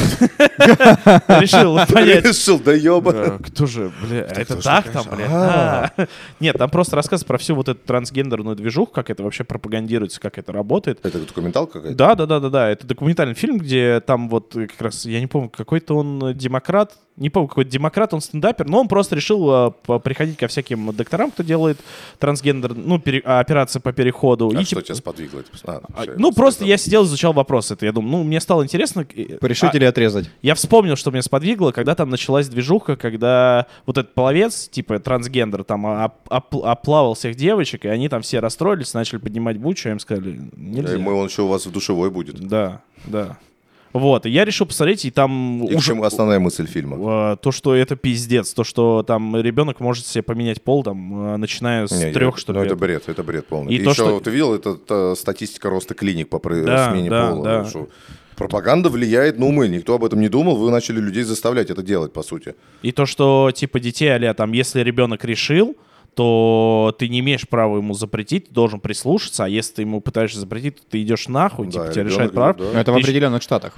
[SPEAKER 3] решил понять,
[SPEAKER 1] решил, да ёба.
[SPEAKER 3] Э, Кто же, бля, а это
[SPEAKER 1] же
[SPEAKER 3] так
[SPEAKER 1] такая
[SPEAKER 3] там,
[SPEAKER 1] же?
[SPEAKER 3] бля?
[SPEAKER 1] А.
[SPEAKER 3] А. Нет, там просто рассказ про всю вот эту трансгендерную движуху, как это вообще пропагандируется, как это работает.
[SPEAKER 1] Это документалка какая-то?
[SPEAKER 3] Да, да, да, да, да. Это документальный фильм, где там вот э, как раз, я не помню, какой-то он э, демократ, не помню, какой-то демократ, он стендапер, но он просто решил э, по- приходить ко всяким докторам, кто делает трансгендер, ну, пере- а, операции по переходу.
[SPEAKER 1] А
[SPEAKER 3] И
[SPEAKER 1] что
[SPEAKER 3] типа-
[SPEAKER 1] тебя сподвигло? это? А,
[SPEAKER 3] а,
[SPEAKER 1] всё,
[SPEAKER 3] Ну,
[SPEAKER 1] я
[SPEAKER 3] просто я
[SPEAKER 1] сказал.
[SPEAKER 3] сидел, изучал вопрос это. Я думаю, ну, мне стало интересно. э,
[SPEAKER 2] Решить
[SPEAKER 3] а-
[SPEAKER 2] или отрезать?
[SPEAKER 3] я вспомнил, что меня сподвигло, когда там началась движуха, когда вот этот половец, типа трансгендер, там оп- оп- оплавал всех девочек, и они там все расстроились, начали поднимать бучу, а им сказали, нельзя.
[SPEAKER 1] И э, мы, он еще у вас в душевой будет.
[SPEAKER 3] Да, да. Вот, и я решил посмотреть, и там
[SPEAKER 1] И к
[SPEAKER 3] ужас-
[SPEAKER 1] чему основная мысль фильма?
[SPEAKER 3] э, то, что это пиздец, то, что там ребенок может себе поменять пол, там, э, начиная с
[SPEAKER 1] Не, я-
[SPEAKER 3] трех, что
[SPEAKER 1] Ну,
[SPEAKER 3] ли.
[SPEAKER 1] это бред, это бред полный.
[SPEAKER 3] И
[SPEAKER 1] И
[SPEAKER 3] то,
[SPEAKER 1] еще,
[SPEAKER 3] что-
[SPEAKER 1] ты видел, это та статистика роста клиник по пр-
[SPEAKER 3] Да,
[SPEAKER 1] смене
[SPEAKER 3] да,
[SPEAKER 1] пола.
[SPEAKER 3] да.
[SPEAKER 1] ну, что Пропаганда влияет на умы, никто об этом не думал, вы начали людей заставлять это делать, по сути.
[SPEAKER 3] И то, что, типа, детей, а там, если ребенок решил, то ты не имеешь права ему запретить, ты должен прислушаться, а если ты ему пытаешься запретить, то ты идешь нахуй,
[SPEAKER 1] Да,
[SPEAKER 3] типа,
[SPEAKER 1] и
[SPEAKER 3] тебя
[SPEAKER 1] ребенок
[SPEAKER 3] решает
[SPEAKER 1] идет,
[SPEAKER 3] прав.
[SPEAKER 1] да.
[SPEAKER 2] Ну, Это в
[SPEAKER 3] Ты щ-
[SPEAKER 2] определенных штатах.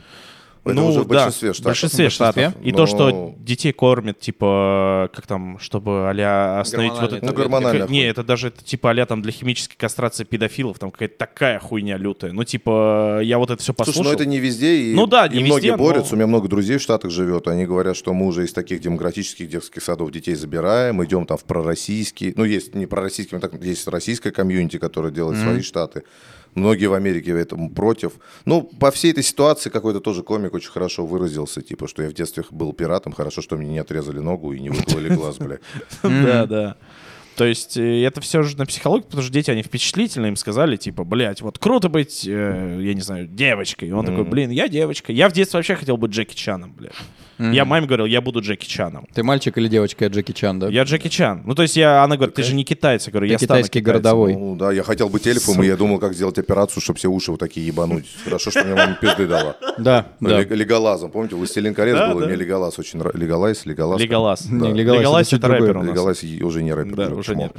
[SPEAKER 1] Это
[SPEAKER 3] ну,
[SPEAKER 1] уже в
[SPEAKER 3] да,
[SPEAKER 1] большинстве штатов.
[SPEAKER 3] В большинстве штатов. И то, что
[SPEAKER 1] Но-
[SPEAKER 3] детей кормят, типа, как там, чтобы а остановить вот
[SPEAKER 2] Гормональные
[SPEAKER 3] это.
[SPEAKER 1] Ну, гормональная
[SPEAKER 3] Не,
[SPEAKER 1] хуйня.
[SPEAKER 3] это даже это, типа а там для химической кастрации педофилов, там какая-то такая хуйня лютая. Ну, типа, я вот это все послушал.
[SPEAKER 1] Слушай, ну это не везде, и,
[SPEAKER 3] Ну да,
[SPEAKER 1] и
[SPEAKER 3] не везде,
[SPEAKER 1] многие
[SPEAKER 3] но-
[SPEAKER 1] борются. У меня много друзей в Штатах живет, они говорят, что мы уже из таких демократических детских садов детей забираем, идем там в пророссийские, ну есть не пророссийские, но так есть российская комьюнити, которая делает свои штаты. Многие в Америке этому против. Ну, по всей этой ситуации какой-то тоже комик очень хорошо выразился, типа, что я в детстве был пиратом, хорошо, что мне не отрезали ногу и не выкололи глаз, бля.
[SPEAKER 3] Да, да. То есть э, это все же на психологию, потому что дети, они впечатлительны, им сказали, типа, блядь, вот круто быть, э, я не знаю, девочкой. И он такой, блин, я девочка. Я в детстве вообще хотел быть Джеки Чаном, блядь. Я маме говорил, я буду Джеки Чаном.
[SPEAKER 2] Ты мальчик или девочка, я Джеки Чан, да?
[SPEAKER 3] Я Джеки Чан. Ну, то есть я, она говорит, ты же не китайец. Я говорю, я
[SPEAKER 2] Ты
[SPEAKER 3] стану
[SPEAKER 2] китайский
[SPEAKER 3] китайцем».
[SPEAKER 2] городовой.
[SPEAKER 1] Ну да, я хотел быть эльфом, и я думал, как сделать операцию, чтобы все уши вот такие ебануть. Хорошо, что мне мама пизды дала.
[SPEAKER 2] Да,
[SPEAKER 1] Ну,
[SPEAKER 2] да.
[SPEAKER 1] Лег- Леголазом, помните, Властелин колец
[SPEAKER 3] Да,
[SPEAKER 1] был,
[SPEAKER 3] да.
[SPEAKER 1] и мне Леголас очень нравится. Леголайс, Леголас.
[SPEAKER 3] Леголас.
[SPEAKER 2] Не,
[SPEAKER 3] Да.
[SPEAKER 2] Леголас это
[SPEAKER 3] это
[SPEAKER 2] чуть
[SPEAKER 3] рэпер у
[SPEAKER 2] другое.
[SPEAKER 3] нас.
[SPEAKER 1] Леголас и- уже не рэпер.
[SPEAKER 3] Да,
[SPEAKER 1] друг,
[SPEAKER 3] уже
[SPEAKER 1] чмо.
[SPEAKER 3] нет.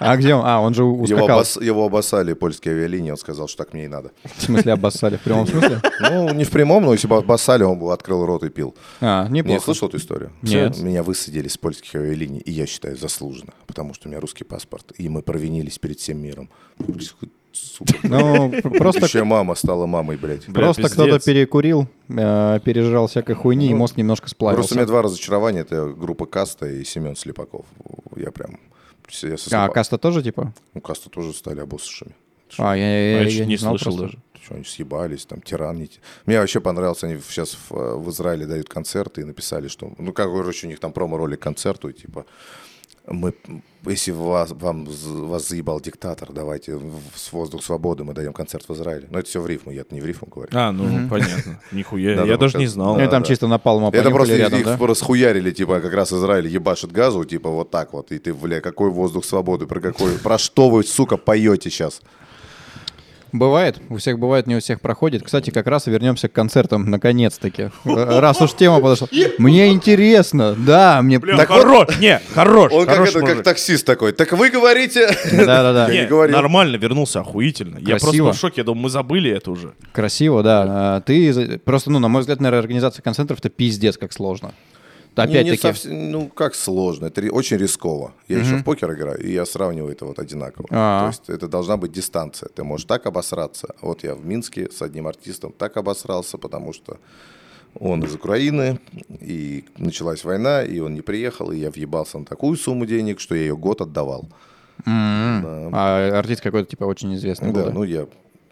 [SPEAKER 2] А где он? А, он же у-
[SPEAKER 1] Его,
[SPEAKER 2] ускакал.
[SPEAKER 1] обос- его обоссали польские авиалинии, он сказал, что так мне и надо.
[SPEAKER 2] В смысле обоссали? В прямом смысле?
[SPEAKER 1] Ну, не в прямом, но если бы обоссали, он бы открыл рот и пил.
[SPEAKER 2] А,
[SPEAKER 1] Не
[SPEAKER 2] неплохо.
[SPEAKER 1] слышал эту историю?
[SPEAKER 2] Нет.
[SPEAKER 1] Меня высадили с польских авиалиний, и я считаю, заслуженно, потому что у меня русский паспорт, и мы провинились перед всем миром. Сука.
[SPEAKER 2] Ну, п- просто,
[SPEAKER 1] Будущая мама стала мамой, блядь.
[SPEAKER 3] Бля,
[SPEAKER 2] просто
[SPEAKER 3] пиздец.
[SPEAKER 2] кто-то перекурил, э, пережрал всякой хуйни, и
[SPEAKER 3] Ну,
[SPEAKER 2] мозг немножко
[SPEAKER 1] Просто у меня
[SPEAKER 2] сплавился.
[SPEAKER 1] два разочарования. Это группа Каста и Семен Слепаков. Я прям... Я со
[SPEAKER 2] А,
[SPEAKER 1] Слепа-
[SPEAKER 2] каста тоже типа?
[SPEAKER 1] Ну, Каста тоже стали обоссушами.
[SPEAKER 2] А, я- я я-
[SPEAKER 3] А я чё-то
[SPEAKER 2] я
[SPEAKER 3] не
[SPEAKER 2] не знал
[SPEAKER 3] слышал
[SPEAKER 2] просто.
[SPEAKER 3] даже.
[SPEAKER 1] что они съебались, там, тиран. не ти- Мне вообще понравилось, они сейчас в, э, в Израиле дают концерты и написали, что, ну, как, короче, у них там промо-ролик к концерту, и типа, мы, если вас, вам, з- вас заебал диктатор, давайте в- с воздух свободы мы даем концерт в Израиле. Но это все в рифму, я-то не в рифму говорю.
[SPEAKER 3] А, ну понятно. Нихуя.
[SPEAKER 1] Да,
[SPEAKER 3] Я
[SPEAKER 1] там
[SPEAKER 3] даже не
[SPEAKER 1] как-
[SPEAKER 3] знал.
[SPEAKER 2] Ну, и там
[SPEAKER 1] да.
[SPEAKER 2] чисто напалма
[SPEAKER 1] Это
[SPEAKER 2] понюхали
[SPEAKER 1] просто их-
[SPEAKER 2] рядом,
[SPEAKER 1] их
[SPEAKER 2] да?
[SPEAKER 1] расхуярили, типа, как раз Израиль ебашит газу, типа, вот так вот. И ты, бля, какой воздух свободы, про какой, про что вы, сука, поете сейчас?
[SPEAKER 2] Бывает, у всех бывает, не у всех проходит. Кстати, как раз вернемся к концертам, наконец-таки. Э, Раз уж тема подошла. Мне интересно, да, мне...
[SPEAKER 3] Бля,
[SPEAKER 1] Так
[SPEAKER 3] хоро- Не, хорош.
[SPEAKER 1] Он как,
[SPEAKER 3] хорош
[SPEAKER 1] это, как
[SPEAKER 3] мужик.
[SPEAKER 1] таксист такой. Так вы говорите...
[SPEAKER 2] Да-да-да.
[SPEAKER 1] Я
[SPEAKER 3] Не,
[SPEAKER 1] не говорил.
[SPEAKER 3] Нормально вернулся, охуительно. Я просто
[SPEAKER 2] Красиво.
[SPEAKER 3] был в шоке, я думал, мы забыли это уже.
[SPEAKER 2] Красиво, да. А Ты за- просто, ну, на мой взгляд, наверное, организация концертов это пиздец, как сложно.
[SPEAKER 1] Не
[SPEAKER 2] Опять-таки.
[SPEAKER 1] совсем- Ну, как сложно, это ри- очень рисково. Я еще в покер играю, и я сравниваю это вот одинаково.
[SPEAKER 2] А.
[SPEAKER 1] То есть это должна быть дистанция. Ты можешь так обосраться. Вот я в Минске с одним артистом так обосрался, потому что он из Украины, и началась война, и он не приехал, и я въебался на такую сумму денег, что я ее год отдавал.
[SPEAKER 2] М. А артист какой-то, типа, очень известный. был,
[SPEAKER 1] Да,
[SPEAKER 2] да?
[SPEAKER 1] ну я...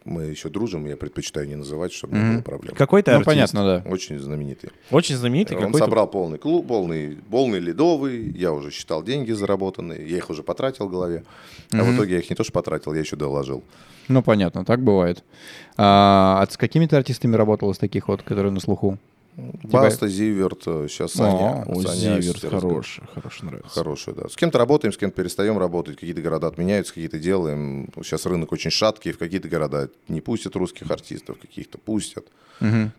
[SPEAKER 1] Мы еще дружим, я предпочитаю не называть, чтобы не было проблем.
[SPEAKER 3] Какой-то
[SPEAKER 2] Ну, понятно, да.
[SPEAKER 1] Очень знаменитый.
[SPEAKER 3] Очень знаменитый
[SPEAKER 1] Он
[SPEAKER 3] какой-то.
[SPEAKER 1] собрал полный клуб, полный, полный ледовый. Я уже считал деньги заработанные. Я их уже потратил в голове. А в итоге я их не то что потратил, я еще доложил.
[SPEAKER 2] Ну, понятно, так бывает. А а с какими-то артистами работал из таких вот, которые на слуху?
[SPEAKER 1] Баста, Зиверт, сейчас Саня.
[SPEAKER 3] О,
[SPEAKER 1] Саня
[SPEAKER 3] Зиверт,
[SPEAKER 1] сейчас
[SPEAKER 3] хороший, хороший, нравится.
[SPEAKER 1] Хорошую, да. С кем-то работаем, с кем-то перестаем работать, какие-то города отменяются, какие-то делаем. Сейчас рынок очень шаткий, в какие-то города не пустят русских артистов, каких-то пустят.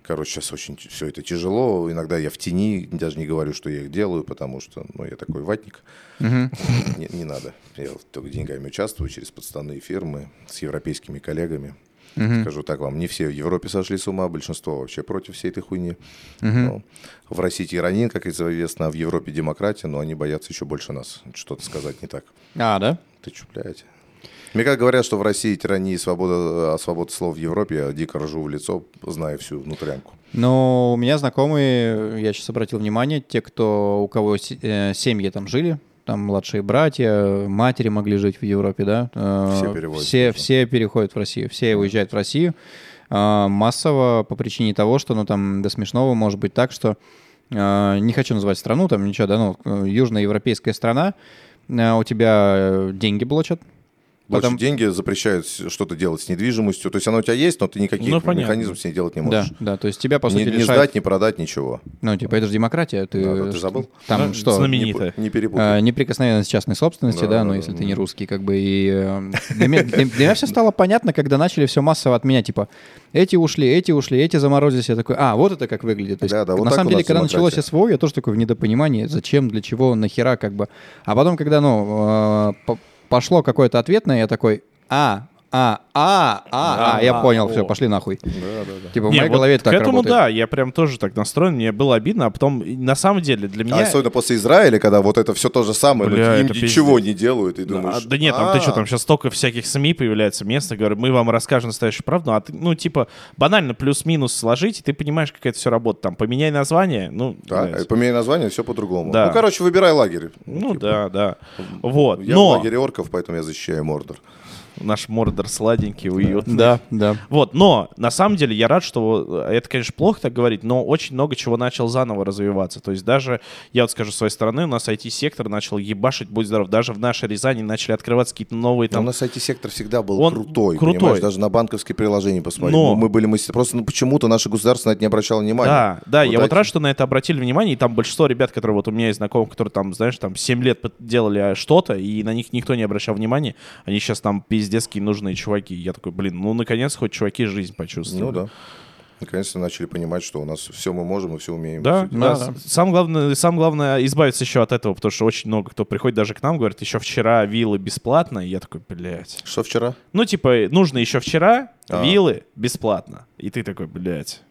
[SPEAKER 1] Короче, сейчас очень все это тяжело. Иногда я в тени, даже не говорю, что я их делаю, потому что ну, я такой ватник. Не, не надо. Я вот только деньгами участвую через подставные фирмы с европейскими коллегами. Скажу так вам, не все в Европе сошли с ума, большинство вообще против всей этой хуйни. Но в России тиранин, как известно, а в Европе демократия, но они боятся еще больше нас. Что-то сказать не так.
[SPEAKER 2] А, да?
[SPEAKER 1] Ты чё, блядь? Мне как говорят, что в России тирания и свобода, а свобода слов в Европе, я дико ржу в лицо, зная всю внутрянку.
[SPEAKER 2] Ну, у меня знакомые, я сейчас обратил внимание, те, кто, у кого се- э, семьи там жили, там младшие братья, матери могли жить в Европе, да? э,
[SPEAKER 1] Все переводят
[SPEAKER 2] Все,
[SPEAKER 1] просто.
[SPEAKER 2] все переходят в Россию, все уезжают в Россию а, массово по причине того, что, ну, там, до смешного может быть так, что, а, не хочу называть страну, там, ничего, да, ну, э, южноевропейская страна, а, у тебя э, деньги блочат,
[SPEAKER 1] Больше
[SPEAKER 2] Потом-
[SPEAKER 1] деньги запрещают с- что-то делать с недвижимостью. То есть оно у тебя есть, но ты никаких
[SPEAKER 3] Ну, понятно.
[SPEAKER 1] механизмов с ней делать не
[SPEAKER 2] да,
[SPEAKER 1] можешь.
[SPEAKER 2] да, то есть тебя, по
[SPEAKER 1] Не,
[SPEAKER 2] сути,
[SPEAKER 1] не
[SPEAKER 2] лишают-
[SPEAKER 1] сдать, не продать, ничего.
[SPEAKER 2] ну, типа, это же демократия, ты...
[SPEAKER 1] Да, да, ты забыл?
[SPEAKER 2] Там
[SPEAKER 3] Ну,
[SPEAKER 2] что?
[SPEAKER 3] знаменитый.
[SPEAKER 1] Не,
[SPEAKER 3] Именитое.
[SPEAKER 1] пу- не
[SPEAKER 2] А,
[SPEAKER 1] перепутай.
[SPEAKER 2] неприкосновенность частной собственности, да,
[SPEAKER 1] Да, да,
[SPEAKER 2] но
[SPEAKER 1] да,
[SPEAKER 2] если
[SPEAKER 1] да.
[SPEAKER 2] ты не русский, как бы и... э, Для меня, для- для меня все стало понятно, когда начали все массово отменять, типа, эти ушли, эти ушли, эти заморозились, я такой, а, вот это как выглядит. То есть,
[SPEAKER 1] Да, да, вот
[SPEAKER 2] на
[SPEAKER 1] так
[SPEAKER 2] самом
[SPEAKER 1] у
[SPEAKER 2] деле,
[SPEAKER 1] нас
[SPEAKER 2] когда началось
[SPEAKER 1] демократия.
[SPEAKER 2] СВО, я тоже такой в недопонимании, зачем, для чего, нахера, как бы. А потом, когда, ну, э, по- пошло какое-то ответное, я такой, а, а, а, а, а, я
[SPEAKER 3] а,
[SPEAKER 2] понял,
[SPEAKER 3] о.
[SPEAKER 2] все, пошли нахуй. Типа, в
[SPEAKER 3] Не,
[SPEAKER 2] моей
[SPEAKER 3] вот
[SPEAKER 2] голове это
[SPEAKER 3] к
[SPEAKER 2] так
[SPEAKER 3] этому
[SPEAKER 2] работает.
[SPEAKER 3] да, я прям тоже так настроен, мне было обидно, а потом, и на самом деле,
[SPEAKER 1] А
[SPEAKER 3] для меня...
[SPEAKER 1] особенно после Израиля, когда вот это все то же самое, но
[SPEAKER 3] Бля,
[SPEAKER 1] им
[SPEAKER 3] это
[SPEAKER 1] ничего не делают, и
[SPEAKER 3] Да,
[SPEAKER 1] думаешь...
[SPEAKER 3] А, да нет, там ты что,
[SPEAKER 1] «А,
[SPEAKER 3] там сейчас столько всяких СМИ появляется местных, говорю, мы вам расскажем настоящую правду, а ты, ну, типа, банально плюс-минус сложить, и ты понимаешь, как это все работает. Там, поменяй название, ну,
[SPEAKER 1] Да,
[SPEAKER 3] блядь.
[SPEAKER 1] и поменяй название, все по-другому.
[SPEAKER 3] Да.
[SPEAKER 1] Ну, короче, выбирай лагерь.
[SPEAKER 3] ну, да, да. Вот,
[SPEAKER 1] типа. Я в
[SPEAKER 3] но
[SPEAKER 1] лагере орков, поэтому я защищаю Мордор.
[SPEAKER 3] наш Мордор сладенький, уютный.
[SPEAKER 2] Да, да.
[SPEAKER 3] Вот, но на самом деле я рад, что э, это, конечно, плохо так говорить, но очень много чего начал заново развиваться. То есть даже, я вот скажу с своей стороны, у нас IT-сектор начал ебашить, будь здоров, даже в нашей Рязани начали открываться какие-то новые
[SPEAKER 1] У
[SPEAKER 3] там...
[SPEAKER 1] нас IT-сектор всегда был
[SPEAKER 3] Он
[SPEAKER 1] крутой,
[SPEAKER 3] крутой.
[SPEAKER 1] понимаешь, даже на банковские приложения посмотри.
[SPEAKER 3] Но-
[SPEAKER 1] Мы были мастер- Просто ну, почему-то наше государство на это не обращало внимания.
[SPEAKER 3] Да, да, я вот
[SPEAKER 1] эти-
[SPEAKER 3] рад, что на это обратили внимание, и там большинство ребят, которые вот у меня есть знакомых, которые там, знаешь, там 7 лет под- делали а, что-то, и на них никто не обращал внимания, они сейчас там пиздецкие нужные чуваки. Я такой, блин, ну наконец хоть чуваки жизнь почувствовали.
[SPEAKER 1] Ну да. Наконец-то начали понимать, что у нас все мы можем и все умеем.
[SPEAKER 3] Да,
[SPEAKER 1] Всё-
[SPEAKER 3] да,
[SPEAKER 2] да.
[SPEAKER 3] с- Сам главное, сам главное избавиться еще от этого, потому что очень много кто приходит даже к нам, говорит, еще вчера виллы бесплатно, и я такой, блядь.
[SPEAKER 1] Что вчера?
[SPEAKER 3] Ну, типа, нужно еще вчера,
[SPEAKER 1] А.
[SPEAKER 3] виллы бесплатно. И ты такой, блядь.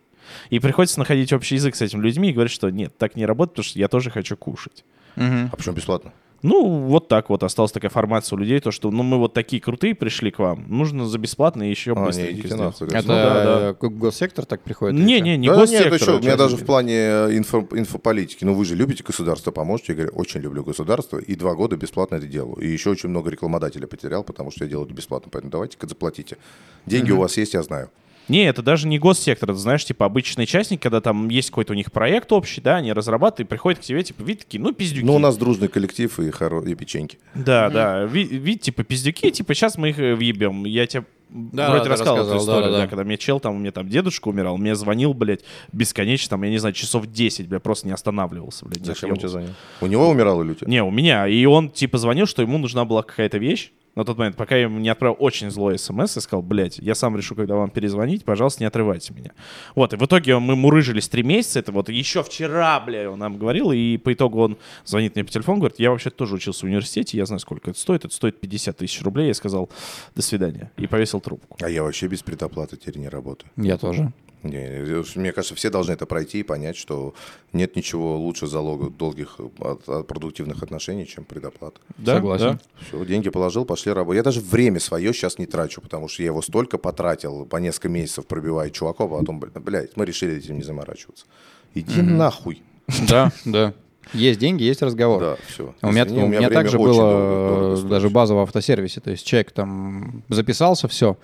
[SPEAKER 3] И приходится находить общий язык с этими людьми и говорить, что нет, так не работает, потому что я тоже хочу кушать.
[SPEAKER 2] Мгм.
[SPEAKER 1] А почему бесплатно?
[SPEAKER 3] Ну, вот так вот осталась такая формация у людей, то, что, ну, мы вот такие крутые пришли к вам, нужно за бесплатно еще
[SPEAKER 1] А, не,
[SPEAKER 3] быстренько
[SPEAKER 1] идите
[SPEAKER 3] сделать. Ну
[SPEAKER 1] нахуй, да.
[SPEAKER 2] Это
[SPEAKER 3] да,
[SPEAKER 2] э, госсектор так приходит? или
[SPEAKER 3] Не,
[SPEAKER 2] как?
[SPEAKER 3] не, не
[SPEAKER 1] Да,
[SPEAKER 3] госсектор.
[SPEAKER 1] нет, это что, у меня
[SPEAKER 3] частный
[SPEAKER 1] даже в
[SPEAKER 3] бизнес.
[SPEAKER 1] плане э, инфо- инфополитики. Ну, вы же любите государство, поможете? Я говорю, очень люблю государство, и два года бесплатно это делаю. И еще очень много рекламодателя потерял, потому что я делаю это бесплатно. Поэтому давайте-ка заплатите. Деньги у вас есть, я знаю.
[SPEAKER 3] Не, это даже не госсектор, это, знаешь, типа обычный частник, когда там есть какой-то у них проект общий, да, они разрабатывают, и приходят к тебе, типа, вид такие, ну, пиздюки.
[SPEAKER 1] Ну, у нас дружный коллектив и, хоро... и печеньки.
[SPEAKER 3] Да, да, ви- вид, типа, пиздюки, типа, сейчас мы их э, въебем. Я тебе
[SPEAKER 2] Да,
[SPEAKER 3] вроде
[SPEAKER 2] да, ты
[SPEAKER 3] рассказывал эту
[SPEAKER 2] рассказывал, да,
[SPEAKER 3] историю, да,
[SPEAKER 2] да, да.
[SPEAKER 3] когда мне чел там, у меня там дедушка умирал, мне звонил, блядь, бесконечно, там, я не знаю, часов 10, блядь, просто не останавливался, блядь.
[SPEAKER 1] Зачем он
[SPEAKER 3] он
[SPEAKER 1] тебя занял? У него умирал или у тебя?
[SPEAKER 3] Не, у меня. И он, типа, звонил, что ему нужна была какая-то вещь. На тот момент, пока я ему не отправил очень злой смс и сказал, блядь, я сам решу, когда вам перезвонить, пожалуйста, не отрывайте меня. Вот, и в итоге мы мурыжились три месяца, это вот еще вчера, бля, он нам говорил, и по итогу он звонит мне по телефону, говорит, я вообще тоже учился в университете, я знаю, сколько это стоит, это стоит 50 тысяч рублей, я сказал, до свидания, и повесил трубку.
[SPEAKER 1] А я вообще без предоплаты теперь не работаю.
[SPEAKER 2] Я тоже.
[SPEAKER 1] Не, мне кажется, все должны это пройти и понять, что нет ничего лучше залога долгих от- от продуктивных отношений, чем предоплата.
[SPEAKER 3] Да,
[SPEAKER 2] Согласен.
[SPEAKER 3] да.
[SPEAKER 1] Все, деньги положил, пошли работать. Я даже время свое сейчас не трачу, потому что я его столько потратил, по несколько месяцев пробивая чуваков, а потом, бля- блядь, мы решили этим не заморачиваться. Иди нахуй.
[SPEAKER 2] Да, да. Есть деньги, есть разговор.
[SPEAKER 1] Да, все.
[SPEAKER 2] А У меня, ну, у меня также было э, даже база в автосервисе. То есть человек там записался, все.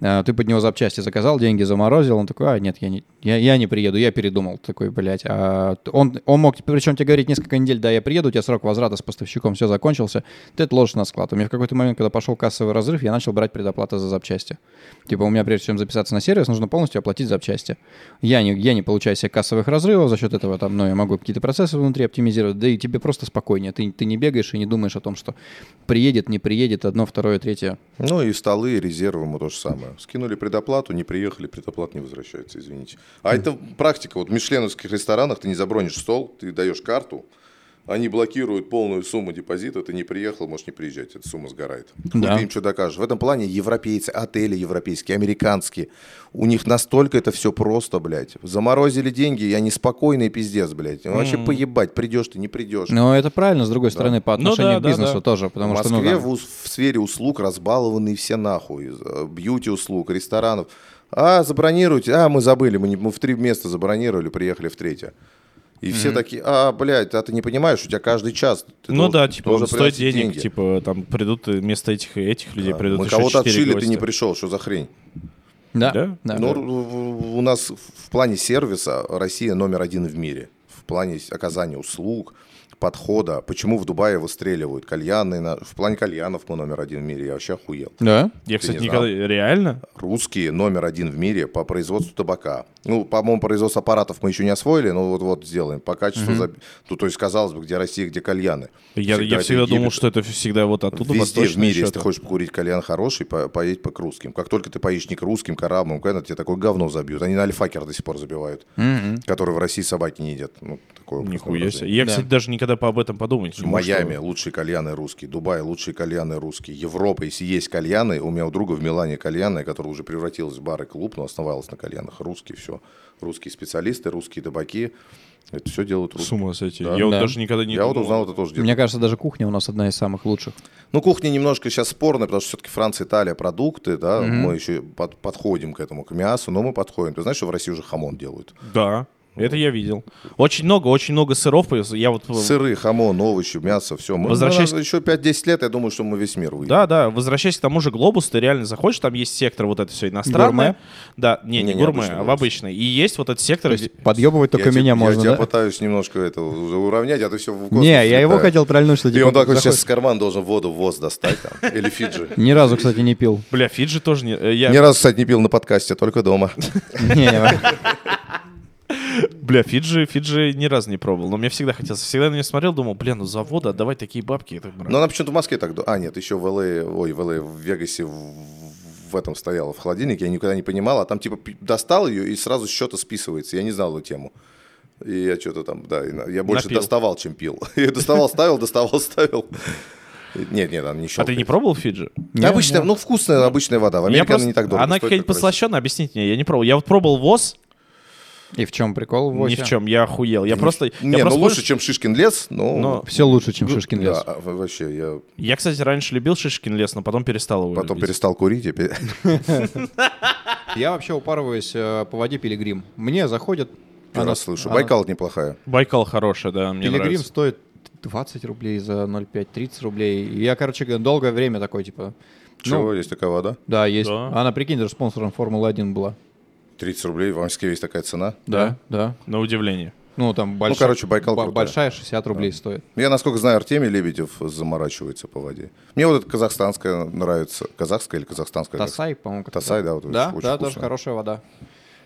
[SPEAKER 2] Ты под него запчасти заказал, деньги заморозил. Он такой, а, нет, я не, я, я не приеду, я передумал. Такой, блядь. А т- он, он мог, причем тебе говорить несколько недель, да, я приеду, у тебя срок возврата с поставщиком все закончился. Ты это ложишь на склад. У меня в какой-то момент, когда пошел кассовый разрыв, я начал брать предоплату за запчасти. Типа у меня прежде чем записаться на сервис, нужно полностью оплатить запчасти. Я не, я не получаю себе кассовых разрывов, за счет этого там, ну, я могу какие-то процессы внутри оптимизировать, да и тебе просто спокойнее. Ты, ты не бегаешь и не думаешь о том, что приедет, не приедет, одно, второе, третье.
[SPEAKER 1] Ну и столы, и резервы, мы то же самое. Скинули предоплату, не приехали, предоплат не возвращается, извините. А это практика. Вот в мишленовских ресторанах ты не забронишь стол, ты даешь карту, они блокируют полную сумму депозита, ты не приехал, можешь не приезжать, эта сумма сгорает. Хуй
[SPEAKER 2] Да.
[SPEAKER 1] ты им что докажешь. В этом плане европейцы, отели европейские, американские, у них настолько это все просто, блядь. Заморозили деньги, я неспокойный пиздец, блядь. Вообще поебать, придешь ты, не придешь.
[SPEAKER 2] Но это правильно, с другой стороны, по
[SPEAKER 3] Ну
[SPEAKER 2] отношению
[SPEAKER 3] да,
[SPEAKER 2] к
[SPEAKER 3] да,
[SPEAKER 2] бизнесу
[SPEAKER 3] да.
[SPEAKER 2] тоже, потому
[SPEAKER 1] в
[SPEAKER 2] что, ну,
[SPEAKER 1] Москве
[SPEAKER 2] там-
[SPEAKER 1] в, ус- в сфере услуг разбалованы все нахуй. Из, э, Бьюти-услуг, ресторанов. А, забронируйте. А, мы забыли, мы, не- мы в три места забронировали, приехали в третье. И все такие, а, блядь, а ты не понимаешь, у тебя каждый час... ты
[SPEAKER 3] ну
[SPEAKER 1] должен-
[SPEAKER 3] да, типа, он
[SPEAKER 1] должен
[SPEAKER 3] стоит
[SPEAKER 1] приносить
[SPEAKER 3] денег, типа, там придут и вместо этих и этих людей
[SPEAKER 1] Да.
[SPEAKER 3] придут
[SPEAKER 1] Мы
[SPEAKER 3] еще
[SPEAKER 1] кого-то
[SPEAKER 3] четыре
[SPEAKER 1] отшили, ты
[SPEAKER 3] гостя.
[SPEAKER 1] не пришел, что за хрень?
[SPEAKER 2] Да,
[SPEAKER 3] Да?
[SPEAKER 2] да.
[SPEAKER 1] Ну, у- у нас в плане сервиса Россия номер один в мире. В плане с- оказания услуг, подхода. Почему в Дубае выстреливают кальяны? на- В плане кальянов мы номер один в мире. Я вообще охуел.
[SPEAKER 2] Да?
[SPEAKER 1] Ты
[SPEAKER 3] Я, кстати,
[SPEAKER 1] не
[SPEAKER 3] никогда... Реально?
[SPEAKER 1] русские номер один в мире по производству табака. Ну, по-моему, производство аппаратов мы еще не освоили, но вот-вот сделаем. По качеству, заб- ну, то есть, казалось бы, где Россия, где кальяны.
[SPEAKER 3] Я всегда, я
[SPEAKER 1] это
[SPEAKER 3] всегда думал,
[SPEAKER 1] Египет.
[SPEAKER 3] что это всегда вот оттуда
[SPEAKER 1] Везде в
[SPEAKER 3] восточное
[SPEAKER 1] мире,
[SPEAKER 3] ещё
[SPEAKER 1] если ты
[SPEAKER 3] там.
[SPEAKER 1] хочешь покурить кальян хороший, по- поедь по к русским. Как только ты поедешь не к русским, к арабам, к этому, тебе такое говно забьют. Они на альфакер до сих пор забивают, который в России собаки не едят. Ну, такое образное
[SPEAKER 3] Нихуя себе.
[SPEAKER 1] выражение.
[SPEAKER 3] Я, кстати, даже никогда по об этом подумать. не мог, что-
[SPEAKER 1] Майами лучшие кальяны русские, Дубай лучшие кальяны русские, Европа, если есть кальяны, у меня у друга в Милане кальяны, которая уже превратилась в бар и клуб, но основалась на кальянах, русские все, русские специалисты, русские табаки, это все делают
[SPEAKER 3] С
[SPEAKER 1] русские.
[SPEAKER 3] ума сойти.
[SPEAKER 1] Да.
[SPEAKER 3] Я вот
[SPEAKER 2] Да.
[SPEAKER 3] даже никогда не
[SPEAKER 1] Я вот
[SPEAKER 3] думал.
[SPEAKER 1] узнал это тоже где-то.
[SPEAKER 2] Мне кажется, даже кухня у нас одна из самых лучших.
[SPEAKER 1] Ну, кухня немножко сейчас спорная, потому что все-таки Франция, Италия, продукты, да, мы еще под- подходим к этому, к мясу, но мы подходим. Ты знаешь, что в России уже хамон делают?
[SPEAKER 3] Да, это я видел. Очень много, очень много сыров. Я вот...
[SPEAKER 1] Сыры, хамон, овощи, мясо, все. Мы, ну,
[SPEAKER 3] Возвращаясь-
[SPEAKER 1] Еще 5-10 лет, я думаю, что мы весь мир выйдем.
[SPEAKER 3] Да, да, возвращаясь к тому же глобус, ты реально заходишь, там есть сектор вот это все иностранное.
[SPEAKER 2] Гурме?
[SPEAKER 3] Да, не, не,
[SPEAKER 1] Не-не,
[SPEAKER 3] гурме,
[SPEAKER 1] обычный
[SPEAKER 3] а в
[SPEAKER 1] Глобус.
[SPEAKER 3] обычный. И есть вот этот сектор,
[SPEAKER 2] То
[SPEAKER 3] где-
[SPEAKER 2] есть подъебывать только
[SPEAKER 1] я те-
[SPEAKER 2] меня
[SPEAKER 1] я
[SPEAKER 2] можно,
[SPEAKER 1] тебя
[SPEAKER 2] да?
[SPEAKER 1] пытаюсь немножко это уже уравнять, а ты все в космос
[SPEAKER 2] Не, я его
[SPEAKER 1] летаешь.
[SPEAKER 2] хотел провернуть, что
[SPEAKER 1] И
[SPEAKER 2] типа,
[SPEAKER 1] он такой
[SPEAKER 2] заходишь-
[SPEAKER 1] сейчас с кармана должен воду в ВОЗ достать там, или Фиджи.
[SPEAKER 2] Ни разу, кстати, не пил.
[SPEAKER 3] Бля, Фиджи тоже не... э, Я...
[SPEAKER 1] Ни разу, кстати, не пил на подкасте, а только дома.
[SPEAKER 2] Не,
[SPEAKER 3] Бля, Фиджи, Фиджи ни разу не пробовал. Но мне всегда хотелось. Всегда на нее смотрел, думал, бля, ну завода отдавать такие бабки. Это, мразь.
[SPEAKER 1] Но она почему-то в Москве так... ду- А, нет, еще в Л.А., ой, в Л.А., в Вегасе в в этом стояла, в холодильнике, я никогда не понимал, а там типа пи- достал ее и сразу с счета списывается, я не знал эту тему. И я что-то там, да, и на- я больше
[SPEAKER 3] Напил.
[SPEAKER 1] доставал, чем пил. Я доставал, ставил, доставал, ставил. Нет, нет, она не
[SPEAKER 3] а ты
[SPEAKER 1] щелкает.
[SPEAKER 3] не пробовал Фиджи?
[SPEAKER 1] Да, обычная, ну, вкусная обычная вода. В
[SPEAKER 3] Я
[SPEAKER 1] Америке она
[SPEAKER 3] просто-
[SPEAKER 1] не так дорого
[SPEAKER 3] Она
[SPEAKER 1] стоит,
[SPEAKER 3] какая-нибудь
[SPEAKER 1] как в России.
[SPEAKER 3] подслащенная, объясните мне, я не пробовал. Я вот пробовал ВОЗ,
[SPEAKER 2] И в чем прикол?
[SPEAKER 3] ни в чем, я охуел. Я просто...
[SPEAKER 1] Не, ну
[SPEAKER 3] я просто
[SPEAKER 1] лучше,
[SPEAKER 3] помню,
[SPEAKER 1] чем Шишкин лес, но...
[SPEAKER 3] но-
[SPEAKER 2] Все лучше, чем Шишкин
[SPEAKER 1] Да,
[SPEAKER 2] лес.
[SPEAKER 1] а, во- вообще, я
[SPEAKER 3] Я, кстати, раньше любил Шишкин лес, но потом перестал его
[SPEAKER 1] потом
[SPEAKER 3] любить.
[SPEAKER 1] перестал курить. я пе-
[SPEAKER 2] Я вообще упарываюсь э, по воде Пилигрим. Мне заходит...
[SPEAKER 1] Первый
[SPEAKER 2] она-
[SPEAKER 1] раз слышу.
[SPEAKER 2] она-
[SPEAKER 1] Байкал неплохая.
[SPEAKER 3] Байкал хороший, да, мне
[SPEAKER 2] Пилигрим
[SPEAKER 3] нравится.
[SPEAKER 2] стоит 20 рублей за 0,5, 30 рублей. И я, короче, говоря, долгое время такой, типа... ну,
[SPEAKER 1] Чего, есть такая вода?
[SPEAKER 2] да, есть.
[SPEAKER 3] Да.
[SPEAKER 2] Она, прикинь, даже спонсором Формулы-1 была.
[SPEAKER 1] 30 рублей, в Омске есть такая цена.
[SPEAKER 2] Да, да.
[SPEAKER 3] На удивление.
[SPEAKER 2] Ну, там большая...
[SPEAKER 1] короче, Байкал крутая.
[SPEAKER 2] Большая 60 рублей стоит.
[SPEAKER 1] Я, насколько знаю, Артемий Лебедев заморачивается по воде. Мне вот эта казахстанская нравится. Казахская или казахстанская? как-
[SPEAKER 2] Тасай, по-моему. как-то.
[SPEAKER 1] Тасай, да, вот
[SPEAKER 2] Да,
[SPEAKER 1] очень
[SPEAKER 2] да,
[SPEAKER 1] вкусно.
[SPEAKER 2] тоже хорошая вода.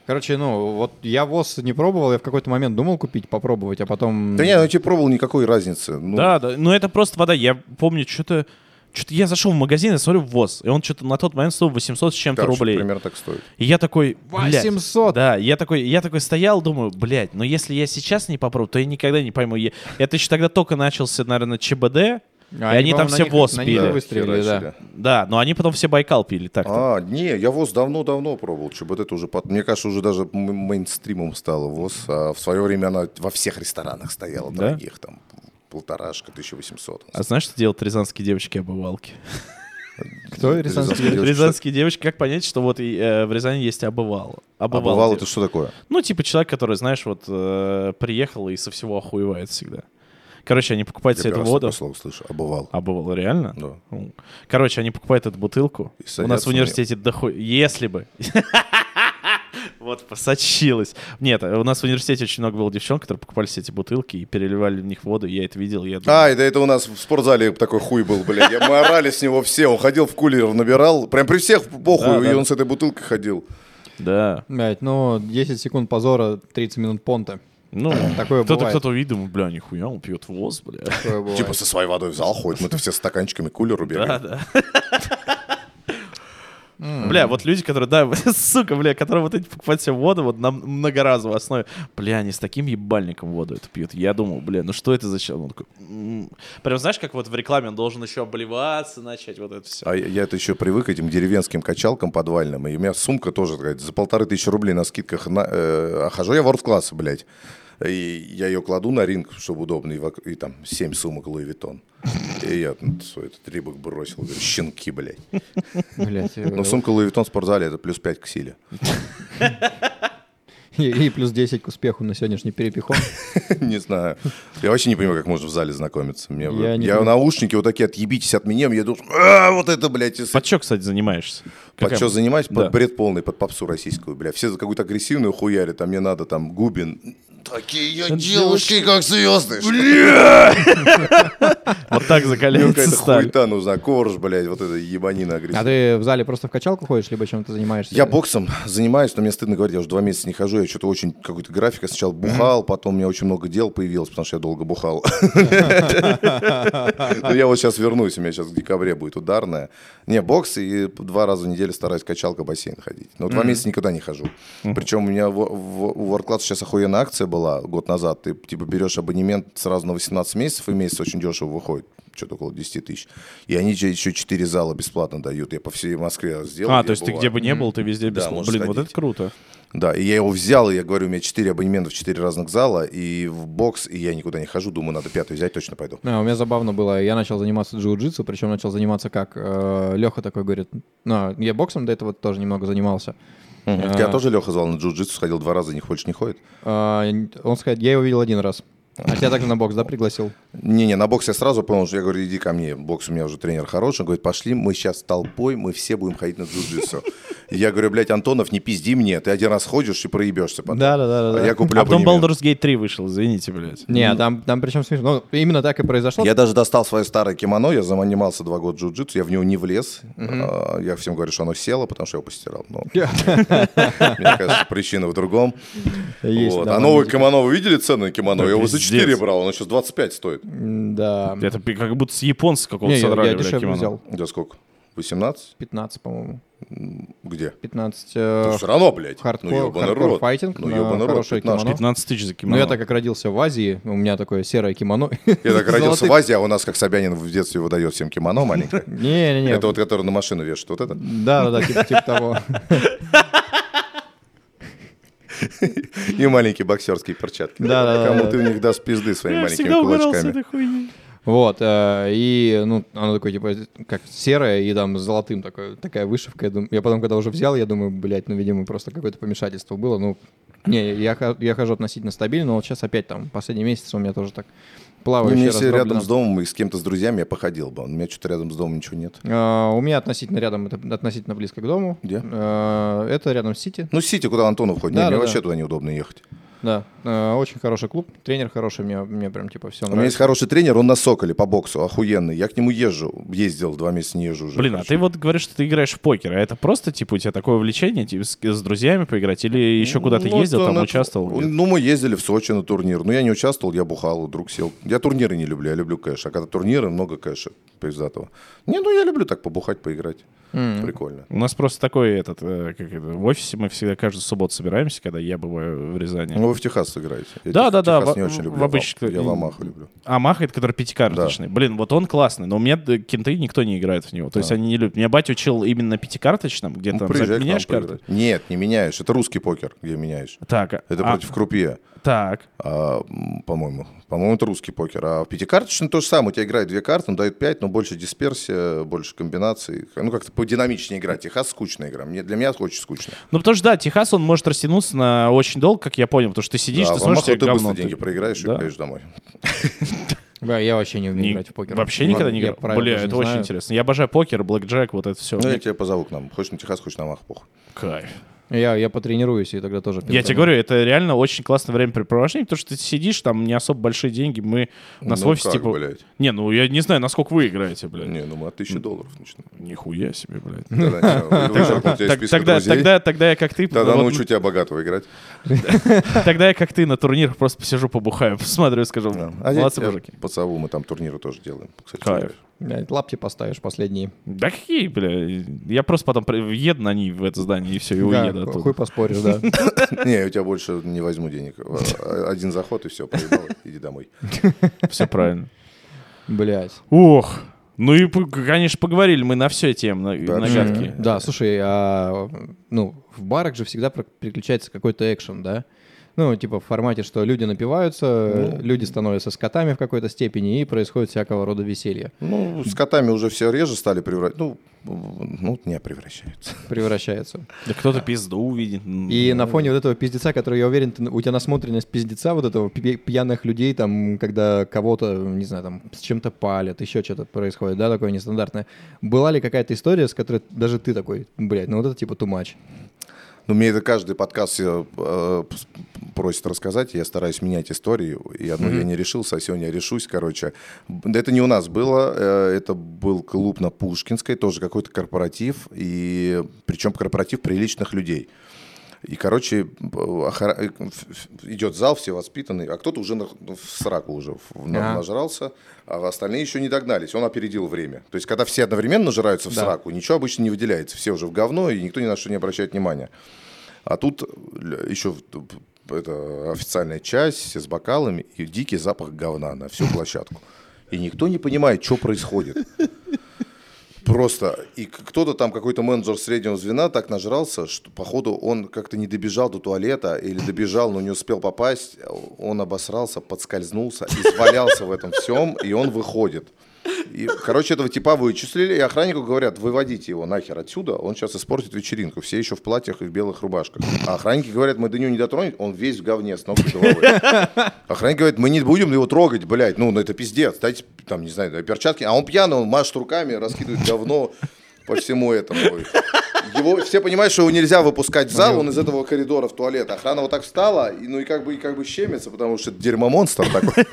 [SPEAKER 2] Короче, ну, вот я ВОЗ не пробовал, я в какой-то момент думал купить, попробовать, а потом...
[SPEAKER 1] Да не, ну я тебе пробовал, никакой разницы. Ну,
[SPEAKER 3] Да, да. Но это просто вода. Я помню, что-то... Что-то я зашел в магазин и смотрю ВОЗ. И он что-то на тот момент стоил 800 с чем-то
[SPEAKER 1] там что-то
[SPEAKER 3] рублей.
[SPEAKER 1] примерно так стоит.
[SPEAKER 3] И я такой, блядь.
[SPEAKER 2] 800.
[SPEAKER 3] Да, я такой, я такой стоял, думаю, блядь, но если я сейчас не попробую, то я никогда не пойму. Я- Это еще тогда только начался, наверное, ЧБД, и
[SPEAKER 2] А
[SPEAKER 3] они
[SPEAKER 2] по-моему, на
[SPEAKER 3] там все
[SPEAKER 2] них-
[SPEAKER 3] ВОЗ
[SPEAKER 2] на них
[SPEAKER 3] пили.
[SPEAKER 2] вы- Выстрелили, да.
[SPEAKER 1] херачили.
[SPEAKER 3] Да, но они потом все Байкал пили так-то.
[SPEAKER 1] А, не, я ВОЗ давно-давно пробовал. ЧБД это уже, под- мне кажется, уже даже м- мейнстримом стала ВОЗ. А в свое время она во всех ресторанах стояла,
[SPEAKER 3] Да?
[SPEAKER 1] дорогих, там, полторашка, 1800.
[SPEAKER 3] А знаешь, что делают рязанские девочки-обывалки?
[SPEAKER 2] Кто
[SPEAKER 1] Рязанские
[SPEAKER 2] рязанский?
[SPEAKER 1] девочки,
[SPEAKER 3] Рязанские девочки, как понять, что вот и, э, в Рязани есть обывал?
[SPEAKER 1] А
[SPEAKER 3] Обывал.
[SPEAKER 1] бывало
[SPEAKER 3] дед-
[SPEAKER 1] это что такое?
[SPEAKER 3] Ну, типа человек, который, знаешь, вот э, приехал и со всего охуевает всегда. Короче, они покупают
[SPEAKER 1] Я
[SPEAKER 3] себе эту
[SPEAKER 1] первый раз
[SPEAKER 3] воду.
[SPEAKER 1] такое слово слышу. А бывало.
[SPEAKER 3] А бывало реально?
[SPEAKER 1] Да.
[SPEAKER 3] Ну, Короче, они покупают эту бутылку.
[SPEAKER 1] И
[SPEAKER 3] У
[SPEAKER 1] садятся
[SPEAKER 3] нас в
[SPEAKER 1] на
[SPEAKER 3] университете дохуй... Если бы. Вот, посочилось. Нет, у нас в университете очень много было девчонок, которые покупали все эти бутылки и переливали в них воду. Я это видел. Я думаю,
[SPEAKER 1] А, это, это у нас в спортзале такой хуй был, блядь. Я- Мы орали с него все. Он ходил в кулер, набирал. Прям при всех похуй,
[SPEAKER 3] Да,
[SPEAKER 1] и
[SPEAKER 3] да.
[SPEAKER 1] он с этой бутылкой ходил.
[SPEAKER 3] Да.
[SPEAKER 2] Блять, ну, 10 секунд позора, 30 минут понта.
[SPEAKER 3] Ну,
[SPEAKER 2] Такое
[SPEAKER 3] кто-то
[SPEAKER 2] бывает.
[SPEAKER 3] кто-то увидел, думаю, бля, нихуя, он пьет воз, бля.
[SPEAKER 2] Такое бывает.
[SPEAKER 1] Типа со своей водой в зал ходит. Мы-то все стаканчиками кулеру
[SPEAKER 3] Да,
[SPEAKER 1] бегаем.
[SPEAKER 3] да. Бля, вот люди, которые, да, сука, бля, которые вот эти покупают себе воду вот на многоразовой основе. Бля, они с таким ебальником воду это пьют. Я думал, бля, ну что это за человек? Он такой, «М». Прям знаешь, как вот в рекламе он должен еще обливаться, начать вот это все.
[SPEAKER 1] А я- я-то еще привык к этим деревенским качалкам подвальным. И у меня сумка тоже, сказать, за полторы тысячи рублей на скидках. на- э, а хожу я в класс блядь. И я ее кладу на ринг, чтобы удобно. И, вок- и там семь сумок Луи Виттон. И я там свой этот рибок бросил. Говорю, щенки, блядь.
[SPEAKER 2] Блядь,
[SPEAKER 1] Но
[SPEAKER 2] э,
[SPEAKER 1] сумка Луи Виттон Ну, в спортзале это плюс 5 к силе.
[SPEAKER 2] и и плюс 10 к успеху на сегодняшний перепихон.
[SPEAKER 1] Не знаю. Я вообще не понимаю, как можно в зале знакомиться. Мне вот-
[SPEAKER 2] Я
[SPEAKER 1] я
[SPEAKER 2] не понимаю.
[SPEAKER 1] наушники вот такие отъебитесь от меня, я думаю, «А, вот это, блядь, если...
[SPEAKER 3] Под чё, кстати, занимаешься?
[SPEAKER 1] Под
[SPEAKER 3] Какая-
[SPEAKER 1] что занимаюсь? Под
[SPEAKER 3] Да.
[SPEAKER 1] бред полный, под попсу российскую, бля. Все за какую-то агрессивную хуяри, там мне надо, там, Губин. Такие я девушки, как звезды.
[SPEAKER 3] Вот так закаляется
[SPEAKER 1] Какая-то
[SPEAKER 3] сталь.
[SPEAKER 1] хуета нужна, корж, блядь, вот это ебанина
[SPEAKER 2] А
[SPEAKER 1] агрессивная.
[SPEAKER 2] ты в зале просто в качалку ходишь, либо чем ты занимаешься?
[SPEAKER 1] Я боксом занимаюсь, но мне стыдно говорить, я уже два месяца не хожу, я что-то очень какой-то график, я сначала бухал, потом у меня очень много дел появилось, потому что я долго бухал. Ну, я вот сейчас вернусь, у меня сейчас в декабре будет ударная. Не, бокс, и два раза в неделю стараюсь качалка, бассейн ходить. Но вот два месяца никуда не хожу. Причем у меня в- в- у Warclass сейчас охуенная акция была год назад. Ты, типа, берешь абонемент сразу на 18 месяцев, и месяц очень дешево выходит. Что-то около 10 тысяч. И они тебе еще 4 зала бесплатно дают. Я по всей Москве сделал.
[SPEAKER 3] А,
[SPEAKER 1] где
[SPEAKER 3] то есть ты
[SPEAKER 1] бываю.
[SPEAKER 3] где бы не был, ты везде без...
[SPEAKER 1] можешь
[SPEAKER 3] Блин, вот
[SPEAKER 1] сходить.
[SPEAKER 3] это круто.
[SPEAKER 1] Да, и я его взял, и я говорю, у меня 4 абонемента в 4 разных зала, и в бокс, и я никуда не хожу, думаю, надо пятую взять, точно пойду.
[SPEAKER 2] А, у меня забавно было, я начал заниматься джиу-джитсу, причем начал заниматься как? Леха такой говорит, ну, я боксом до этого тоже немного занимался.
[SPEAKER 1] Тебя тоже Леха звал на джиу-джитсу, сходил два раза, не хочешь, не ходит.
[SPEAKER 2] А, он сказал, я его видел один раз. А тебя также на бокс, да, пригласил?
[SPEAKER 1] Не-не, на бокс я сразу понял, что я говорю, иди ко мне, бокс у меня уже тренер хороший, он говорит, пошли, мы сейчас толпой, мы все будем ходить на джиу-джитсу. И Я говорю, блядь, Антонов, не пизди мне, ты один раз ходишь и проебешься потом.
[SPEAKER 2] да,
[SPEAKER 1] А Я куплю
[SPEAKER 3] А потом
[SPEAKER 1] абонемент.
[SPEAKER 3] Baldur's Gate 3 вышел, извините, блядь.
[SPEAKER 2] Не, там, там причем смешно. Ну, именно так и произошло.
[SPEAKER 1] Я даже достал свое старое кимоно, я занимался два года джиу-джитсу, я в него не влез. А, Я всем говорю, что оно село, потому что я его постирал. Но, мне кажется, причина в другом.
[SPEAKER 2] Есть,
[SPEAKER 1] Вот.
[SPEAKER 2] да,
[SPEAKER 1] А
[SPEAKER 2] там
[SPEAKER 1] новое
[SPEAKER 2] есть.
[SPEAKER 1] кимоно, вы видели цены на кимоно?
[SPEAKER 3] Да
[SPEAKER 1] я его за
[SPEAKER 3] пиздец.
[SPEAKER 1] 4 брал, оно сейчас 25 стоит.
[SPEAKER 2] М, Да.
[SPEAKER 3] Это пи- как будто с японца какого-то
[SPEAKER 2] Не, я,
[SPEAKER 3] содрали,
[SPEAKER 2] я
[SPEAKER 3] бля,
[SPEAKER 2] дешевле
[SPEAKER 3] кимоно.
[SPEAKER 2] взял.
[SPEAKER 1] Да сколько? 18?
[SPEAKER 2] 15, по-моему.
[SPEAKER 1] Где?
[SPEAKER 2] 15.
[SPEAKER 1] Ну,
[SPEAKER 2] э,
[SPEAKER 1] все равно, блядь.
[SPEAKER 2] хардкор-
[SPEAKER 1] ну, ебаный
[SPEAKER 2] хардкор
[SPEAKER 1] рот.
[SPEAKER 2] файтинг
[SPEAKER 1] ну,
[SPEAKER 2] на
[SPEAKER 1] ебаный рот,
[SPEAKER 2] хорошее
[SPEAKER 1] 15.
[SPEAKER 2] кимоно.
[SPEAKER 3] 15 тысяч за кимоно.
[SPEAKER 2] Ну, я так как родился в Азии, у меня такое серое кимоно.
[SPEAKER 1] Я так родился
[SPEAKER 2] Золотых-
[SPEAKER 1] в Азии, а у нас, как Собянин, в детстве выдает всем кимоно маленькое.
[SPEAKER 2] Не-не-не.
[SPEAKER 1] Это вот, который на машину вешает, вот это.
[SPEAKER 2] Да, да, да, типа, типа того.
[SPEAKER 1] И маленькие боксерские перчатки.
[SPEAKER 2] Да, да, да,
[SPEAKER 1] Кому
[SPEAKER 2] да.
[SPEAKER 1] ты у них дашь пизды своими маленькими кулачками.
[SPEAKER 2] Вот, э, и, ну, оно такое, типа, как серое, и там с золотым такое, такая вышивка. Я, дум- я потом, когда уже взял, я думаю, блядь, ну, видимо, просто какое-то помешательство было. Ну, не, я, хо- я хожу относительно стабильно, но вот сейчас опять там, последний месяц у меня тоже так
[SPEAKER 1] Ну,
[SPEAKER 2] плавающая,
[SPEAKER 1] мне если рядом
[SPEAKER 2] раздроблена.
[SPEAKER 1] с домом и с кем-то с друзьями я походил бы. У меня что-то рядом с домом ничего нет.
[SPEAKER 2] А, У меня относительно рядом, это относительно близко к дому.
[SPEAKER 1] Где?
[SPEAKER 2] А, Это рядом с Сити.
[SPEAKER 1] Ну, Сити, куда Антонов ходит. Не,
[SPEAKER 2] Да,
[SPEAKER 1] мне
[SPEAKER 2] да,
[SPEAKER 1] вообще
[SPEAKER 2] да.
[SPEAKER 1] туда неудобно ехать.
[SPEAKER 2] Да, э, очень хороший клуб, тренер хороший, мне, мне прям типа все
[SPEAKER 1] У меня есть
[SPEAKER 2] нравится.
[SPEAKER 1] хороший тренер, он на Соколе по боксу, охуенный. Я к нему езжу, ездил, два месяца не езжу уже.
[SPEAKER 3] Блин, а ты вот говоришь, что ты играешь в покер, а это просто, типа, у тебя такое увлечение, типа, с, с друзьями поиграть, или еще куда-то
[SPEAKER 1] Ну,
[SPEAKER 3] ездил,
[SPEAKER 1] то
[SPEAKER 3] там
[SPEAKER 1] на-
[SPEAKER 3] участвовал? где-то?
[SPEAKER 1] Ну, мы ездили в Сочи на турнир. Ну, я не участвовал, я бухал, друг сел. Я турниры не люблю, я люблю кэш. А когда турниры, много кэша пиздатого. Не, ну, я люблю так побухать, поиграть. Прикольно.
[SPEAKER 3] У нас просто такой этот, э, как это, в офисе мы всегда каждую субботу собираемся, когда я бываю в Рязани.
[SPEAKER 1] Ну, вы в Техас играете. Я
[SPEAKER 3] Да,
[SPEAKER 1] Тех-
[SPEAKER 3] да, да,
[SPEAKER 1] Техас
[SPEAKER 3] в-
[SPEAKER 1] не очень
[SPEAKER 3] в
[SPEAKER 1] люблю.
[SPEAKER 3] обычных-
[SPEAKER 1] Я в Амаху люблю.
[SPEAKER 3] А махает, который пятикарточный. Блин, вот он классный, но у меня э, кенты никто не играет в него. То есть они не любят. Меня батя учил именно на пятикарточном, где
[SPEAKER 1] Ну,
[SPEAKER 3] там
[SPEAKER 1] приезжай к нам
[SPEAKER 3] меняешь карты.
[SPEAKER 1] поиграть. Нет, не меняешь. Это русский покер, где меняешь.
[SPEAKER 3] Так, а-
[SPEAKER 1] Это
[SPEAKER 3] а,
[SPEAKER 1] против крупье,
[SPEAKER 3] Так.
[SPEAKER 1] а, м, по-моему. По-моему, это русский покер. А в пятикарточном то же самое. У тебя играет две карты, он дает пять, но больше дисперсия, больше комбинаций. Ну, как-то подинамичнее играть. Техас скучная игра. Мне, для меня очень скучно.
[SPEAKER 3] Ну, потому что, да, Техас, он может растянуться на очень долго, как я понял, потому что ты сидишь,
[SPEAKER 1] Да,
[SPEAKER 3] ты
[SPEAKER 1] в
[SPEAKER 3] смотришь,
[SPEAKER 1] Амаху
[SPEAKER 3] тебе
[SPEAKER 1] ты
[SPEAKER 3] говно.
[SPEAKER 1] быстро деньги проиграешь
[SPEAKER 3] Да. Ну,
[SPEAKER 1] и поедешь домой.
[SPEAKER 2] Да, я вообще не умею
[SPEAKER 3] Не-
[SPEAKER 2] играть в покер.
[SPEAKER 3] Вообще никогда не
[SPEAKER 2] Я
[SPEAKER 3] играл.
[SPEAKER 2] правил
[SPEAKER 3] Бля,
[SPEAKER 2] даже не
[SPEAKER 3] это очень
[SPEAKER 2] знаю.
[SPEAKER 3] интересно. Я обожаю покер, блэкджек, вот это все.
[SPEAKER 1] Ну, я тебя позову к нам. Хочешь на Техас, хочешь на Амаху, похуй.
[SPEAKER 3] Кайф.
[SPEAKER 2] Я, я потренируюсь, и тогда тоже.
[SPEAKER 3] Я тебе говорю, это реально очень классное времяпрепровождение, потому что ты сидишь, там не особо большие деньги. Мы у нас
[SPEAKER 1] Ну
[SPEAKER 3] в офисе,
[SPEAKER 1] как,
[SPEAKER 3] типа...
[SPEAKER 1] блядь?
[SPEAKER 3] Не, ну я не знаю, насколько вы играете, блядь.
[SPEAKER 1] Не, ну мы от тысячи долларов начинаем.
[SPEAKER 3] Нихуя себе, блядь.
[SPEAKER 1] Да-да, не, ну, вычеркну тебя из
[SPEAKER 3] Так-
[SPEAKER 1] списка
[SPEAKER 3] Тогда,
[SPEAKER 1] друзей.
[SPEAKER 3] тогда, тогда я как ты,
[SPEAKER 1] Тогда
[SPEAKER 3] вот,
[SPEAKER 1] научу тебя богатого играть.
[SPEAKER 3] тогда я как ты на турнирах просто посижу, побухаю, посмотрю и скажу,
[SPEAKER 1] А я
[SPEAKER 3] молодцы,
[SPEAKER 1] тебя
[SPEAKER 3] мужики.
[SPEAKER 1] Позову, мы там турниры тоже делаем. Кстати,
[SPEAKER 3] Кайф.
[SPEAKER 2] Блядь, лапти поставишь последние.
[SPEAKER 3] Да какие, бля, я просто потом при- въеду на ней в это здание и все, и
[SPEAKER 2] Да,
[SPEAKER 3] уеду оттуда.
[SPEAKER 2] хуй поспоришь, да.
[SPEAKER 1] Не, я у тебя больше не возьму денег. А, Один заход и все, поебал, иди домой.
[SPEAKER 3] Все правильно.
[SPEAKER 2] Блять.
[SPEAKER 3] Ох, ну и, п- конечно, поговорили мы на все темы, на,
[SPEAKER 1] Да,
[SPEAKER 3] нагадки.
[SPEAKER 2] Да, слушай, а, ну, в барах же всегда про- переключается какой-то экшен, да? Ну, типа в формате, что люди напиваются,
[SPEAKER 3] Ну.
[SPEAKER 2] люди становятся скотами в какой-то степени, и происходит всякого рода веселье.
[SPEAKER 1] Ну, с котами уже все реже стали превращать. Ну, ну, не превращаются.
[SPEAKER 2] Превращается.
[SPEAKER 3] Да кто-то пизду увидит. м.
[SPEAKER 2] И на фоне вот этого пиздеца, который, я уверен, ты- у тебя насмотренность пиздеца, вот этого пи- пьяных людей, там, когда кого-то, не знаю, там, с чем-то палят, еще что-то происходит, да, такое нестандартное. Была ли какая-то история, с которой даже ты такой, блядь, ну вот это типа тумач.
[SPEAKER 1] Ну, мне это каждый подкаст э, э, пс- просит рассказать, и я стараюсь менять истории. И одну я не решился, а сегодня я решусь, короче. Да Это не у нас было, э, это был клуб на Пушкинской, тоже какой-то корпоратив, и причем корпоратив приличных людей. И, короче, б- охра- э, ф- ф- идет зал, все воспитанные, а кто-то уже нах- ну, в сраку уже в- на- нажрался, а остальные еще не догнались. Он опередил время. То есть, когда все одновременно жраются в сраку, ничего обычно не выделяется. Все уже в говно, и никто ни на что не обращает внимания. А тут ля, еще в- п- п- это официальная часть, все с бокалами, и дикий запах говна на всю площадку. И никто не понимает, что происходит. Просто. И к- кто-то там, какой-то менеджер среднего звена так нажрался, что, походу, он как-то не добежал до туалета или добежал, но не успел попасть. Он обосрался, подскользнулся, извалялся в этом всем, и он выходит. И, короче, этого типа вычислили, и охраннику говорят, выводите его нахер отсюда, он сейчас испортит вечеринку. Все еще в платьях и в белых рубашках. А охранники говорят, мы до него не дотронем, он весь в говне с ног до головы. Охранник А говорит, мы не будем его трогать, блядь, ну, ну это пиздец, дайте, там, не знаю, перчатки. А он пьяный, он машет руками, раскидывает говно по всему этому. Его, все понимают, что его нельзя выпускать в зал, он из этого коридора в туалет. Охрана вот так встала, и, ну и как бы, и как бы щемится, потому что это дерьмо-монстр такой.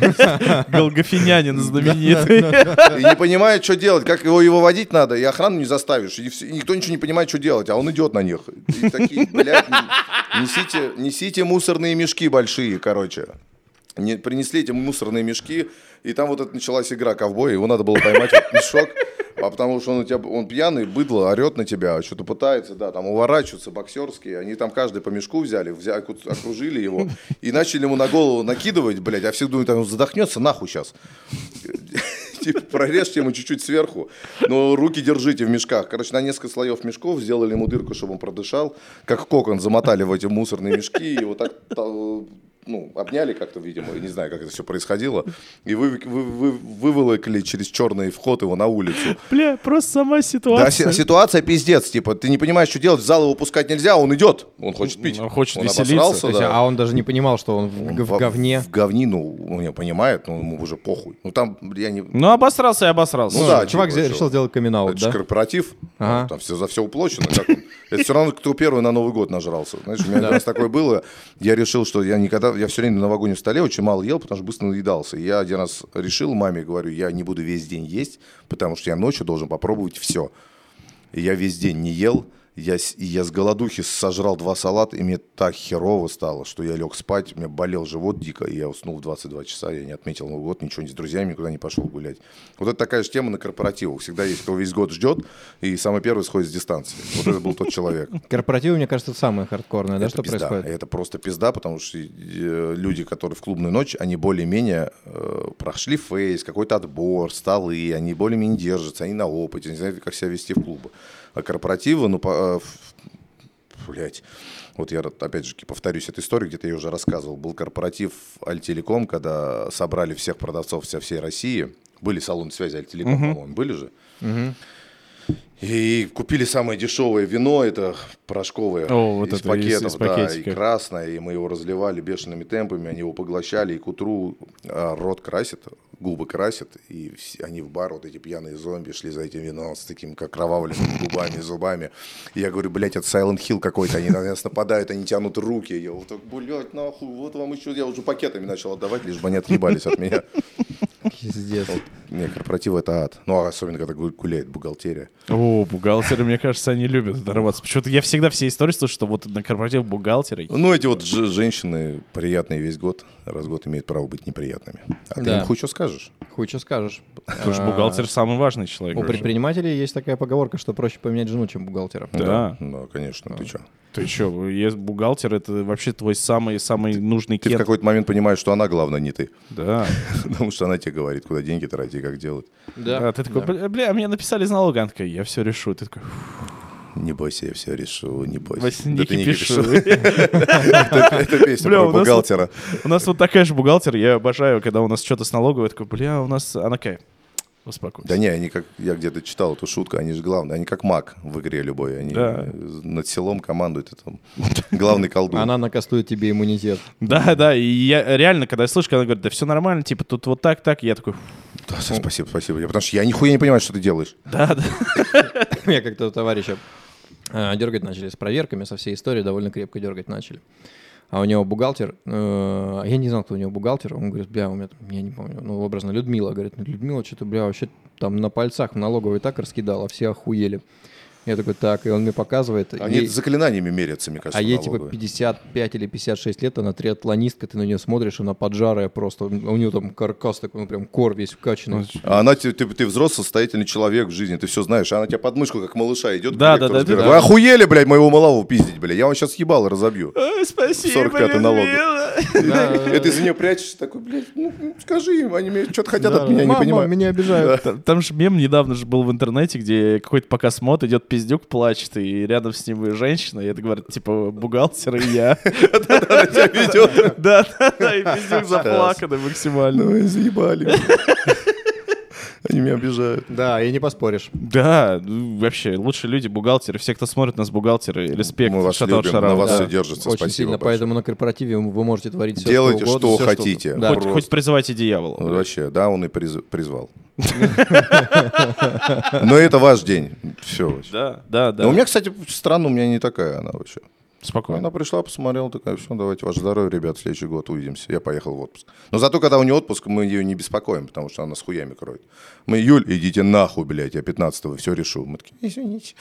[SPEAKER 3] Голгофинянин знаменитый.
[SPEAKER 1] И не понимает, что делать, как его, его водить надо, и охрану не заставишь. И, все- и никто ничего не понимает, что делать, а он идет на них. И такие, блядь, не- несите, несите мусорные мешки большие, короче. Не, принесли эти мусорные мешки, и там вот это началась игра ковбоя, его надо было поймать в мешок. А потому что он у тебя он пьяный, быдло, орет на тебя, что-то пытается, да, там уворачиваются боксерские. Они там каждый по мешку взяли, взя- оку- окружили его и начали ему на голову накидывать, блядь, а все думают, он задохнется нахуй сейчас. Типа, прорежьте ему чуть-чуть сверху, но руки держите в мешках. Короче, на несколько слоев мешков сделали ему дырку, чтобы он продышал. Как кокон замотали в эти мусорные мешки и вот так та- э, ну, обняли как-то, видимо, я не знаю, как это все происходило, и вы, вы, вы- выволокли через черный вход его на улицу.
[SPEAKER 3] Бля, просто сама
[SPEAKER 1] Да,
[SPEAKER 3] ситуация.
[SPEAKER 1] си- ситуация пиздец, типа, ты не понимаешь, что делать, в зал его пускать нельзя, он идет, он хочет пить.
[SPEAKER 2] Ну,
[SPEAKER 3] Он хочет
[SPEAKER 1] Он
[SPEAKER 3] веселиться.
[SPEAKER 1] обосрался,
[SPEAKER 2] То есть,
[SPEAKER 1] да. Ну,
[SPEAKER 2] А он даже не понимал, что он в, г- в
[SPEAKER 1] Во-
[SPEAKER 2] говне.
[SPEAKER 1] В говнину, он не понимает, но ему уже похуй. Ну там, я не...
[SPEAKER 3] Ну, обосрался и обосрался.
[SPEAKER 1] Ну да.
[SPEAKER 2] Чувак
[SPEAKER 1] типа,
[SPEAKER 2] зе-
[SPEAKER 1] чё?
[SPEAKER 2] решил сделать камин
[SPEAKER 1] Это же
[SPEAKER 2] да?
[SPEAKER 1] корпоратив,
[SPEAKER 2] Ага.
[SPEAKER 1] там все, за все уплочено. как он. Это все равно, кто первый на Новый год нажрался. Знаешь, у меня один раз такое было, я решил, что я никогда, я все время на новогоднем столе очень мало ел, потому что быстро наедался. И я один раз решил маме, говорю, я не буду весь день есть, потому что я ночью должен попробовать все. И я весь день не ел, я, с- и я с голодухи сожрал два салата, и мне так херово стало, что я лег спать, у меня болел живот дико, и я уснул в 22 часа, я не отметил Новый год, ничего не с друзьями, никуда не пошел гулять. Вот это такая же тема на корпоративах. Всегда есть, кто весь год ждет, и самый первый сходит с дистанции. Вот это был тот человек.
[SPEAKER 2] Корпоративы, мне кажется, самые хардкорные, да,
[SPEAKER 1] Это
[SPEAKER 2] что
[SPEAKER 1] пизда.
[SPEAKER 2] происходит?
[SPEAKER 1] Это просто пизда, потому что э, люди, которые в клубную ночь, они более-менее э, прошли фейс, какой-то отбор, столы, они более-менее держатся, они на опыте, они знают, как себя вести в клубы. А корпоративы, ну, по, э, в- блядь, вот я, опять же, повторюсь эту историю, где-то я ее уже рассказывал. Был корпоратив Альтелеком, когда собрали всех продавцов со всей России. Были салоны связи Альтелеком, по-моему, были же. И купили самое дешевое вино, это порошковое
[SPEAKER 3] О, вот
[SPEAKER 1] из
[SPEAKER 3] это
[SPEAKER 1] пакетов,
[SPEAKER 3] из- из
[SPEAKER 1] да, и
[SPEAKER 3] пакетиков.
[SPEAKER 1] красное, и мы его разливали бешеными темпами, они его поглощали, и к утру а, рот красит, губы красит, и вс- они в бар, вот эти пьяные зомби, шли за этим вином с такими как кровавленными губами, зубами. И я говорю, блядь, это Silent Hill какой-то, они на нас нападают, они тянут руки, я вот так, блядь, нахуй, вот вам еще, я уже пакетами начал отдавать, лишь бы они отъебались от меня.
[SPEAKER 2] Пиздец.
[SPEAKER 1] Не, корпоративы это ад, ну, а особенно, когда гу- гуляет бухгалтерия.
[SPEAKER 3] О, бухгалтеры, мне кажется, они любят дорваться. Почему-то я всегда все истории слышу, что вот на корпоратив бухгалтеры.
[SPEAKER 1] Ну, эти вот же- женщины приятные весь год, раз в год имеют право быть неприятными. А ты
[SPEAKER 2] Да.
[SPEAKER 1] им хуй что скажешь?
[SPEAKER 2] Хуй что скажешь. А,
[SPEAKER 3] Потому что бухгалтер самый важный человек.
[SPEAKER 2] У
[SPEAKER 3] вообще.
[SPEAKER 2] предпринимателей есть такая поговорка, что проще поменять жену, чем бухгалтера.
[SPEAKER 3] Да.
[SPEAKER 1] Ну, конечно, ты что?
[SPEAKER 3] Ты что, если бухгалтер, это вообще твой самый-самый нужный
[SPEAKER 1] Ты в
[SPEAKER 3] кент.
[SPEAKER 1] какой-то момент понимаешь, что она главное, не ты.
[SPEAKER 3] Да.
[SPEAKER 1] Потому что она тебе говорит, куда деньги тратить и как делать.
[SPEAKER 3] А ты такой, «Бля, бля, мне написали из налога». Она такая, я все решу. Ты такой, «Фу,
[SPEAKER 1] Не бойся, я все решу, не бойся.
[SPEAKER 3] Вася,
[SPEAKER 1] Да
[SPEAKER 3] не
[SPEAKER 1] ты не
[SPEAKER 3] кипиши».
[SPEAKER 1] кипиши. Это это песня
[SPEAKER 3] Бля,
[SPEAKER 1] про
[SPEAKER 3] у нас
[SPEAKER 1] бухгалтера.
[SPEAKER 3] У нас вот такая же бухгалтер, я обожаю, когда у нас что-то с налоговой, я такой, бля, у нас... Она такая, успокойся.
[SPEAKER 1] Да не, они как, я где-то читал эту шутку, они же главные, они как маг в игре любой, они
[SPEAKER 3] Да.
[SPEAKER 1] э, над селом командуют, это там главный колдун.
[SPEAKER 2] Она накастует тебе иммунитет.
[SPEAKER 3] Да, да, и я реально, когда я слышу, когда она говорит, да все нормально, типа тут вот так, так, я такой, «Фу,
[SPEAKER 1] Да, Саш, спасибо, спасибо, Я- потому что я нихуя не понимаю, что ты делаешь.
[SPEAKER 3] да, да.
[SPEAKER 2] Меня как-то товарища э, дергать начали с проверками, со всей историей довольно крепко дергать начали. А у него бухгалтер, э, я не знал, кто у него бухгалтер, он говорит, бля, у меня, там, я не помню, ну, образно, Людмила, говорит, «Ну, Людмила что-то, бля, вообще там на пальцах в налоговой так раскидала, все охуели. Я такой, так, и он мне показывает.
[SPEAKER 1] А Они
[SPEAKER 2] ей-
[SPEAKER 1] заклинаниями мерятся, мне кажется,
[SPEAKER 2] а ей типа
[SPEAKER 1] налоговые.
[SPEAKER 2] 55 или 56 лет, она триатлонистка, ты на нее смотришь, она поджарая просто. У нее там каркас такой, ну прям кор весь вкачанный.
[SPEAKER 1] А она тебе, ты, ты взрослый, состоятельный человек в жизни, ты все знаешь. Она тебя под мышку, как малыша, идет.
[SPEAKER 3] Да, да, да, да.
[SPEAKER 1] Вы охуели, блядь, моего малаву пиздить, блядь. Я вам сейчас ебал и разобью.
[SPEAKER 3] «Э, Спасибо,
[SPEAKER 1] 45-й налог.
[SPEAKER 3] Людмила».
[SPEAKER 1] И ты за нее прячешься такой, блядь, ну ну, скажи им, они что-то хотят от меня, не
[SPEAKER 2] Мама,
[SPEAKER 1] понимаю.
[SPEAKER 2] меня обижают.
[SPEAKER 3] Там, там же мем недавно же был в интернете, где какой-то пока мод, идет пиздюк, плачет, и рядом с ним и женщина, и это говорит, типа, бухгалтер и я.
[SPEAKER 1] Она тебя ведет.
[SPEAKER 3] Да, да, да, и пиздюк заплаканный максимально.
[SPEAKER 1] Ну, и заебали. Они меня обижают.
[SPEAKER 2] Да, и не поспоришь.
[SPEAKER 3] Да, ну, вообще, лучшие люди, бухгалтеры, все, кто смотрит нас, бухгалтеры, респект,
[SPEAKER 1] Мы вас
[SPEAKER 3] шатал
[SPEAKER 1] любим,
[SPEAKER 3] шарау.
[SPEAKER 1] на вас
[SPEAKER 3] Да.
[SPEAKER 1] все держится,
[SPEAKER 2] Очень
[SPEAKER 1] спасибо
[SPEAKER 2] сильно,
[SPEAKER 1] большое.
[SPEAKER 2] поэтому на корпоративе вы можете творить все
[SPEAKER 1] Делайте,
[SPEAKER 2] что, угодно,
[SPEAKER 1] что
[SPEAKER 2] всё,
[SPEAKER 1] хотите.
[SPEAKER 2] угодно. Да.
[SPEAKER 3] Хоть, хоть призывайте дьявола.
[SPEAKER 1] Ну, Вообще, да, он и приз- призвал. Но это ваш день. Все.
[SPEAKER 3] Да, да, да.
[SPEAKER 1] Ну, У меня, кстати, странно, у меня не такая она вообще.
[SPEAKER 3] спокойно.
[SPEAKER 1] Ну, Она пришла, посмотрела, такая, все, давайте, ваше здоровье, ребят, в следующий год увидимся. Я поехал в отпуск. Но зато, когда у нее отпуск, мы ее не беспокоим, потому что она с хуями кроет. Мы, Юль, идите нахуй, блядь, я 15-го все решу. Мы такие, извините.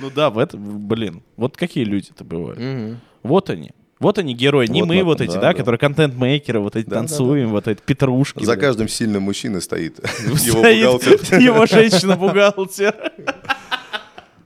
[SPEAKER 3] Ну да, в этом, блин, вот какие люди-то бывают. Вот они. Вот они герои, не
[SPEAKER 1] Вот
[SPEAKER 3] мы
[SPEAKER 1] на-
[SPEAKER 3] вот эти,
[SPEAKER 1] да,
[SPEAKER 3] да,
[SPEAKER 1] да.
[SPEAKER 3] которые контент-мейкеры, вот эти танцуем, вот эти петрушки.
[SPEAKER 1] За
[SPEAKER 3] блин.
[SPEAKER 1] каждым сильным мужчиной стоит его
[SPEAKER 3] Стоит
[SPEAKER 1] бухгалтер.
[SPEAKER 3] Его женщина-бухгалтер.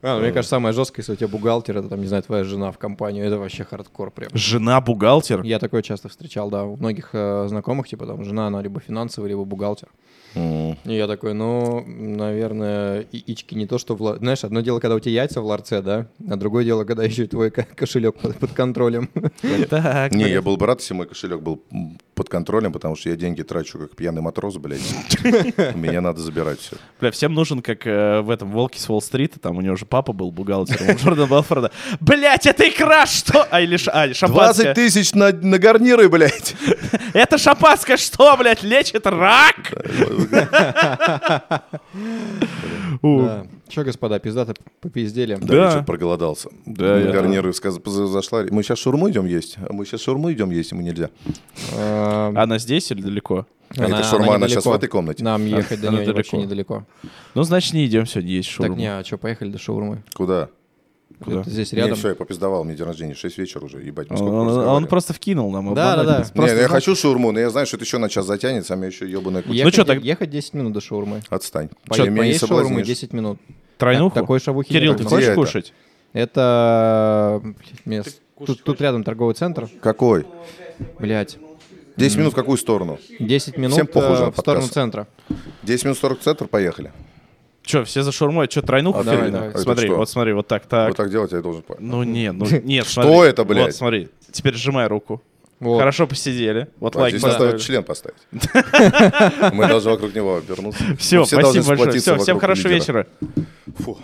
[SPEAKER 2] А, ну, мне кажется, самое жесткое, если у тебя бухгалтер, это там, не знаю, твоя жена в компанию, это вообще хардкор прям.
[SPEAKER 3] Жена-бухгалтер?
[SPEAKER 2] Я такое часто встречал, да, у многих э, знакомых, типа там жена, она либо финансовый, либо бухгалтер.
[SPEAKER 1] М.
[SPEAKER 2] И я такой, ну, наверное, яички не то, что... в ла- Знаешь, одно дело, когда у тебя яйца в ларце, да? А другое дело, когда еще и твой ко- кошелек под, под контролем.
[SPEAKER 3] Так.
[SPEAKER 1] Не, я был бы рад, если мой кошелек был м, под контролем, потому что я деньги трачу как пьяный матрос, блядь. Меня надо забирать все.
[SPEAKER 3] Бля, всем нужен, как э, в этом «Волке с Уолл-стрита», там у него же папа был бухгалтером, у Джордана Белфорда. Блять, это икра, что? А, или ш- а, шампанское.
[SPEAKER 1] 20 тысяч на, на гарниры, блядь.
[SPEAKER 3] Это шампанское что, блядь, лечит рак? У,
[SPEAKER 2] Да. Че, господа, пиздато попиздели.
[SPEAKER 1] Да,
[SPEAKER 3] Да.
[SPEAKER 1] я чё-то проголодался.
[SPEAKER 3] Да,
[SPEAKER 1] На
[SPEAKER 3] я-
[SPEAKER 1] гарниры сказ- за- зашла. Мы сейчас шурму идем есть. А мы сейчас шурму идем есть, ему нельзя.
[SPEAKER 2] А,
[SPEAKER 3] Она здесь или далеко?
[SPEAKER 1] А это шаурма, она щас в
[SPEAKER 2] недалеко.
[SPEAKER 1] этой комнате?
[SPEAKER 2] Нам ехать до
[SPEAKER 3] она
[SPEAKER 2] нее вообще
[SPEAKER 3] далеко.
[SPEAKER 2] недалеко.
[SPEAKER 3] Ну, значит, не идем сегодня есть
[SPEAKER 2] Так,
[SPEAKER 3] шаурму.
[SPEAKER 2] не, а что, поехали до шаурмы?
[SPEAKER 1] Куда?
[SPEAKER 3] Куда?
[SPEAKER 2] Это Здесь
[SPEAKER 1] Не,
[SPEAKER 2] рядом.
[SPEAKER 1] все, я попиздовал, мне день рождения, 6 вечера уже, ебать, мы
[SPEAKER 3] Он,
[SPEAKER 1] сколько
[SPEAKER 3] он- он
[SPEAKER 1] разговариваем.
[SPEAKER 3] просто вкинул нам.
[SPEAKER 2] Да,
[SPEAKER 3] обманул
[SPEAKER 2] да, да.
[SPEAKER 3] нас.
[SPEAKER 1] Не, я хочу шаурму, но я знаю, что это еще на час затянется, а мне еще ебаная куча.
[SPEAKER 2] Ехать,
[SPEAKER 3] чё, так-
[SPEAKER 2] ехать 10 минут до шаурмы.
[SPEAKER 1] Отстань.
[SPEAKER 2] Поесть,
[SPEAKER 1] Ты меня не
[SPEAKER 2] поесть шаурмы
[SPEAKER 1] соблазнишь.
[SPEAKER 2] 10 минут.
[SPEAKER 3] Тройнуху?
[SPEAKER 2] Так- такой шавухи
[SPEAKER 3] Кирилл,
[SPEAKER 2] нет.
[SPEAKER 3] ты
[SPEAKER 1] Где
[SPEAKER 3] хочешь
[SPEAKER 1] это?
[SPEAKER 3] кушать?
[SPEAKER 2] Это... блядь, мест- Тут, тут рядом торговый центр.
[SPEAKER 1] Какой?
[SPEAKER 2] Блять.
[SPEAKER 1] 10 минут в какую сторону?
[SPEAKER 2] 10 минут
[SPEAKER 1] Всем похуй уже
[SPEAKER 2] э,
[SPEAKER 1] на
[SPEAKER 2] в сторону
[SPEAKER 1] подкаст.
[SPEAKER 2] центра.
[SPEAKER 1] 10 минут 40 центр, поехали.
[SPEAKER 3] Че, все за шаурмой? Че, тройнуху?
[SPEAKER 1] Офигенно.
[SPEAKER 2] А, давай.
[SPEAKER 1] Это
[SPEAKER 3] Смотри,
[SPEAKER 1] что?
[SPEAKER 3] вот смотри, вот так, так.
[SPEAKER 1] Вот так делать я должен. по-
[SPEAKER 3] Ну, не, ну, нет,
[SPEAKER 1] Что
[SPEAKER 3] смотри.
[SPEAKER 1] это, блядь?
[SPEAKER 3] Вот, смотри, теперь сжимай руку.
[SPEAKER 2] Вот.
[SPEAKER 3] Хорошо посидели. Вот
[SPEAKER 1] А
[SPEAKER 3] лайк
[SPEAKER 1] Здесь надо
[SPEAKER 3] поставили.
[SPEAKER 1] член поставить. Мы должны вокруг него обернуться. Мы
[SPEAKER 3] Все,
[SPEAKER 1] должны
[SPEAKER 3] спасибо большое.
[SPEAKER 1] сплотиться
[SPEAKER 3] Все, всем
[SPEAKER 1] вокруг
[SPEAKER 3] хорошего
[SPEAKER 1] лидера.
[SPEAKER 3] вечера.
[SPEAKER 1] Фу.